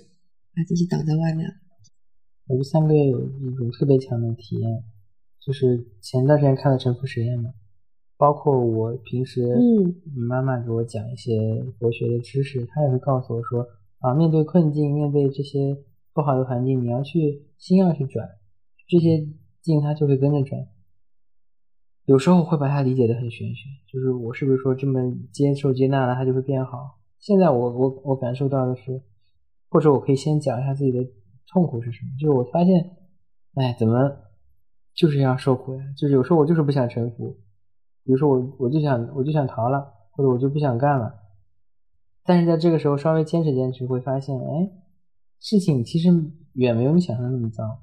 D: 把自己挡在外面。
C: 我这三个月有一种特别强的体验，就是前段时间看了《沉浮实验》嘛，包括我平时
D: 嗯
C: 妈妈给我讲一些佛学的知识，她也会告诉我说啊，面对困境，面对这些不好的环境，你要去心要去转，这些境它就会跟着转。有时候我会把它理解的很玄学，就是我是不是说这么接受接纳了，它就会变好？现在我我我感受到的是，或者我可以先讲一下自己的痛苦是什么，就是我发现，哎，怎么就是要受苦呀？就是有时候我就是不想臣服，比如说我我就想我就想逃了，或者我就不想干了，但是在这个时候稍微坚持坚持，会发现，哎，事情其实远没有你想象的那么糟。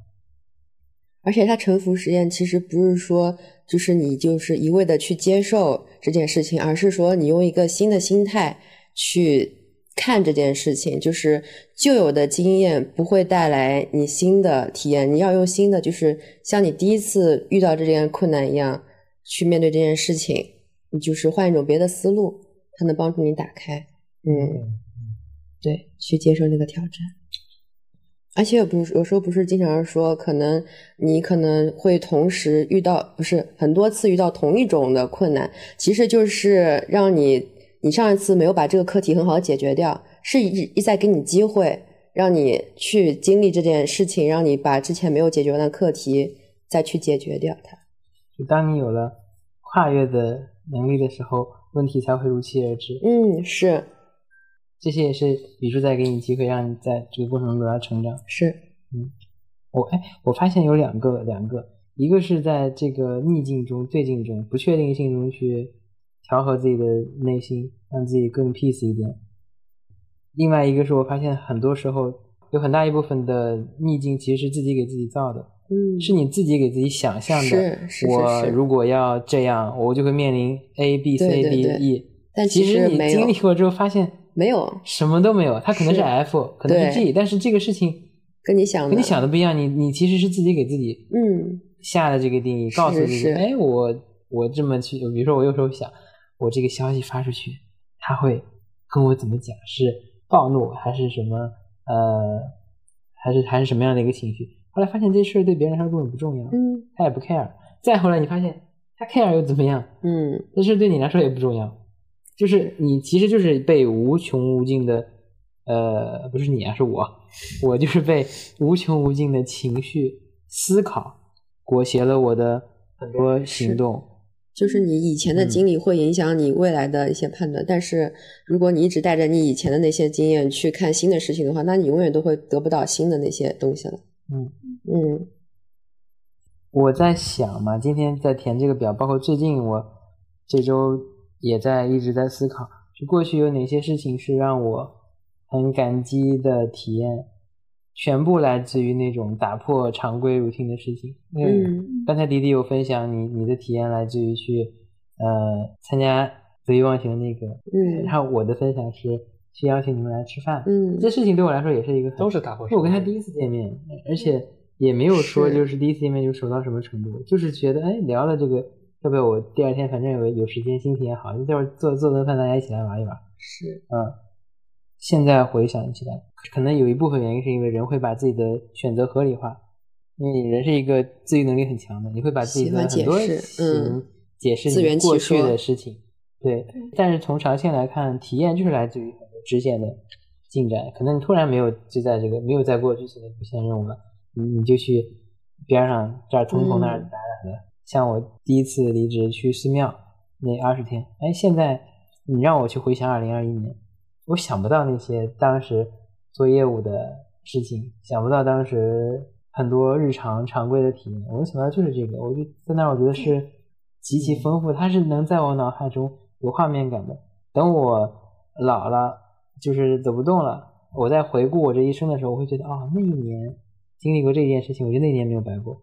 D: 而且他臣服实验其实不是说就是你就是一味的去接受这件事情，而是说你用一个新的心态去看这件事情，就是旧有的经验不会带来你新的体验，你要用新的，就是像你第一次遇到这件困难一样去面对这件事情，你就是换一种别的思路，它能帮助你打开，嗯，对，去接受那个挑战。而且不是有时候不是经常说，可能你可能会同时遇到，不是很多次遇到同一种的困难，其实就是让你你上一次没有把这个课题很好地解决掉，是一一再给你机会，让你去经历这件事情，让你把之前没有解决完的课题再去解决掉它。
C: 就当你有了跨越的能力的时候，问题才会如期而至。
D: 嗯，是
C: 这些也是宇宙在给你机会，让你在这个过程中得到成长。
D: 是，
C: 我哎，我发现有两个两个，一个是在这个逆境中、对境中、不确定性中去调和自己的内心，让自己更 peace 一点。另外一个是我发现很多时候有很大一部分的逆境其实是自己给自己造的，
D: 嗯
C: 是你自己给自己想象的。
D: 是是是
C: 我
D: 是
C: 如果要这样，我就会面临 A B C
D: 对对
C: D
D: 对
C: E。
D: 但
C: 其
D: 其实
C: 你
D: 没有
C: 经历过之后，发现
D: 没有
C: 什么都没有，他可能是
D: 是
C: F，可能是
D: 对
C: G，但是这个事情
D: 跟你想的，
C: 跟你想的不一样，你你其实是自己给自己
D: 嗯
C: 下了这个定义，
D: 是
C: 告诉自己，
D: 是
C: 哎，我我这么去，比如说我有时候想，我这个消息发出去，他会跟我怎么讲？是暴怒还是什么？呃，还是还是什么样的一个情绪？后来发现这事儿对别人来说根本不重要，
D: 嗯
C: 他也不 care。再后来你发现他 care 又怎么样？
D: 嗯，
C: 这事对你来说也不重要，就是你其实就是被无穷无尽的，呃，不是你啊，是我，我就是被无穷无尽的情绪思考裹挟了我的很多行动。
D: 就是你以
C: 嗯
D: 前的经历会影响你未来的一些判断，但是如果你一直带着你以前的那些经验去看新的事情的话，那你永远都会得不到新的那些东西了。
C: 嗯
D: 嗯
C: 我在想嘛，今天在填这个表，包括最近我这周也在一直在思考，就过去有哪些事情是让我很感激的体验，全部来自于那种打破常规 routine 的事情。
D: 嗯
C: 刚才迪迪有分享你你的体验来自于去呃参加得意忘形的那个，
D: 嗯
C: 然后我的分享是去邀请你们来吃饭，
D: 嗯
C: 这事情对我来说也是一个很
A: 都是打破常规嗯
C: 因为我跟他第一次见面，而且也没有说
D: 是
C: 就是第一次见面就熟到什么程度，就是觉得哎聊了这个，要不要我第二天反正有有时间心情也好，就待会儿做做顿饭大家一起来玩一玩，
D: 是
C: 现在回想起来，可能有一部分原因是因为人会把自己的选择合理化，因为人是一个自愈能力很强的，你会把自己的
D: 喜
C: 很多
D: 欢解释嗯
C: 嗯解释
D: 自圆
C: 你
D: 其
C: 过去
D: 说
C: 的事情，对。但是从长线来看，体验就是来自于很多支线的进展，可能你突然没有就在这个没有在过去前面主线任务了，你你就去边上这儿通通那儿
D: 嗯
C: 打打的。像我第一次离职去寺庙那二十天，哎，现在你让我去回想二零二一年，我想不到那些当时做业务的事情，想不到当时很多日常常规的体验，我能想到就是这个。我就在那儿，我觉得是极其丰富，它是能在我脑海中有画面感的。等我老了，就是走不动了，我在回顾我这一生的时候，我会觉得哦，那一年经历过这件事情，我觉得那一年没有白过，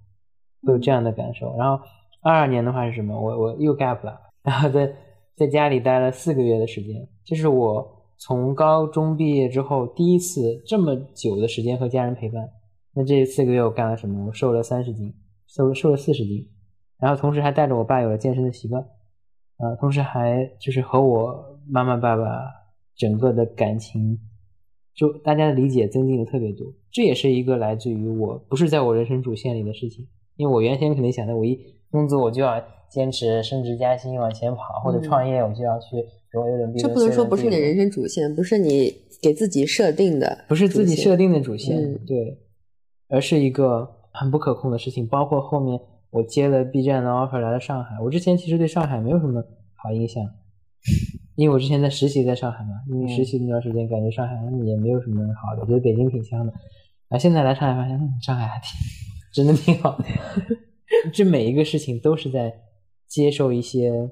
C: 会有这样的感受。然后二二年的话是什么？我我又 gap 了， 然后在在家里待了四个月的时间，这是我从高中毕业之后第一次这么久的时间和家人陪伴。那这四个月我干了什么？我瘦了三十斤，瘦了瘦了四十斤，然后同时还带着我爸有了健身的习惯，啊、同时还就是和我妈妈爸爸整个的感情，就大家的理解增进的特别多。这也是一个来自于我不是在我人生主线里的事情，因为我原先肯定想的，我一工作我就要坚持升职加薪往前跑，或者
D: 嗯
C: 创业我就要去荣威伦比
D: 这
C: 伦。
D: 不能
C: 虽
D: 说
C: 伦
D: 不
C: 比
D: 是你的
C: 伦
D: 人生主线，不是你给自己设定的，
C: 不是自己设
D: 定。
C: 定的主线，
D: 嗯
C: 对，而是一个很不可控的事情。包括后面我接了 B 站的 offer 来了上海，我之前其实对上海没有什么好印 象，因为我之前在实习在上海嘛，因为实习那段时间感觉上海嗯也没有什么好的，觉得北京挺香的。啊，现在来上海发现，嗯，上海还挺真的挺 好的。这每一个事情都是在接受一些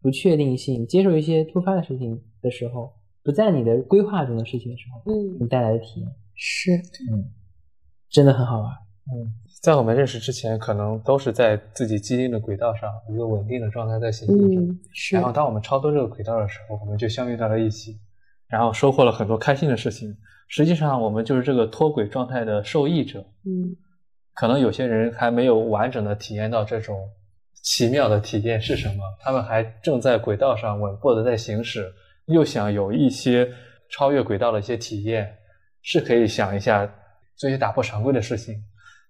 C: 不确定性、接受一些突发的事情的时候，不在你的规划中的事情的时候，
D: 嗯，
C: 你带来的体验
D: 是
C: 真的很好玩。
A: 在我们认识之前，可能都是在自己基因的轨道上，一个稳定的状态在行进着。
D: 嗯是
A: 然后，当我们超脱这个轨道的时候，我们就相遇到了一起，然后收获了很多开心的事情。实际上，我们就是这个脱轨状态的受益者。
D: 嗯
A: 可能有些人还没有完整的体验到这种奇妙的体验是什么，他们还正在轨道上稳步的在行驶，又想有一些超越轨道的一些体验，是可以想一下做一些打破常规的事情，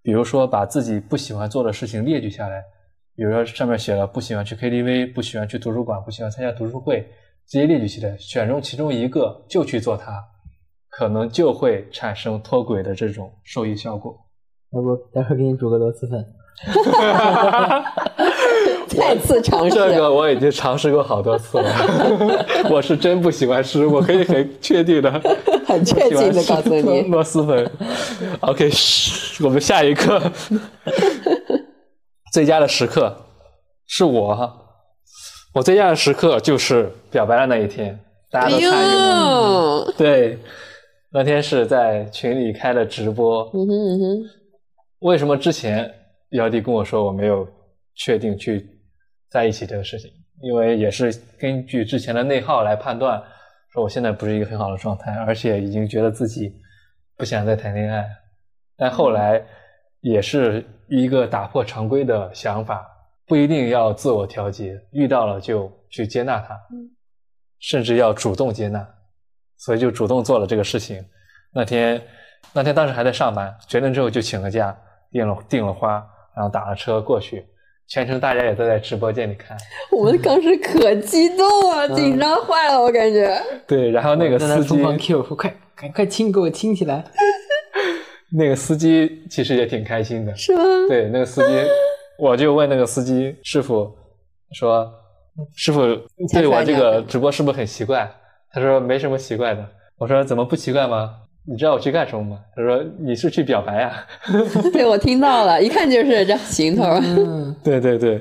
A: 比如说把自己不喜欢做的事情列举下来，比如说上面写了不喜欢去 KTV，不喜欢去图书馆，不喜欢参加读书会，直接列举起来，选中其中一个就去做它，可能就会产生脱轨的这种受益效果。
C: 要不待会儿给你煮个螺蛳粉？
D: 再次 尝试
A: 这个我已经尝试过好多次 了，我是真不喜欢吃，我可以很确定的，
D: 很确定
A: 我
D: 的告诉
A: 喜欢吃
D: 你，
A: 螺蛳粉。OK，嘘我们下一课， 最佳的时刻是我哈，我最佳的时刻就是表白的那一天，大家
D: 哎
A: 都参与
D: 呦，
A: 了。
D: 嗯
A: 对，那天是在群里开了直播，
D: 哼嗯哼，
A: 为什么之前姚笛跟我说我没有确定去在一起这个事情？因为也是根据之前的内耗来判断，说我现在不是一个很好的状态，而且已经觉得自己不想再谈恋爱。但后来也是一个打破常规的想法，不一定要自我调节，遇到了就去接纳它，甚至要主动接纳。所以就主动做了这个事情。那天那天当时还在上班，决定之后就请了假，订了订了花，然后打了车过去。全程大家也都在直播间里 看，
D: 我们当时可激动
C: 嗯
D: 了，紧张坏了，我感觉。
A: 对，然后那个
C: 在那
A: 司
C: 疯
A: 机，
C: 狂 Q，快 赶快亲，给我亲起来！
A: 那个司机其实也挺开心 的。
D: 是吗？
A: 对，那个司机，我就问那个司机师傅说：“师傅
D: 才
A: 对我
D: 摔
A: 这
D: 跤
A: 个
D: 的
A: 直播是不是很奇怪？”他说：“没什么奇怪的。”我说：“怎么不奇怪吗？你知道我去干什么吗？”他说：“你是去表白啊。
D: 对，我听到了，一看就是这行头。
C: 嗯，”
A: 对对对，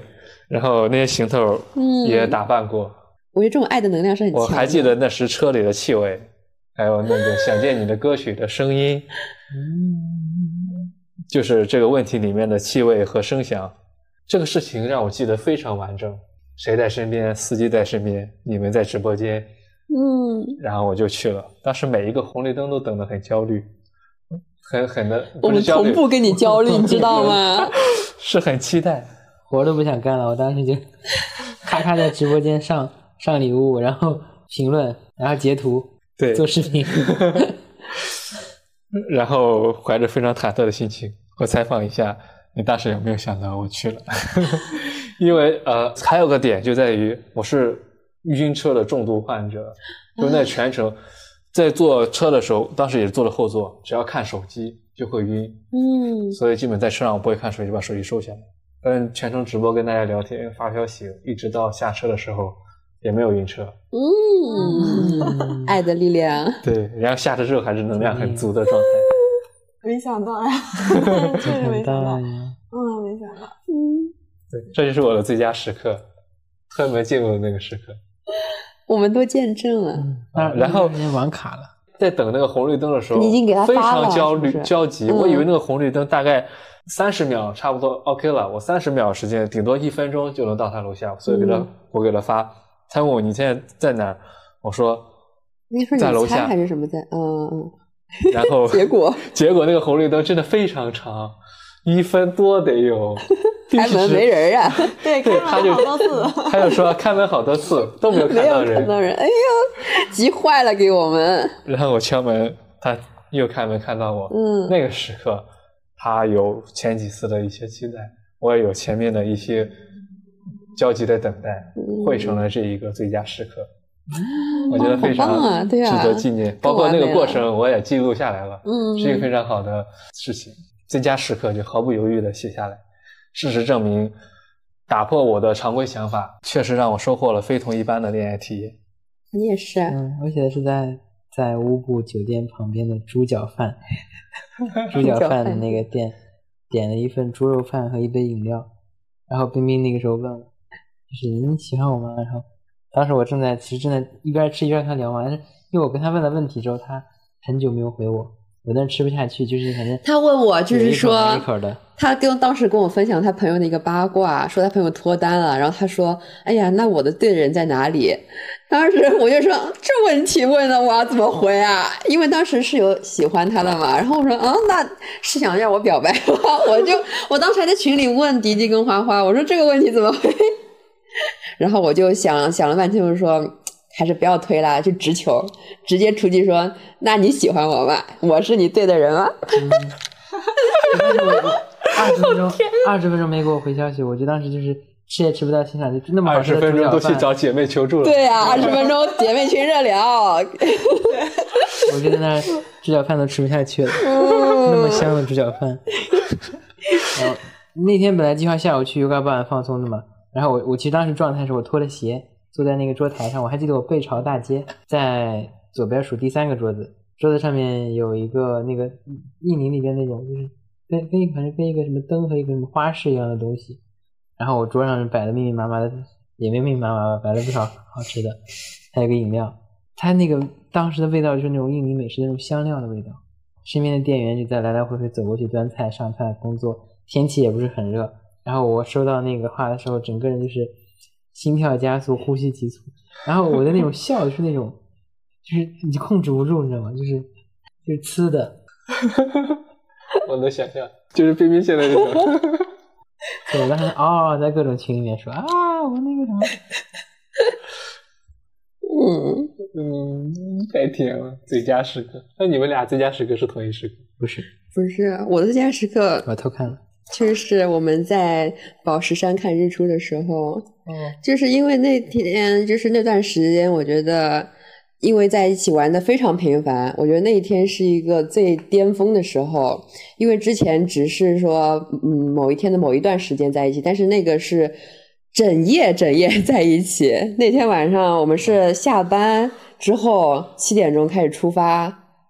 A: 然后那些行头
D: 嗯
A: 也打扮过，
D: 我觉得这种爱的能量是很强的。
A: 我还记得那时车里的气味，还有那个《想见你》的歌曲的声音，
C: 嗯
A: 就是这个问题里面的气味和声响。这个事情让我记得非常完整，谁在身边，司机在身边，你们在直播间，
D: 嗯，
A: 然后我就去了。当时每一个红绿灯都等得很焦虑，很很的，
D: 我
A: 不
D: 们
A: 是焦
D: 同
A: 虑，
D: 步 跟你焦虑，你知道吗？
A: 是很期待。
C: 活都不想干了。我当时就 咔咔在直播间上上礼物，然后评论，然后截图
A: 对，
C: 做视频。
A: 然后怀着非常忐忑的心情，我采访一下你当时有没有想到我去了？ 因为呃，还有个点就在于我是晕车的重度患者，就那全程在坐车的时候，当时也是坐的后座，只要看手机就会晕，
D: 嗯，
A: 所以基本在车上我不会看手机，把手机收起来。但全程直播跟大家聊天发消息，一直到下车的时候也没有晕车。
D: 嗯，
C: 嗯
D: 爱的力量。
A: 对，然后下车之后还是能量很足的状态。
B: 没想 到呀， 确实没
C: 很
B: 想到
C: 大，呀！
B: 嗯，没想到，
D: 嗯，
A: 对，这就是我的最佳时刻，推门进入的那个时刻。
D: 我们都见证了。
A: 啊然后
C: 人家网卡了，
A: 在等那个红绿灯的时候，
D: 你已经给他
A: 非
D: 发了
A: 常焦虑、
D: 是不是
A: 焦急。
D: 嗯
A: 我以为那个红绿灯大概三十秒差不多 OK 了，我三十秒时间，顶多一分钟就能到他楼下，所以给他、
D: 嗯
A: 我给他发。他问我你现在在哪儿？我说
D: 应该说
A: 在楼
D: 你猜
A: 下
D: 还。是什么在？嗯 嗯。
A: 然后
D: 结果
A: 结果那个红绿灯真的非常长，一分多得有。
D: 开门没人啊，
B: 对，
A: 对，
B: 看
A: 他
B: 了
A: 就
B: 好多次，
A: 他就说开门好多次都没有
D: 没
A: 看到
D: 有
A: 人
D: 看，到人。哎呦，急坏了给我们。
A: 然后我敲门，他又开门看到我，
D: 嗯
A: 那个时刻，他有前几次的一些期待，我也有前面的一些焦急的等待，
D: 嗯
A: 汇成了这一个最佳时刻。我觉得非
D: 啊好
A: 常
D: 棒啊对啊
A: 值得纪念，
D: 更
A: 包括那
D: 完
A: 个
D: 美
A: 过
D: 了
A: 程我也记录下来了，
D: 嗯
A: 是一个非常好的事情。最佳时刻就毫不犹豫的写下来。事实证明，打破我的常规想法，确实让我收获了非同一般的恋爱体验。
D: 你也是啊，
C: 嗯，我写的是在在乌布酒店旁边的猪脚 饭，猪脚饭的那个店点了一份猪肉饭和一杯饮料，然后冰冰那个时候问我，就是你喜欢我吗？然后当时我正在其实正在一边吃一边跟他聊嘛，但是因为我跟他问了问题之后，他很久没有回我，我那吃不下去，就是反正
D: 他问我就是
C: 有一口
D: 说
C: 没一口的，
D: 他跟当时跟我分享他朋友的一个八卦，说他朋友脱单了，然后他说：“哎呀，那我的对的人在哪里？”当时我就说：“这问题问的我要怎么回啊？” 因为当时是有喜欢他的嘛，然后我说：“嗯，那是想让我表白吗？”我就 我当时还在群里问迪迪跟花花，我说这个问题怎么回？ 然后我就想想了半天，我说。还是不要推了，就直球，直接出击说：“那你喜欢我吗？我是你对的人吗
C: 二 十分钟，
D: 啊
C: 二十分钟没给我回消息，我就当时就是吃也吃不到欣赏，就那么好
A: 二
C: 吃
A: 十
C: 的
A: 分
C: 猪
A: 钟
C: 脚
A: 都去
C: 饭，
A: 找姐妹求助？”了。
D: 对呀、啊，二十分钟姐妹群热聊，
C: 我就在那儿猪脚饭都吃不下去了，那么香的猪脚饭。然后那天本来计划下午去 yoga 班放松的嘛，然后我我其实当时状态是我脱了鞋坐在那个桌台上，我还记得我背朝大街，在左边数第三个桌子，桌子上面有一个那个印尼那边那种就是跟跟一反正跟一个什么灯和一个什么花饰一样的东西，然后我桌上摆的密密麻麻的，也没密密麻麻吧，摆了不少好吃的，还有个饮料。它那个当时的味道就是那种印尼美食的那种香料的味道。身边的店员就在来来回回走过去端菜、上菜、工作，天气也不是很热。然后我收到那个话的时候，整个人就是心跳加速、呼吸急促，然后我的那种笑就是那种就是你控制不住，你知道吗？就是就是呲的，
A: 我能想象，就是冰冰现在这 种，
C: 对，然后还嗷嗷啊在各种群里面说啊，我那个什么，
D: 嗯，
A: 嗯，太甜了，最佳时刻。那你们俩最佳时刻是同一时刻？
C: 不是，
D: 不是，我的最佳时刻
C: 我偷看了，
D: 就是我们在宝石山看日出的时候，
C: 哦，
D: 就是因为那天，就是那段时间，我觉得，因为在一起玩的非常频繁，我觉得那一天是一个最巅峰的时候。因为之前只是说，嗯，某一天的某一段时间在一起，但是那个是整夜整夜 在一起。那天晚上我们是下班之后七点钟开始出发，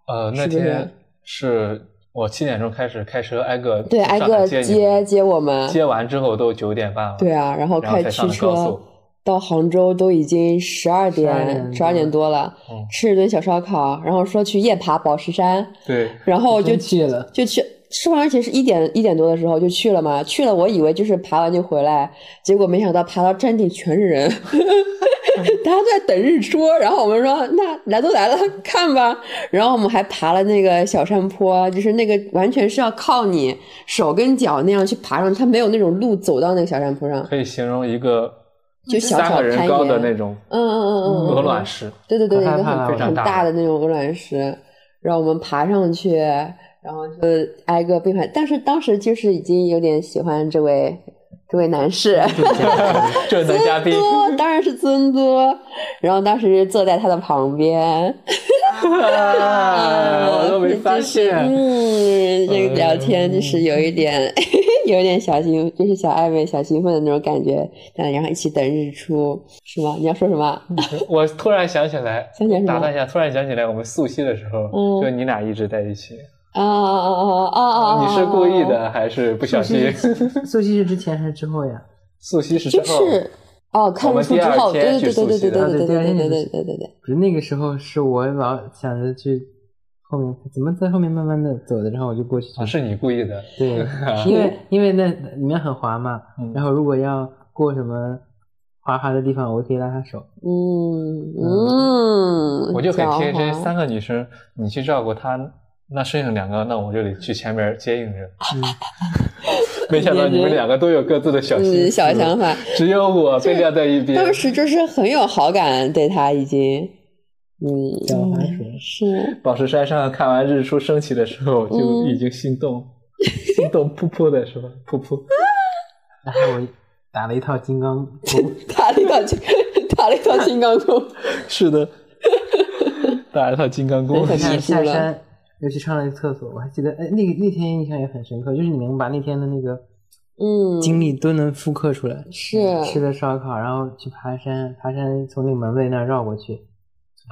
A: 呃，那
D: 是不是
A: 天是我七点钟开始开车挨个
D: 对，
A: 从
D: 挨
A: 上海
D: 个
A: 接你
D: 接
A: 们
D: 接我们，
A: 接完之后都九点半了。
D: 对啊，然后
A: 然后
D: 快
A: 才
D: 驱
A: 上的高
D: 车
A: 速。
D: 到杭州都已经十二点、十
C: 12
D: 二点
C: 点
D: 多了，
A: 嗯
D: 吃了顿小烧烤，然后说去夜爬宝石山，
A: 对，
D: 然后就
C: 真去了，
D: 就去吃完，而且是一点一点多的时候就去了嘛。去了，我以为就是爬完就回来，结果没想到爬到山顶全是人， 大家都在等日出。然后我们说，那来都来了，看吧。然后我们还爬了那个小山坡，就是那个完全是要靠你手跟脚那样去爬上，它没有那种路走到那个小山坡上，
A: 可以形容一个
D: 就小
A: 三
D: 小
A: 个人
D: 攀
A: 高
D: 岩
A: 的那种
D: 嗯嗯嗯嗯嗯，
A: 鹅卵石，
D: 对对对，一
C: 可害
D: 个
C: 怕了
D: 很
A: 非常
D: 很
A: 大
D: 大的那种鹅卵石，让我们爬上去，然后就挨个并排。但是当时就是已经有点喜欢这位这位 男士，嗯
A: 这男嘉宾
D: 尊多当然是尊多。然后当时坐在他的旁边，
A: 啊，我都没 发现。
D: 嗯，这个聊天就是有一点 有一点小兴，就是小暧昧、小兴奋的那种感觉。但然后一起等日出，是吗？你要说什么？
A: 我突然想起来
D: 想起来什，么
A: 打断一下，突然想起来，我们溯溪的时候，
D: 嗯
A: 就你俩一直在一起，
D: 啊啊啊啊啊！
A: 你是故意的还是不小 心？
C: 溯溪是之前还是之后呀？
A: 溯溪是之
D: 就
A: 后，
D: 是哦，看
A: 我们
D: 日出
A: 第
D: 之
A: 二
D: 后，对
A: 天
D: 对
A: 去
D: 对
A: 溯
D: 对
A: 溪
D: 对对
A: 的
D: 对对对
C: 啊对第
D: 对
C: 二天
D: 对
C: 去
D: 对对对，
C: 不是那个时候是我老想着去后面怎么在后面慢慢的走的，然后我就过去就
A: 啊，是你故意的，
C: 对，因为因为那里面很滑嘛，
A: 嗯
C: 然后如果要过什么滑滑的地方，我可以拉他手。
D: 嗯嗯，
A: 我就很
D: 狡
A: 贴这
D: 猾
A: 三个女生，你去照顾她，那剩下两个，那我就得去前面接应着。没想到你们两个都有各自的小心思
D: 嗯小想法，
A: 只有我被晾在一边。
D: 当时就是很有好感对他已经，
C: 小
D: 嗯，
C: 滑水，
D: 是
A: 宝石山上看完日出升起的时候，就
D: 嗯
A: 已经心动，心动噗噗的是吧？噗噗，
C: 然后我打了一套金刚功，
D: 打了一套金，打了一套金刚功，
A: 是 的，打了套金刚功
D: 对。很
C: 下
D: 艺术
C: 下
D: 了
C: 山又去上了一个厕所，我还记得，哎，那个那天印象也很深刻，就是你能把那天的那个
D: 嗯，
C: 经历都能复刻出来。嗯吃
D: 是，
C: 的烧烤，然后去爬山，爬山从那个门卫那儿绕过去，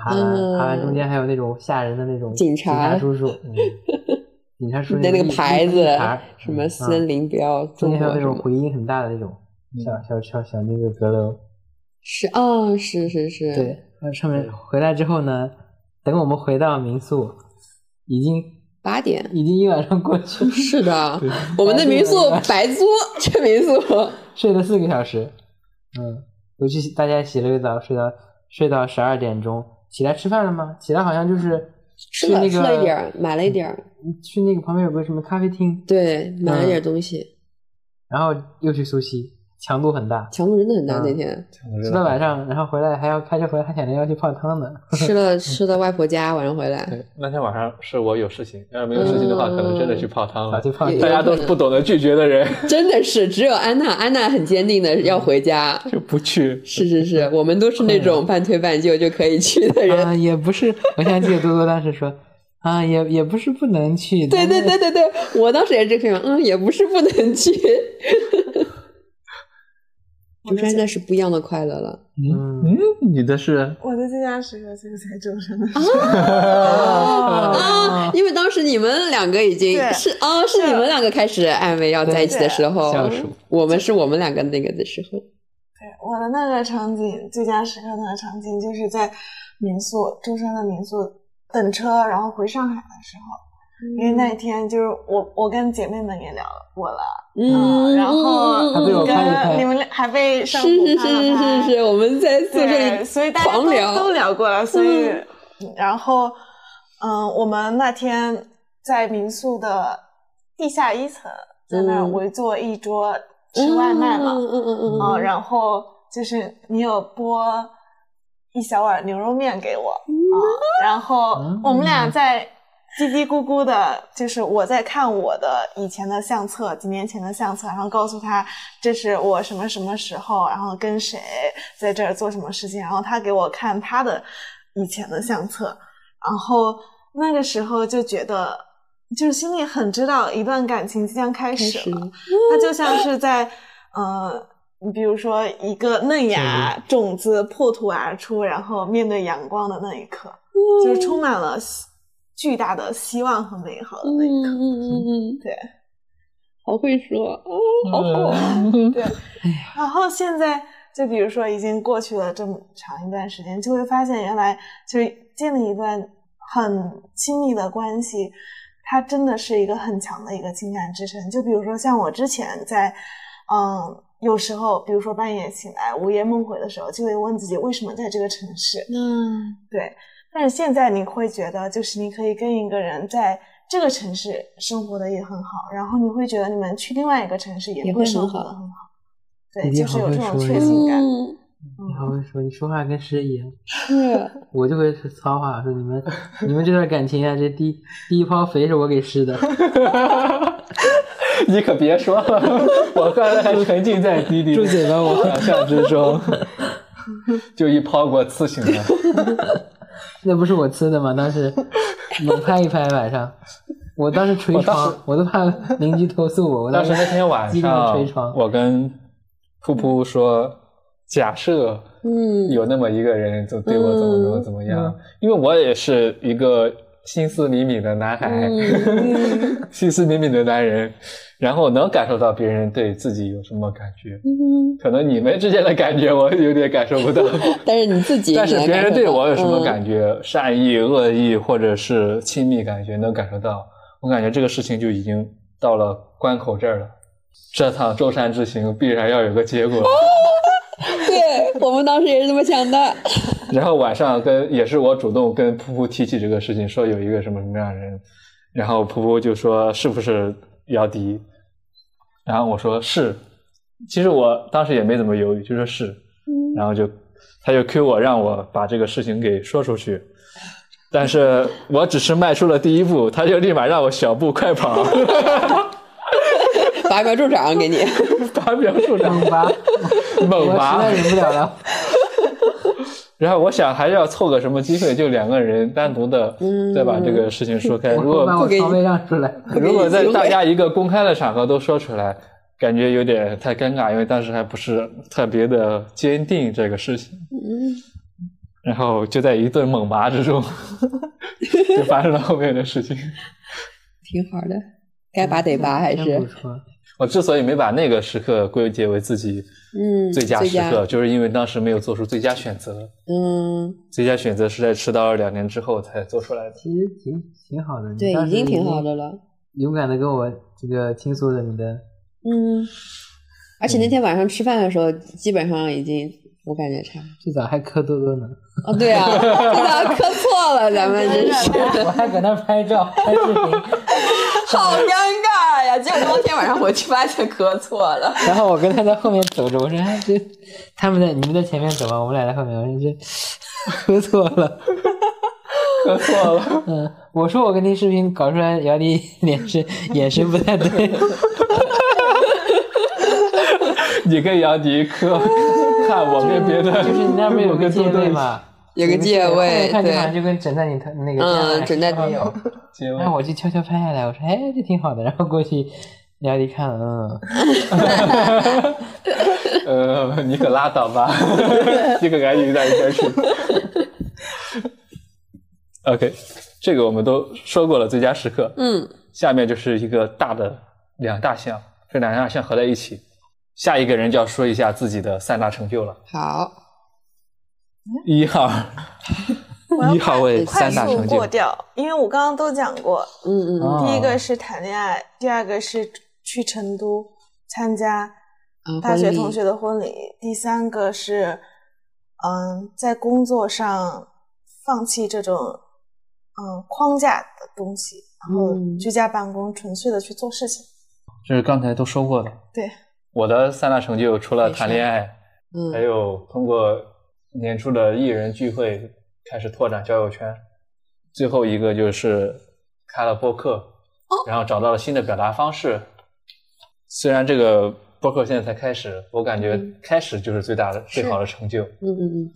C: 爬完、
D: 嗯
C: 爬完中间还有那种吓人的那种
D: 警
C: 察
D: 察
C: 叔叔， 嗯、警察叔叔
D: 你的那个
C: 一
D: 牌
C: 一
D: 子
C: 一排
D: 什么
C: 嗯
D: 森林标，
C: 中
D: 中
C: 间还
D: 国
C: 有那
D: 什
C: 种
D: 么，嗯
C: 回音很大的那种 小小小小那个阁楼，
D: 是啊，是是是，
C: 对，，然后上面回来之后呢，等我们回到民宿，已经
D: 八点，
C: 已经一晚上过去了，
D: 是的，我们的民宿白租，这民宿。
C: 睡了四个小时，嗯，我去大家洗了个澡，睡到睡到十二点钟，起来吃饭了吗？起来好像就是
D: 吃
C: 去
D: 了、
C: 那个嗯
D: 吃了一点儿，买了一点儿，
C: 去那个旁边有个什么咖啡厅，
D: 对，买了一点儿
C: 嗯
D: 东西，
C: 然后又去苏西，强度很大，
D: 强度真的很大。那
C: 嗯
D: 天
C: 吃到晚上，然后回来还要开车回来，还想着要去泡汤呢。
D: 吃 了吃到外婆家，晚上回来，
A: 对，那天晚上是我有事情，要是没有事情的话，
D: 嗯
A: 可能真的去泡汤了
C: 啊，。去泡
D: 也
A: 大
C: 汤，
A: 家都是不懂得拒绝的人
D: 真的是只有安娜，安娜很坚定的
B: 嗯
D: 要回家。
A: 就不去。
D: 是是是，我们都是那种半推半就就可以去的人。
C: 啊，也不是，我现在记得多多当时说， 啊，也也不是不能去，
D: 对对对对
B: 哦
D: 对，我当时也是这个样，嗯，也不是不 能去。
B: 我
D: 中
B: 的
D: 山
B: 最
D: 那是不一样的快乐了
C: 嗯，
A: 嗯，你的是
B: 我的最佳时刻就是在中山的时候。
C: 嗯
D: 啊！因为当时你们两个已经
B: 哦对
D: 是啊，是
B: 是
D: 你们两个开始暧昧要在一起的时候
C: 对对相处，
D: 我们是我们两个那个的时候。
B: 对，我的那个场景，最佳时刻那个场景就是在民宿中山的民宿等车，然后回上海的时候，因为那一天就是我我跟姐妹们也聊了过了，
D: 嗯，
B: 然后
C: 还被我拍一拍
B: 跟你们俩还被
D: 是
B: 上
D: 是
B: 虎
D: 是
B: 拍了
D: 是
B: 拍
D: 是是，我们在宿舍
B: 对，
D: 里
B: 所以大家
D: 狂
B: 都
D: 聊，
B: 都聊过了，所以
D: 嗯
B: 然后，嗯，我们那天在民宿的地下一层，在那儿
D: 嗯
B: 围坐一桌吃外卖嘛，
D: 嗯嗯嗯嗯
B: 啊，
D: 嗯，
B: 然后就是你有拨一小碗牛肉面给我，啊，然后我们俩在嘀嘀咕咕的，就是我在看我的以前的相册，几年前的相册，然后告诉他这是我什么什么时候，然后跟谁在这儿做什么事情，然后他给我看他的以前的相册，然后那个时候就觉得。就是心里很知道一段感情即将开
D: 开
B: 始
D: 始
B: 了，它就像是在，呃，你比如说一个嫩芽种子破土而出，然后面对阳光的那一刻，就是充满了希巨大的希望和美好的
D: 嗯
B: 那一刻。
D: 嗯嗯嗯，
B: 对，
D: 好会说哦，好好啊，
B: 然后现在就比如说已经过去了这么长一段时间，就会发现原来就是建立一段很亲密的关系，它真的是一个很强的一个情感支撑。就比如说像我之前在，嗯，有时候比如说半夜醒来午夜梦回的时候，就会问自己为什么在这个城市，
D: 嗯
B: 对，但是现在你会觉得，就是你可以跟一个人在这个城市生活的也很好，然后你会觉得你们去另外一个城市也
D: 也
B: 会
D: 会
B: 生
D: 很
B: 活的
D: 好
B: 很好。对，
C: 你你
B: 就是
C: 好
B: 有
C: 会
B: 这种
C: 说
B: 确
C: 呀
B: 信感。
D: 嗯，
C: 你好会说，你说话跟诗一样。
D: 是，
C: 我就会糙话说你们 你们这段感情啊，这第第一泡肥是我给施的，
D: 啊
A: 你可别说了， 我刚才还沉浸在 滴滴
C: 住嘴吧我
A: 想象之 中，就一抛给我刺醒了。
C: 那不是我吃的吗？当时猛拍一拍晚上，我当时捶
A: 我当
C: 床，
A: 时
C: 我都怕邻居投诉我。我
A: 当时那天晚
C: 激动地捶
A: 上，
C: 床，
A: 我跟噗噗说，假设
D: 嗯
A: 有那么一个人就对我怎么怎么怎么样，因为我也是一个心思灵敏的男孩，
D: 嗯
A: 心思灵敏的男人，然后能感受到别人对自己有什么感觉。
D: 嗯，
A: 可能你们之间的感觉我有点感受不到，
D: 但是你自己，
A: 但是别人对我有什么
D: 觉？
A: 感觉，善意、恶意或者是亲密感觉能感受到。我感觉这个事情就已经到了关口这儿了。这趟舟山之行必然要有个结果。
D: 对我们当时也是这么想的，
A: 然后晚上跟也是我主动跟噗噗提起这个事情，说有一个什么什么样的人，然后噗噗就说是不是姚笛？然后我说是，其实我当时也没怎么犹豫，就说是，
C: 嗯
A: 然后就他就 Q 我让我把这个事情给说出去，但是我只是迈出了第一步，他就立马让我小步快 跑，
D: 拔苗助长给你，
A: 把描述的
C: 猛拔，我
A: 猛
C: 实
A: 拔
C: 在。忍不了 了。
A: 然后我想还是要凑个什么机会，就两个人单独的，
D: 嗯
A: 再把这个事情说开。如
C: 嗯我
A: 果
C: 把我床位让出来，
A: 如果在大家一个公开的场合都说出来，感觉有点太尴尬，因为当时还不是特别的坚定这个事情。
D: 嗯
A: 然后就在一顿猛拔之中， 就发生了后面的事情。
D: 挺好的，该拔得拔还
C: 真不
D: 是，
C: 错。
A: 我之所以没把那个时刻归结为自己
D: 嗯，
A: 最佳
D: 最
A: 时
D: 佳
A: 刻，就是因为当时没有做出最佳选择。
D: 嗯，
A: 最佳选择是在迟到了两年之后才做出来的。
C: 其实挺挺好的，你
D: 对，
C: 当
D: 已
C: 时
D: 经挺好的了，
C: 勇敢的跟我这个倾诉了你的，
D: 嗯，而且那天晚上吃饭的时候，基本上已经我感觉差不
C: 最早还磕多多呢，
D: 多，哦，对 啊，这咋磕错了，咱们真是
C: 我还搁那儿拍照拍视频，
D: 好尴尬呀！结果当天晚上回去发现磕错了，
C: 然后我跟他在后面走着，我说哎这他们在你们在前面走吧，我们俩在后面，我说这磕错了。
A: 喝错了，
C: 嗯，我说我跟您视频搞出来，姚笛脸是眼神不太对，
A: 你跟杨迪 磕，看我跟别的，
C: 就是你那边有
A: 我
C: 个
A: 跟
C: 借
A: 多多
C: 位
A: 一起
C: 嘛，
D: 有个借位，
C: 看着
D: 对
C: 好，像就跟枕在你头那个
D: 嗯，
C: 枕
D: 准在
C: 没有，
A: 结尾
C: 然后我就悄悄拍下来，我说哎这挺好的，然后过去姚笛看了，嗯，
A: 呃，你可拉倒吧，这个赶紧带一边去。OK，这个我们都说过了，最佳时刻。
D: 嗯，
A: 下面就是一个大的两大项，这两大项合在一起，下一个人就要说一下自己的三大成就了。
D: 好，
A: 一号，
B: 我要
A: 一号位
B: 快
A: 三大
B: 速
A: 成就
B: 过。掉，因为我刚刚都讲过，
D: 嗯嗯
A: 哦
B: 第一个是谈恋爱，第二个是去成都参加
D: 嗯，
B: 大学
D: 婚礼
B: 同学的婚礼，第三个是嗯在工作上放弃这种嗯框架的东西，然后
D: 嗯
B: 居家办公，纯粹的去做事情。
A: 这是刚才都说过的。
B: 对，
A: 我的三大成就除了谈恋爱，
D: 嗯
C: 哎
A: 还有通过年初的艺人聚会开始拓展交友圈，最后一个就是开了播客，
D: 哦
A: 然后找到了新的表达方式。虽然这个播客现在才开始，我感觉
D: 嗯
A: 开始就是最大的、最好的成就。
D: 嗯嗯嗯，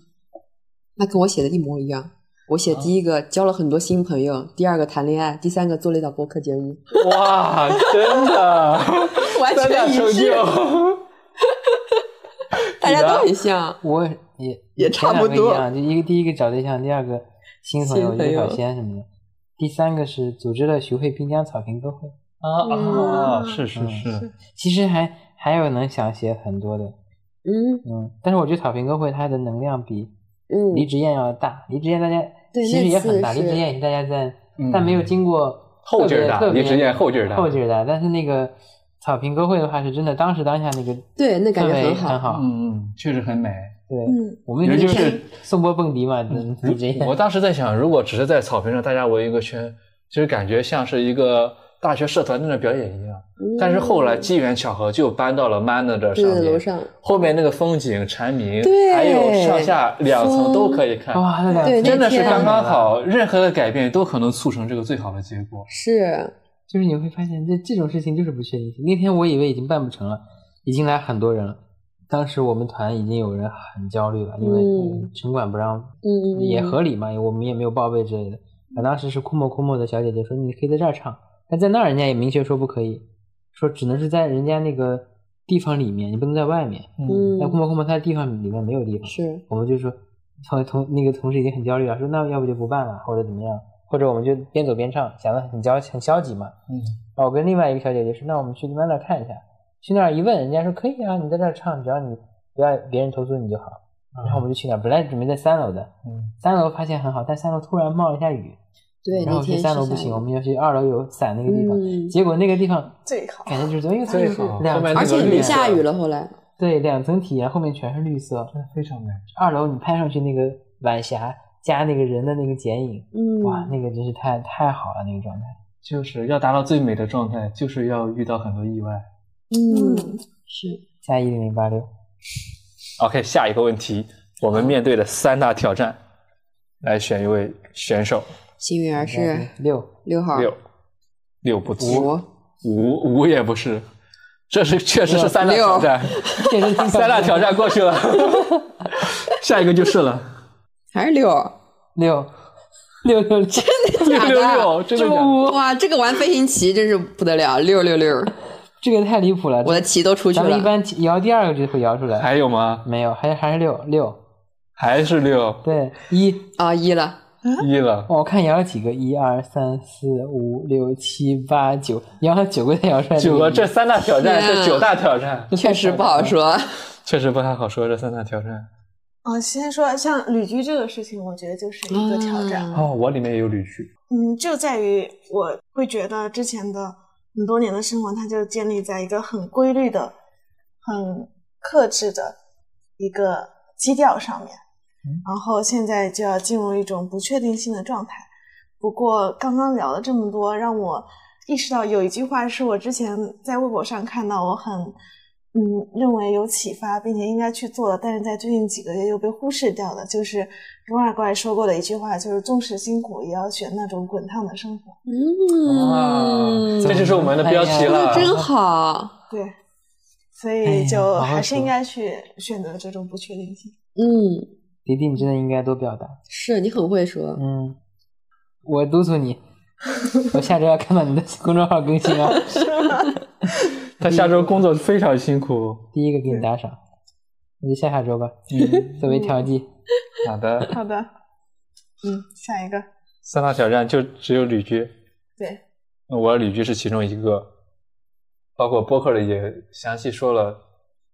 D: 那跟我写的一模一样。我写
C: 啊
D: 第一个交了很多新朋友，第二个谈恋爱，第三个做了一档播客节目，
A: 哇，真的，
D: 完
A: 三大
D: 全
A: 成
D: 一致，
A: 就。啊
D: 大家都很像。
C: 我也
D: 也差不多
C: 前两个一样，就一个第一个找对象，第二个新朋友，
D: 新
C: 一
D: 朋友
C: 个小鲜什么的，第三个是组织了徐汇滨江草坪歌会。
A: 啊啊！
B: 嗯
A: 是是
C: 嗯
A: 是，
C: 其实还还有能想写很多的，
D: 嗯
C: 嗯，但是我觉得草坪歌会它的能量比
D: 嗯，
C: 离职宴要大，离职宴大家
D: 对
C: 其实也很大，
D: 那次
C: 离
D: 是
C: 职宴也是大家在，
A: 嗯
C: 但没有经过
A: 后劲儿大
C: 特别
A: 离职宴后劲儿大
C: 后劲儿大，但是那个草坪歌会的话是真的，当时当下那个
D: 对那感觉
C: 氛围
D: 很
C: 很
D: 好
A: 嗯嗯，确实很美。
C: 对，
B: 嗯，
C: 我们那
A: 也
C: 天
A: 就是
C: 送波蹦迪嘛，
D: 嗯
C: 离职宴
A: 我当时在想，如果只是在草坪上大家围一个圈，就是感觉像是一个大学社团那种表演一样。
D: 嗯
A: 但是后来机缘巧合就搬到了 Manner 的
D: 对
A: 上
D: 的
A: 面，
D: 楼上，
A: 后面那个风景、蝉鸣，
D: 对
A: 还有上下两层都可以看，
C: 哇，那两
D: 对
A: 真的
D: 那
A: 是
D: 天啊
A: 刚刚好。任何的改变都可能促成这个最好的结果。
D: 是
C: 就是你会发现这这种事情就是不确定性。那天我以为已经办不成了，已经来很多人了。当时我们团已经有人很焦虑了，因为
D: 嗯
C: 嗯城管不让，
D: 嗯嗯嗯
C: 也合理嘛，我们也没有报备之类的。啊，当时是库莫库莫的小姐姐说你可以在这儿唱，但在那儿人家也明确说不可以，说只能是在人家那个地方里面，你不能在外面。
D: 嗯
C: 但库莫库莫他的地方里面没有地方，
D: 是
C: 我们就说同同那个同事已经很焦虑了，说那要不就不办了，或者怎么样，或者我们就边走边唱，想的很焦很消极嘛。
A: 嗯，
C: 然后我跟另外一个小姐姐说，那我们去那那看一下。去那儿一问，人家说可以啊，你在这儿唱，只要你不要别人投诉你就好。然后我们就去那儿，本来准备在三楼的，
A: 嗯
C: 三楼发现很好，但三楼突然冒了一下雨，
D: 对
C: 然
D: 那
C: 后去
D: 天
C: 三楼
D: 是
C: 不
D: 下
C: 行，
D: 雨
C: 我们要去二楼有伞那个地方。
D: 嗯
C: 结果那个地方
B: 最好
C: 感觉就是哎呦，它
A: 最
C: 就是
A: 好
C: 两
A: 后面
C: 层
A: 那
D: 而且
A: 个
D: 没
A: 绿
D: 下
A: 色
D: 雨了，后来
C: 对两层体验，后面全是绿色，
A: 真的非常美。
C: 二楼你拍上去那个晚霞加那个人的那个剪影，
D: 嗯
C: 哇，那个真是太太好了那个状态。
A: 就是要达到最美的状态，就是要遇到很多意外。
D: 嗯
B: 嗯
D: 是
C: 加一零零八六，
A: OK，下一个问题，我们面对的三大挑战，来选一位选手。
D: 幸运儿是
C: 六，
D: 六号
A: 六，六不是
D: 五
A: 五五也不是，这是确实是三大
D: 六
A: 挑战，
C: 这是
A: 三大挑战过去了，下一个就是了，
D: 还是六
C: 六六六六，
A: 六六六，
D: 这
A: 真的假的？
D: 哇，这个玩飞行棋真是不得了，六六六，
C: 这个太离谱了。
D: 我的棋都出去
C: 咱们一
D: 了。
C: 般摇第二个就会摇出来，
A: 还有吗？
C: 没有，还还是六六，
A: 还是六
C: 对一。
D: 啊，一了，
A: 一了，
C: 我看摇了几个，一二三四五六七八九，摇了九个才摇出来。
A: 九个，这三大挑战，
D: 天啊
A: 这九大挑战，
D: 确实不好说。
A: 确实不太好说。这三大挑战
B: 啊，先说像旅居这个事情，我觉得就是一个挑战。
D: 啊
A: 哦，我里面也有旅居，
B: 嗯，就在于我会觉得之前的很多年的生活，它就建立在一个很规律的、很克制的一个基调上面，然后现在就要进入一种不确定性的状态。不过刚刚聊了这么多，让我意识到有一句话是我之前在微博上看到，我很嗯认为有启发，并且应该去做的，但是在最近几个月又被忽视掉的，就是荣二怪说过的一句话，就是纵使辛苦也要选那种滚烫的生活。
A: 哇
D: 嗯，哎
A: 这就是我们的标题
D: 说
A: 了
D: 的。真好。
B: 对，所
C: 哎
B: 以
C: 呀
B: 就
C: 好好
B: 还是
C: 说
B: 应该去选择这种不确定性。
D: 嗯，
C: 迪迪，你真的应该多表达。
D: 是你很会说。
C: 嗯，我督促你，我下周要看到你的公众号更新啊。
A: 他下周工作非常辛苦。
C: 第一个给你打赏，那就下下周吧，
A: 嗯，
C: 作为调剂。
A: 好的，
B: 好的，嗯，下一个，
A: 三大挑战就只有旅居。
B: 对，
A: 我旅居是其中一个，包括播客里也详细说了，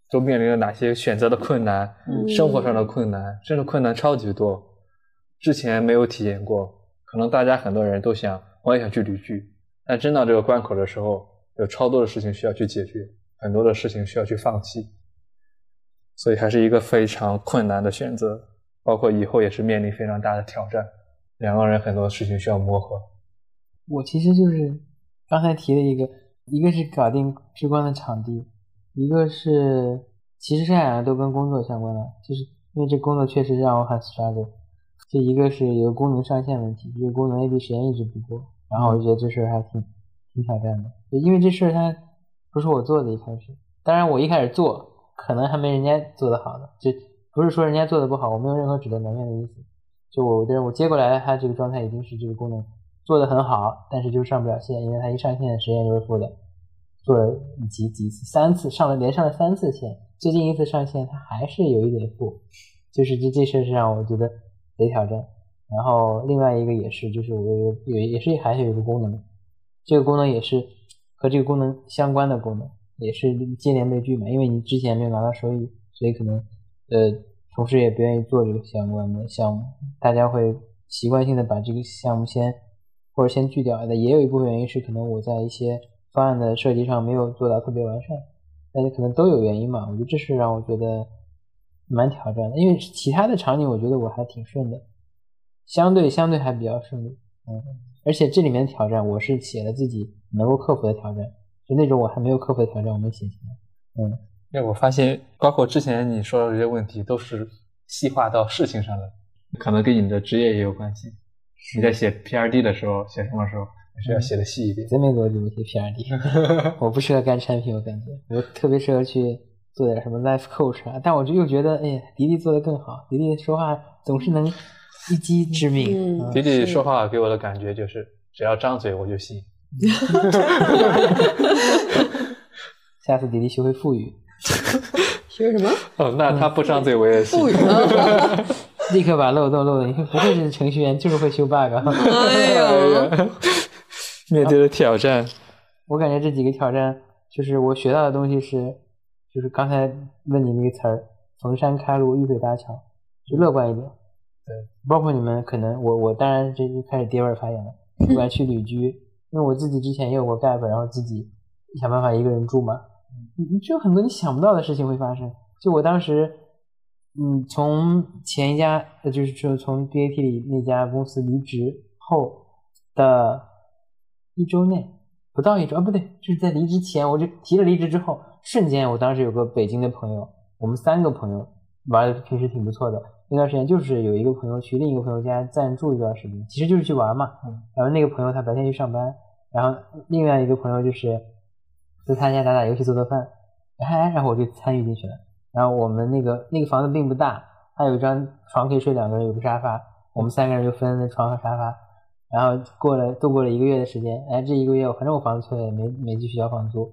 A: 都面临了哪些选择的困难，
D: 嗯
A: 生活上的困难，真的困难超级多，之前没有体验过。可能大家很多人都想，我也想去旅居，但真到这个关口的时候，有超多的事情需要去解决，很多的事情需要去放弃，所以还是一个非常困难的选择，包括以后也是面临非常大的挑战。两个人很多事情需要磨合。
C: 我其实就是刚才提的一个，一个是搞定追光的场地，一个是其实这两个都跟工作相关的，就是因为这工作确实让我很 struggle。就一个是有功能上限问题，这个功能 A B 实验一直不过，然后我就觉得这事儿还挺挺挑战的，就因为这事儿它不是我做的，一开始，当然我一开始做可能还没人家做的好呢，就不是说人家做的不好，我没有任何指责埋怨的意思，就我但是我接过来它这个状态已经是这个功能做的很好，但是就是上不了线，因为它一上线实验就是负的，做了几几次三次上了连上了三次线，最近一次上线它还是有一点负，就是这这事儿是让我觉得。得挑战。然后另外一个也是，就是我有有也是还是有一个功能，这个功能也是和这个功能相关的功能，也是接连被拒嘛，因为你之前没有拿到收益，所以可能呃同事也不愿意做这个相关的项目，大家会习惯性的把这个项目先或者先拒掉。那也有一部分原因是可能我在一些方案的设计上没有做到特别完善，大家可能都有原因嘛。我觉得这是让我觉得。蛮挑战的，因为其他的场景我觉得我还挺顺的，相对相对还比较顺利，嗯，而且这里面的挑战我是写了自己能够克服的挑战，就那种我还没有克服的挑战我没写下来，嗯，
A: 因为我发现，包括之前你说的这些问题，都是细化到事情上的，可能跟你的职业也有关系。你在写 PRD 的时候，写什么时候还嗯是要写的细一点？
C: 真没逻辑，我写 PRD，我不适合干产品，我感觉我特别适合去。做点什么 life coach 啊，但我就又觉得，哎，迪迪做的更好。迪迪说话总是能一击致命。
D: 嗯
A: 迪迪
D: 是
A: 说话给我的感觉就是，只要张嘴我就信。
C: 下次迪迪学会腹语，
D: 学什么？
A: 哦，那他不张嘴我也信。
D: 不语吗？
C: 立刻把漏洞漏的，你不会是程序员，就是会修 bug 啊。
D: 哎呦，
A: 面对的挑 战，
C: 我感觉这几个挑战，就是我学到的东西是，就是刚才问你那个词儿“逢山开路，遇水搭桥”，就乐观一点。
A: 对，
C: 包括你们可能我我当然这就开始跌味儿发言了，我还去旅居，因为我自己之前也有过 gap，然后自己想办法一个人住嘛，你你就有很多你想不到的事情会发生。就我当时，嗯，从前一家，呃就是就从 BAT 里那家公司离职后的一周内，不到一周啊，不对，就是在离职前，我就提了离职之后，瞬间，我当时有个北京的朋友，我们三个朋友玩的平时挺不错的，那段时间就是有一个朋友去另一个朋友家暂住一段时间，其实就是去玩嘛。然后那个朋友他白天去上班，然后另外一个朋友就是在他家打打游戏、做做饭，哎，然后我就参与进去了。然后我们那个那个房子并不大，它有一张床可以睡两个人，有个沙发，我们三个人就分了床和沙发。然后过了度过了一个月的时间，哎，这一个月我反正我房子退了，也没没继续交房租。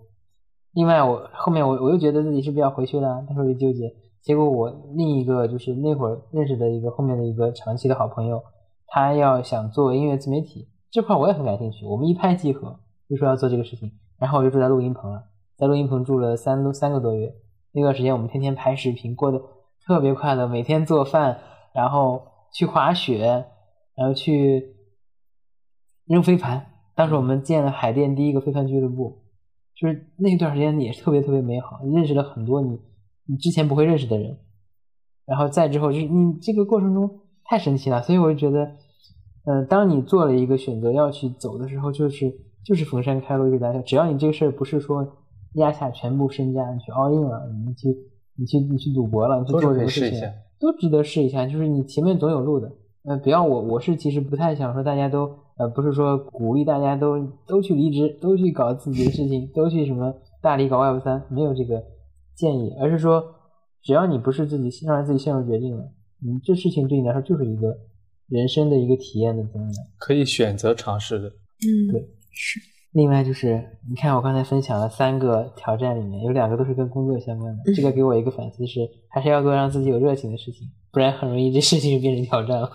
C: 另外我后面我我又觉得自己是不是要回去了，那时候就纠结。结果我另一个就是那会儿认识的一个后面的一个长期的好朋友，他要想做音乐自媒体这块，我也很感兴趣。我们一拍即合，就说要做这个事情。然后我就住在录音棚了，在录音棚住了三多三个多月。那段时间我们天天拍视频，过得特别快乐，每天做饭，然后去滑雪，然后去扔飞盘。当时我们建了海淀第一个飞盘俱乐部，就是那段时间也是特别特别美好，认识了很多你你之前不会认识的人。然后再之后就是你这个过程中太神奇了，所以我就觉得，呃，当你做了一个选择要去走的时候，就是就是逢山开路遇大桥，只要你这个事儿不是说压下全部身家你去 all in 了，你去你去你去赌博了，你去
A: 都是
C: 做
A: 可
C: 这
A: 以
C: 个
A: 试
C: 事
A: 一
C: 情
A: 下，。
C: 都值得试一下，就是你前面总有路的。呃，不要我，我是其实不太想说大家都，呃，不是说鼓励大家都都去离职，都去搞自己的事情，都去什么大力搞 Web 三，没有这个建议，而是说，只要你不是自己让自己陷入绝境了，你这事情对你来说就是一个人生的一个体验的增长。
A: 可以选择尝试的。
D: 嗯
C: 对，另外就是，你看我刚才分享了三个挑战，里面有两个都是跟工作相关的。
D: 嗯
C: 这个给我一个反思是，还是要做让自己有热情的事情，不然很容易这事情就变成挑战了。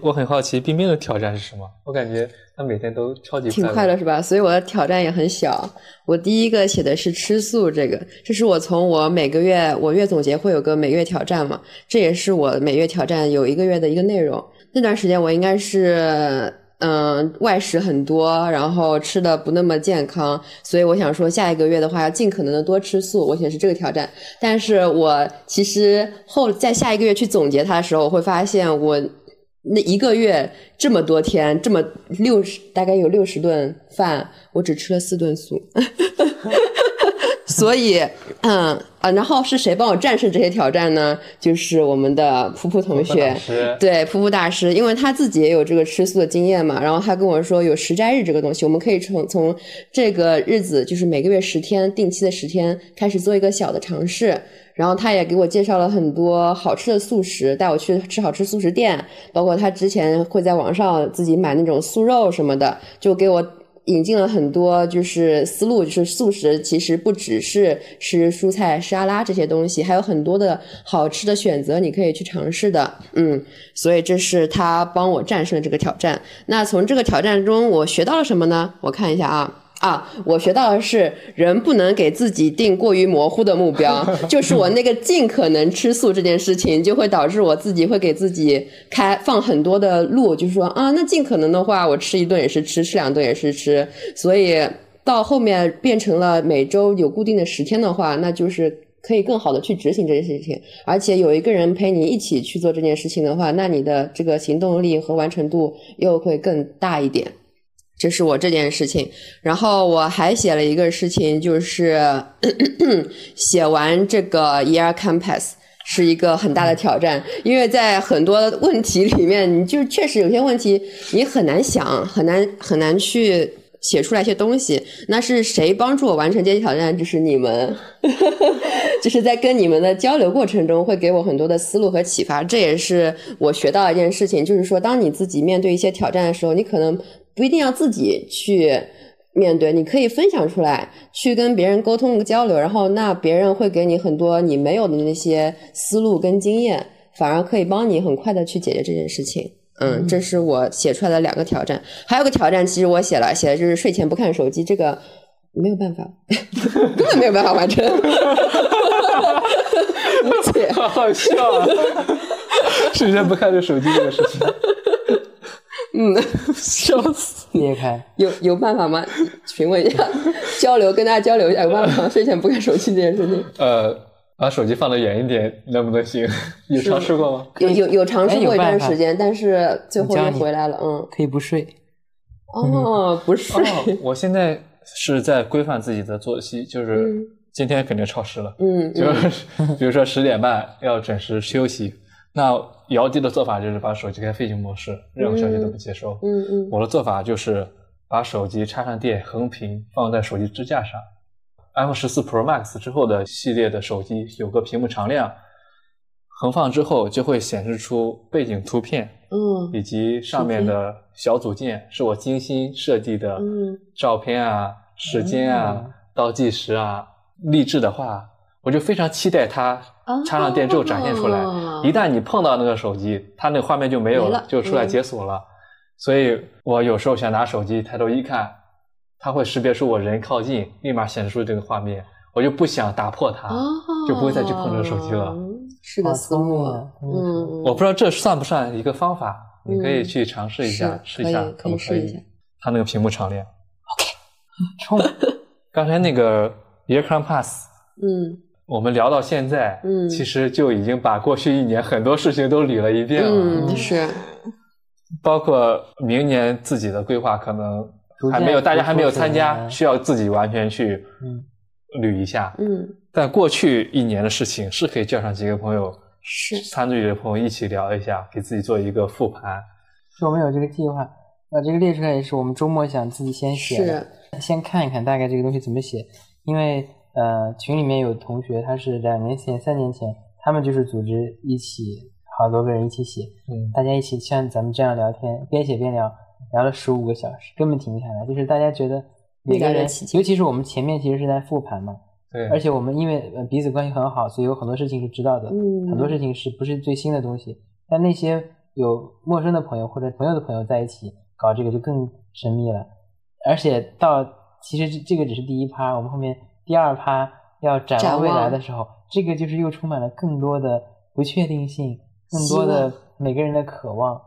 A: 我很好奇冰冰的挑战是什么？我感觉她每天都超级
D: 挺快乐是吧？所以我的挑战也很小。我第一个写的是吃素这个，这是我从我每个月我月总结会有个每月挑战嘛，这也是我每月挑战有一个月的一个内容。那段时间我应该是。嗯，外食很多，然后吃的不那么健康，所以我想说，下一个月的话要尽可能的多吃素。我写是这个挑战，但是我其实后在下一个月去总结它的时候，我会发现我那一个月这么多天，这么六十大概有六十顿饭，我只吃了四顿素， 所以嗯啊，然后是谁帮我战胜这些挑战呢？就是我们的噗噗同学，
A: 学，
D: 对，噗噗大师，因为他自己也有这个吃素的经验嘛，然后他跟我说有十斋日这个东西，我们可以从从这个日子，就是每个月十天，定期的十天开始做一个小的尝试。然后他也给我介绍了很多好吃的素食，带我去吃好吃素食店，包括他之前会在网上自己买那种素肉什么的，就给我引进了很多就是思路，就是素食其实不只是吃蔬菜沙拉这些东西，还有很多的好吃的选择你可以去尝试的。嗯，所以这是他帮我战胜了这个挑战。那从这个挑战中我学到了什么呢？我看一下啊。啊，我学到的是人不能给自己定过于模糊的目标，就是我那个尽可能吃素这件事情，就会导致我自己会给自己开放很多的路，就是说啊，那尽可能的话，我吃一顿也是吃，吃两顿也是吃，所以到后面变成了每周有固定的十天的话，那就是。可以更好的去执行这件事情，而且有一个人陪你一起去做这件事情的话，那你的这个行动力和完成度又会更大一点。这是我这件事情，然后我还写了一个事情，就是 写完这个 Year Campus 是一个很大的挑战，因为在很多问题里面，你就是确实有些问题你很难想，很难很难去写出来一些东西。那是谁帮助我完成这些挑战？就是你们， 就是在跟你们的交流过程中，会给我很多的思路和启发。这也是我学到的一件事情，就是说，当你自己面对一些挑战的时候，你可能不一定要自己去面对，你可以分享出来，去跟别人沟通交流，然后那别人会给你很多你没有的那些思路跟经验，反而可以帮你很快的去解决这件事情。嗯，这是我写出来的两个挑战，还有个挑战，其实我写了，写的就是睡前不看手机，这个没有办法， 根本没有办法完成， 无解。
A: 好好笑 啊！瞬间不看这手机这个事情，
D: 嗯，笑死。
C: 裂开。
D: 有有办法吗？询问一下，交流跟大家交流一下，有办法吗？睡前不看手机这件事情，
A: 呃，把手机放得远一点，能不能行？你尝试过吗？
D: 有有有尝试
C: 哎有
D: 过一段
C: 办法
D: 时间，但是 最后
C: 我教
D: 又
C: 你
D: 回来了。嗯，
C: 可以不睡，
D: 哦，不是，
A: 哦，我现在是在规范自己的作息，就是
D: 嗯
A: 今天肯定超时了，
D: 嗯，
A: 就
D: 嗯
A: 是比如说十点半要准时休息。那姚笛的做法就是把手机开飞行模式，任何消息都不接收。
D: 嗯嗯，
A: 我的做法就是把手机插上电，横屏放在手机支架上。iPhone 十四 Pro Max 之后的系列的手机有个屏幕常亮，横放之后就会显示出背景图片，
D: 嗯
A: 以及上面的小组件是我精心设计的
D: 嗯
A: 照片啊、时间啊
C: 嗯、
A: 倒计时啊、励志的话，我就非常期待它
D: 哦
A: 插上电之后展现出来。一旦你碰到那个手机，它那个画面就没有
D: 没
A: 了
D: 了，
A: 就出来
D: 嗯
A: 解锁了。所以我有时候想拿手机抬头一看，它会识别出我人靠近，立马显示出这个画面，我就不想打破它。啊就不会再去碰这个手机了。
D: 哦是
C: 哇
D: 的，思
C: 聪
D: 路
C: 明啊！
D: 啊，
C: 聪明啊
D: 嗯，
A: 我不知道这算不算一个方法，
D: 嗯
A: 你可以去尝试一下，
D: 是
A: 试一下
D: 可以
A: 可不
D: 可以试一下
A: 它那个屏幕常亮。OK，冲！刚才那个 Year c o m Pass，
D: 嗯
A: 我们聊到现在，
D: 嗯
A: 其实就已经把过去一年很多事情都捋了一遍了，
D: 嗯是，
A: 包括明年自己的规划，可能
C: 逐
A: 还
C: 渐
A: 没有，大家
C: 逐
A: 还没有
C: 渐
A: 参加，
C: 来
A: 需要自己完全去
C: 啊嗯
A: 捋一下。
D: 嗯
A: 但过去一年的事情是可以叫上几个朋友，
D: 是，
A: 参与的朋友一起聊一下，给自己做一个复盘。
C: 是我们有这个计划，把这个列出来也是我们周末想自己先写的，
D: 是，
C: 先看一看大概这个东西怎么写，因为呃群里面有同学他是两年前、三年前，他们就是组织一起好多个人一起写，
A: 嗯，
C: 大家一起像咱们这样聊天，边写边聊，聊了十五个小时，根本停不下来，就是大家觉得。每个
D: 聊得
C: 人
D: 起，劲
C: 尤其是我们前面其实是在复盘嘛，
A: 对，
C: 而且我们因为呃彼此关系很好，所以有很多事情是知道的。
D: 嗯，
C: 很多事情是不是最新的东西，但那些有陌生的朋友或者朋友的朋友在一起搞这个就更神秘了。而且到其实这这个只是第一趴，我们后面第二趴要展
D: 展
C: 望
D: 望
C: 未来的时候，这个就是又充满了更多的不确定性，更多的
D: 希
C: 每个人的渴望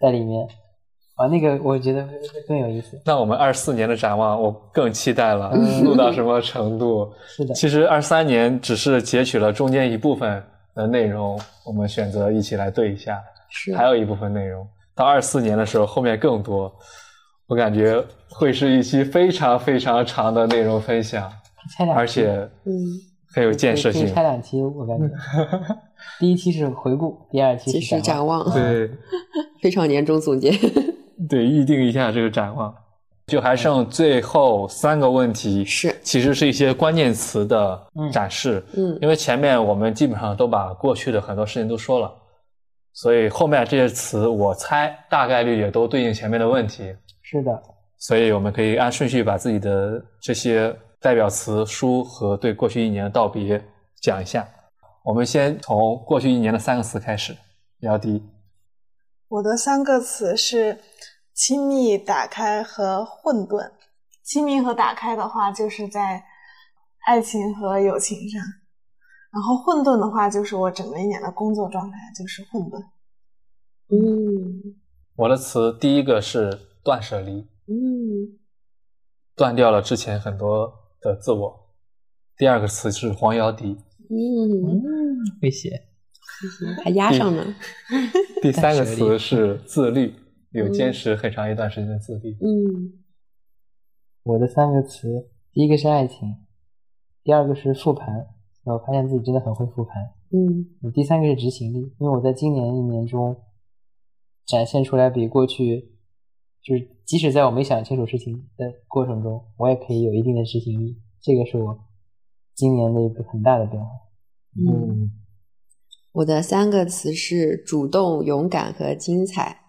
C: 在里面。啊，那个我觉得会会更有意思。
A: 那我们二四年的展望，我更期待了，
C: 嗯
A: 录到什么程 度？
C: 是的，
A: 其实二三年只是截取了中间一部分的内容，我们选择一起来对一下。
D: 是
A: 还有一部分内容。到二四年的时候，后面更多，我感觉会是一期非常非常长的内容分享，
C: 拆两期，
A: 而且
D: 嗯，
A: 很有建设
C: 可以可以
A: 性
C: 拆。两期，我感觉。第一期是回顾，第二期
D: 其实
C: 是展
D: 展
C: 望。
D: 望
A: 对
D: 非常年终 总结，
A: 对，预定一下这个展望。就还剩最后三个问题，
D: 是
A: 其实是一些关键词的展示。
D: 嗯
A: 因为前面我们基本上都把过去的很多事情都说了，所以后面这些词我猜大概率也都对应前面的问题，
C: 是的，
A: 所以我们可以按顺序把自己的这些代表词、书和对过去一年的道别讲一下。我们先从过去一年的三个词开始，姚笛。
B: 我的三个词是亲密、打开和混沌。亲密和打开的话，就是在爱情和友情上；然后混沌的话，就是我整个一年的工作状态就是混沌。
D: 嗯
A: 我的词第一个是断舍离，
D: 嗯
A: 断掉了之前很多的自我。第二个词是黄姚笛，
D: 嗯，
C: 嗯，会写。
D: 还压上呢，
A: 第三个
C: 断舍
A: 词
C: 离
A: 是自律，有坚持很长一段时间的自律。
D: 嗯
C: 我的三个词，第一个是爱情，第二个是复盘，我发现自己真的很会复盘。
D: 嗯
C: 第三个是执行力，因为我在今年一年中展现出来比过去，就是即使在我没想清楚事情的过程中，我也可以有一定的执行力，这个是我今年的一个很大的变化。
D: 嗯，，我的三个词是主动、勇敢和精彩。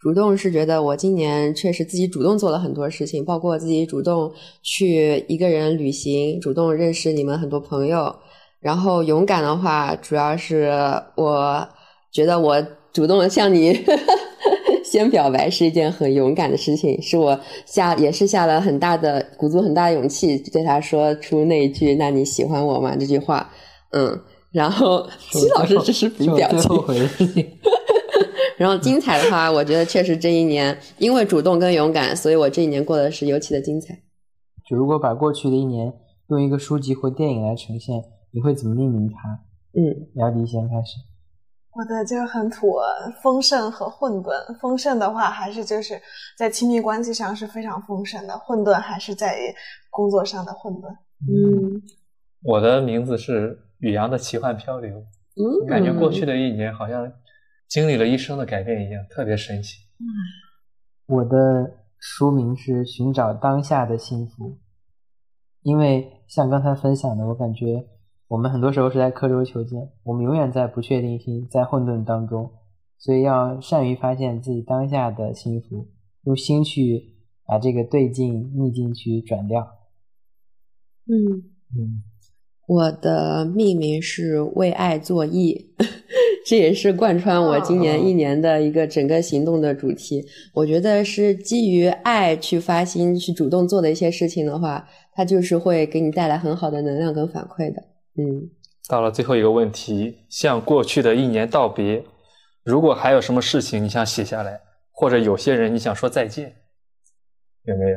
D: 主动是觉得我今年确实自己主动做了很多事情，包括自己主动去一个人旅行，主动认识你们很多朋友。然后勇敢的话，主要是我觉得我主动的向你 先表白是一件很勇敢的事情，是我下也是下了很大的鼓足很大的勇气对他说出那一句“那你喜欢我吗”这句话。嗯，然后
C: 是
D: 齐
C: 我
D: 老
C: 最
D: 师
C: 后
D: 这是比
C: 是我
D: 表
C: 最
D: 情
C: 后，悔的事情。
D: 然后精彩的话，我觉得确实这一年因为主动跟勇敢，所以我这一年过得是尤其的精彩。
C: 就如果把过去的一年用一个书籍或电影来呈现，你会怎么命名它？
D: 嗯
C: 姚笛先开始。
B: 我的就很土文，丰盛和混沌。丰盛的话，还是就是在亲密关系上是非常丰盛的；混沌还是在于工作上的混沌。
D: 嗯
A: 我的名字是宇阳的奇幻漂流，
D: 嗯，
A: 感觉过去的一年好像经历了一生的改变一样，特别神奇。
C: 我的书名是《寻找当下的幸福》，因为像刚才分享的，我感觉我们很多时候是在刻舟求剑，我们永远在不确定性、在混沌当中，所以要善于发现自己当下的幸福，用心去把这个对境、逆境去转掉。
D: 嗯。
C: 嗯，
D: 我的命名是为爱作艺， 这也是贯穿
A: 啊
D: 我今年一年的一个整个行动的主题。我觉得是基于爱去发心、去主动做的一些事情的话，它就是会给你带来很好的能量跟反馈的。嗯
A: 到了最后一个问题，向过去的一年道别。如果还有什么事情你想写下来，或者有些人你想说再见，有没有？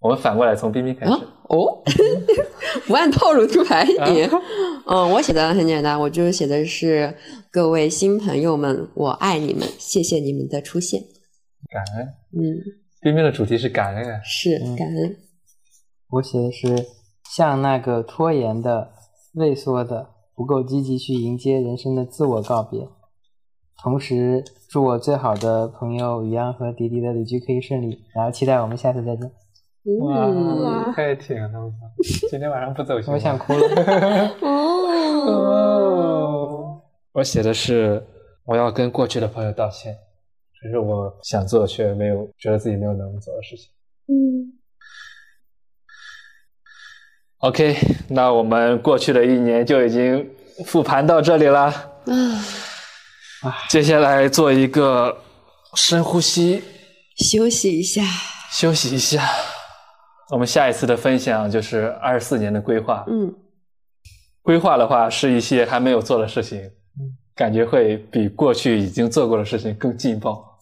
A: 我们反过来从冰冰开始。
D: 啊哦， 不按套路出牌你。嗯，我写的很简单，我就是写的是各位新朋友们，我爱你们，谢谢你们的出现。
A: 感恩，
D: 嗯，
A: 冰冰的主题是感恩啊。
D: 是
C: 嗯
D: 感恩。
C: 我写的是像那个拖延的、畏缩的、不够积极去迎接人生的自我告别。同时，祝我最好的朋友于洋和迪迪的旅居可以顺利，然后期待我们下次再见。
D: 嗯，
A: 哇，太挺了！我操今天晚上不走心。
C: 我 想哭了。
D: 哦。
A: 哦，我写的是我要跟过去的朋友道歉，这是我想做却没有觉得自己没有能力做的事情。
D: 嗯
A: OK，那我们过去的一年就已经复盘到这里啦。
D: 啊，
A: 接下来做一个深呼吸，
D: 休息一下。
A: 休息一下。我们下一次的分享就是二四年的规划。
D: 嗯，
A: 规划的话是一些还没有做的事情，感觉会比过去已经做过的事情更劲爆。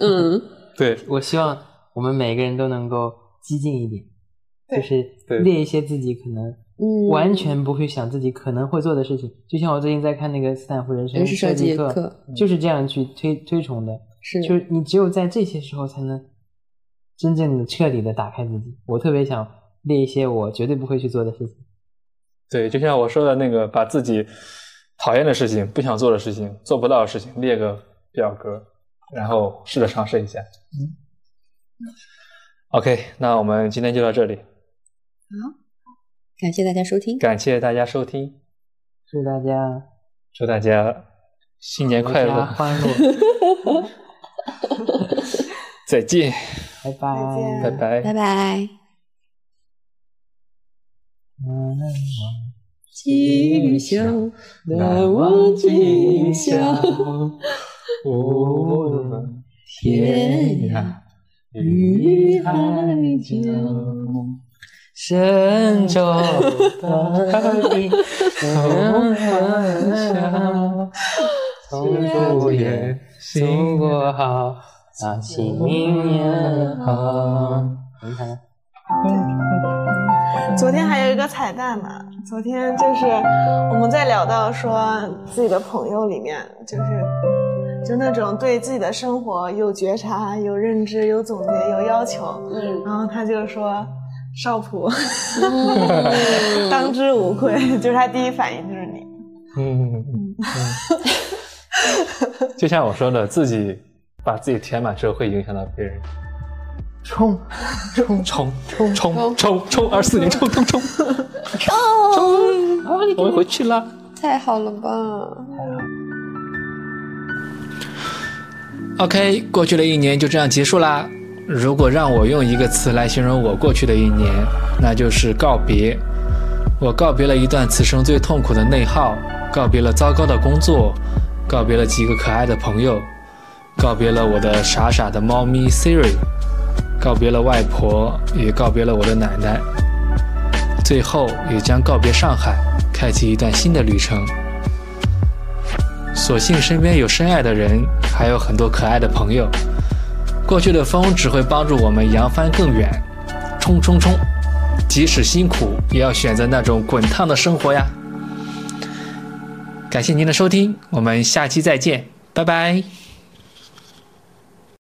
D: 嗯，
A: 对，
C: 我希望我们每个人都能够激进一点，
B: 对
C: 就是
A: 对
C: 列一些自己可能
D: 嗯，
C: 完全不会想自己可能会做的事情。就像我最近在看那个斯坦福人生
D: 人生设计
C: 课，
D: 课
C: 就是这样去推推崇的。
D: 是
C: 就是你只有在这些时候才能真正的彻底的打开自己。我特别想列一些我绝对不会去做的事情。
A: 对，就像我说的那个，把自己讨厌的事情、不想做的事情、做不到的事情列个表格，然后试着尝试一下。嗯。OK，那我们今天就到这里，
D: 感谢大家收听，
A: 感谢大家收听，
C: 祝大家
A: 祝大家新年快
C: 阖家
A: 乐，
C: 欢乐，
A: 再见，
C: 拜拜，
B: 再见
A: 拜拜。
D: 拜拜。
C: 嗯
D: 今
A: 宵
D: 宵
A: 难
D: 难
A: 忘
D: 忘
A: 今
D: 今
A: 宵
D: 宵，
A: 无论天涯与
D: 与
A: 海
D: 海
A: 角
D: 角。
C: 神州大地
A: 同欢
C: 同欢
A: 笑
C: 笑，
A: 从
C: 从
A: 不
C: 不
A: 言
C: 言，
A: 中
C: 中
A: 国好
C: 国好，啊，新年好！你看，
B: 昨天还有一个彩蛋嘛，昨天就是我们在聊到说自己的朋友里面，就是就那种对自己的生活有觉察、有认知、有总结、有要求，
D: 嗯，
B: 然后他就说少普 当之无愧， 就是他第一反应就是你。
A: 嗯，嗯，就像我说的，自己把自己填满之后，会影响到别人。冲冲冲冲冲冲冲！二四零冲冲冲！哦冲！我们回去啦。
D: 太好了吧！
E: OK，过去的一年就这样结束啦。如果让我用一个词来形容我过去的一年，那就是告别。我告别了一段此生最痛苦的内耗，告别了糟糕的工作，告别了几个可爱的朋友，告别了我的傻傻的猫咪 Siri，告别了外婆，也告别了我的奶奶。最后也将告别上海，开启一段新的旅程。所幸身边有深爱的人，还有很多可爱的朋友。过去的风只会帮助我们扬帆更远，冲冲冲！即使辛苦，也要选择那种滚烫的生活呀。感谢您的收听，我们下期再见，拜拜。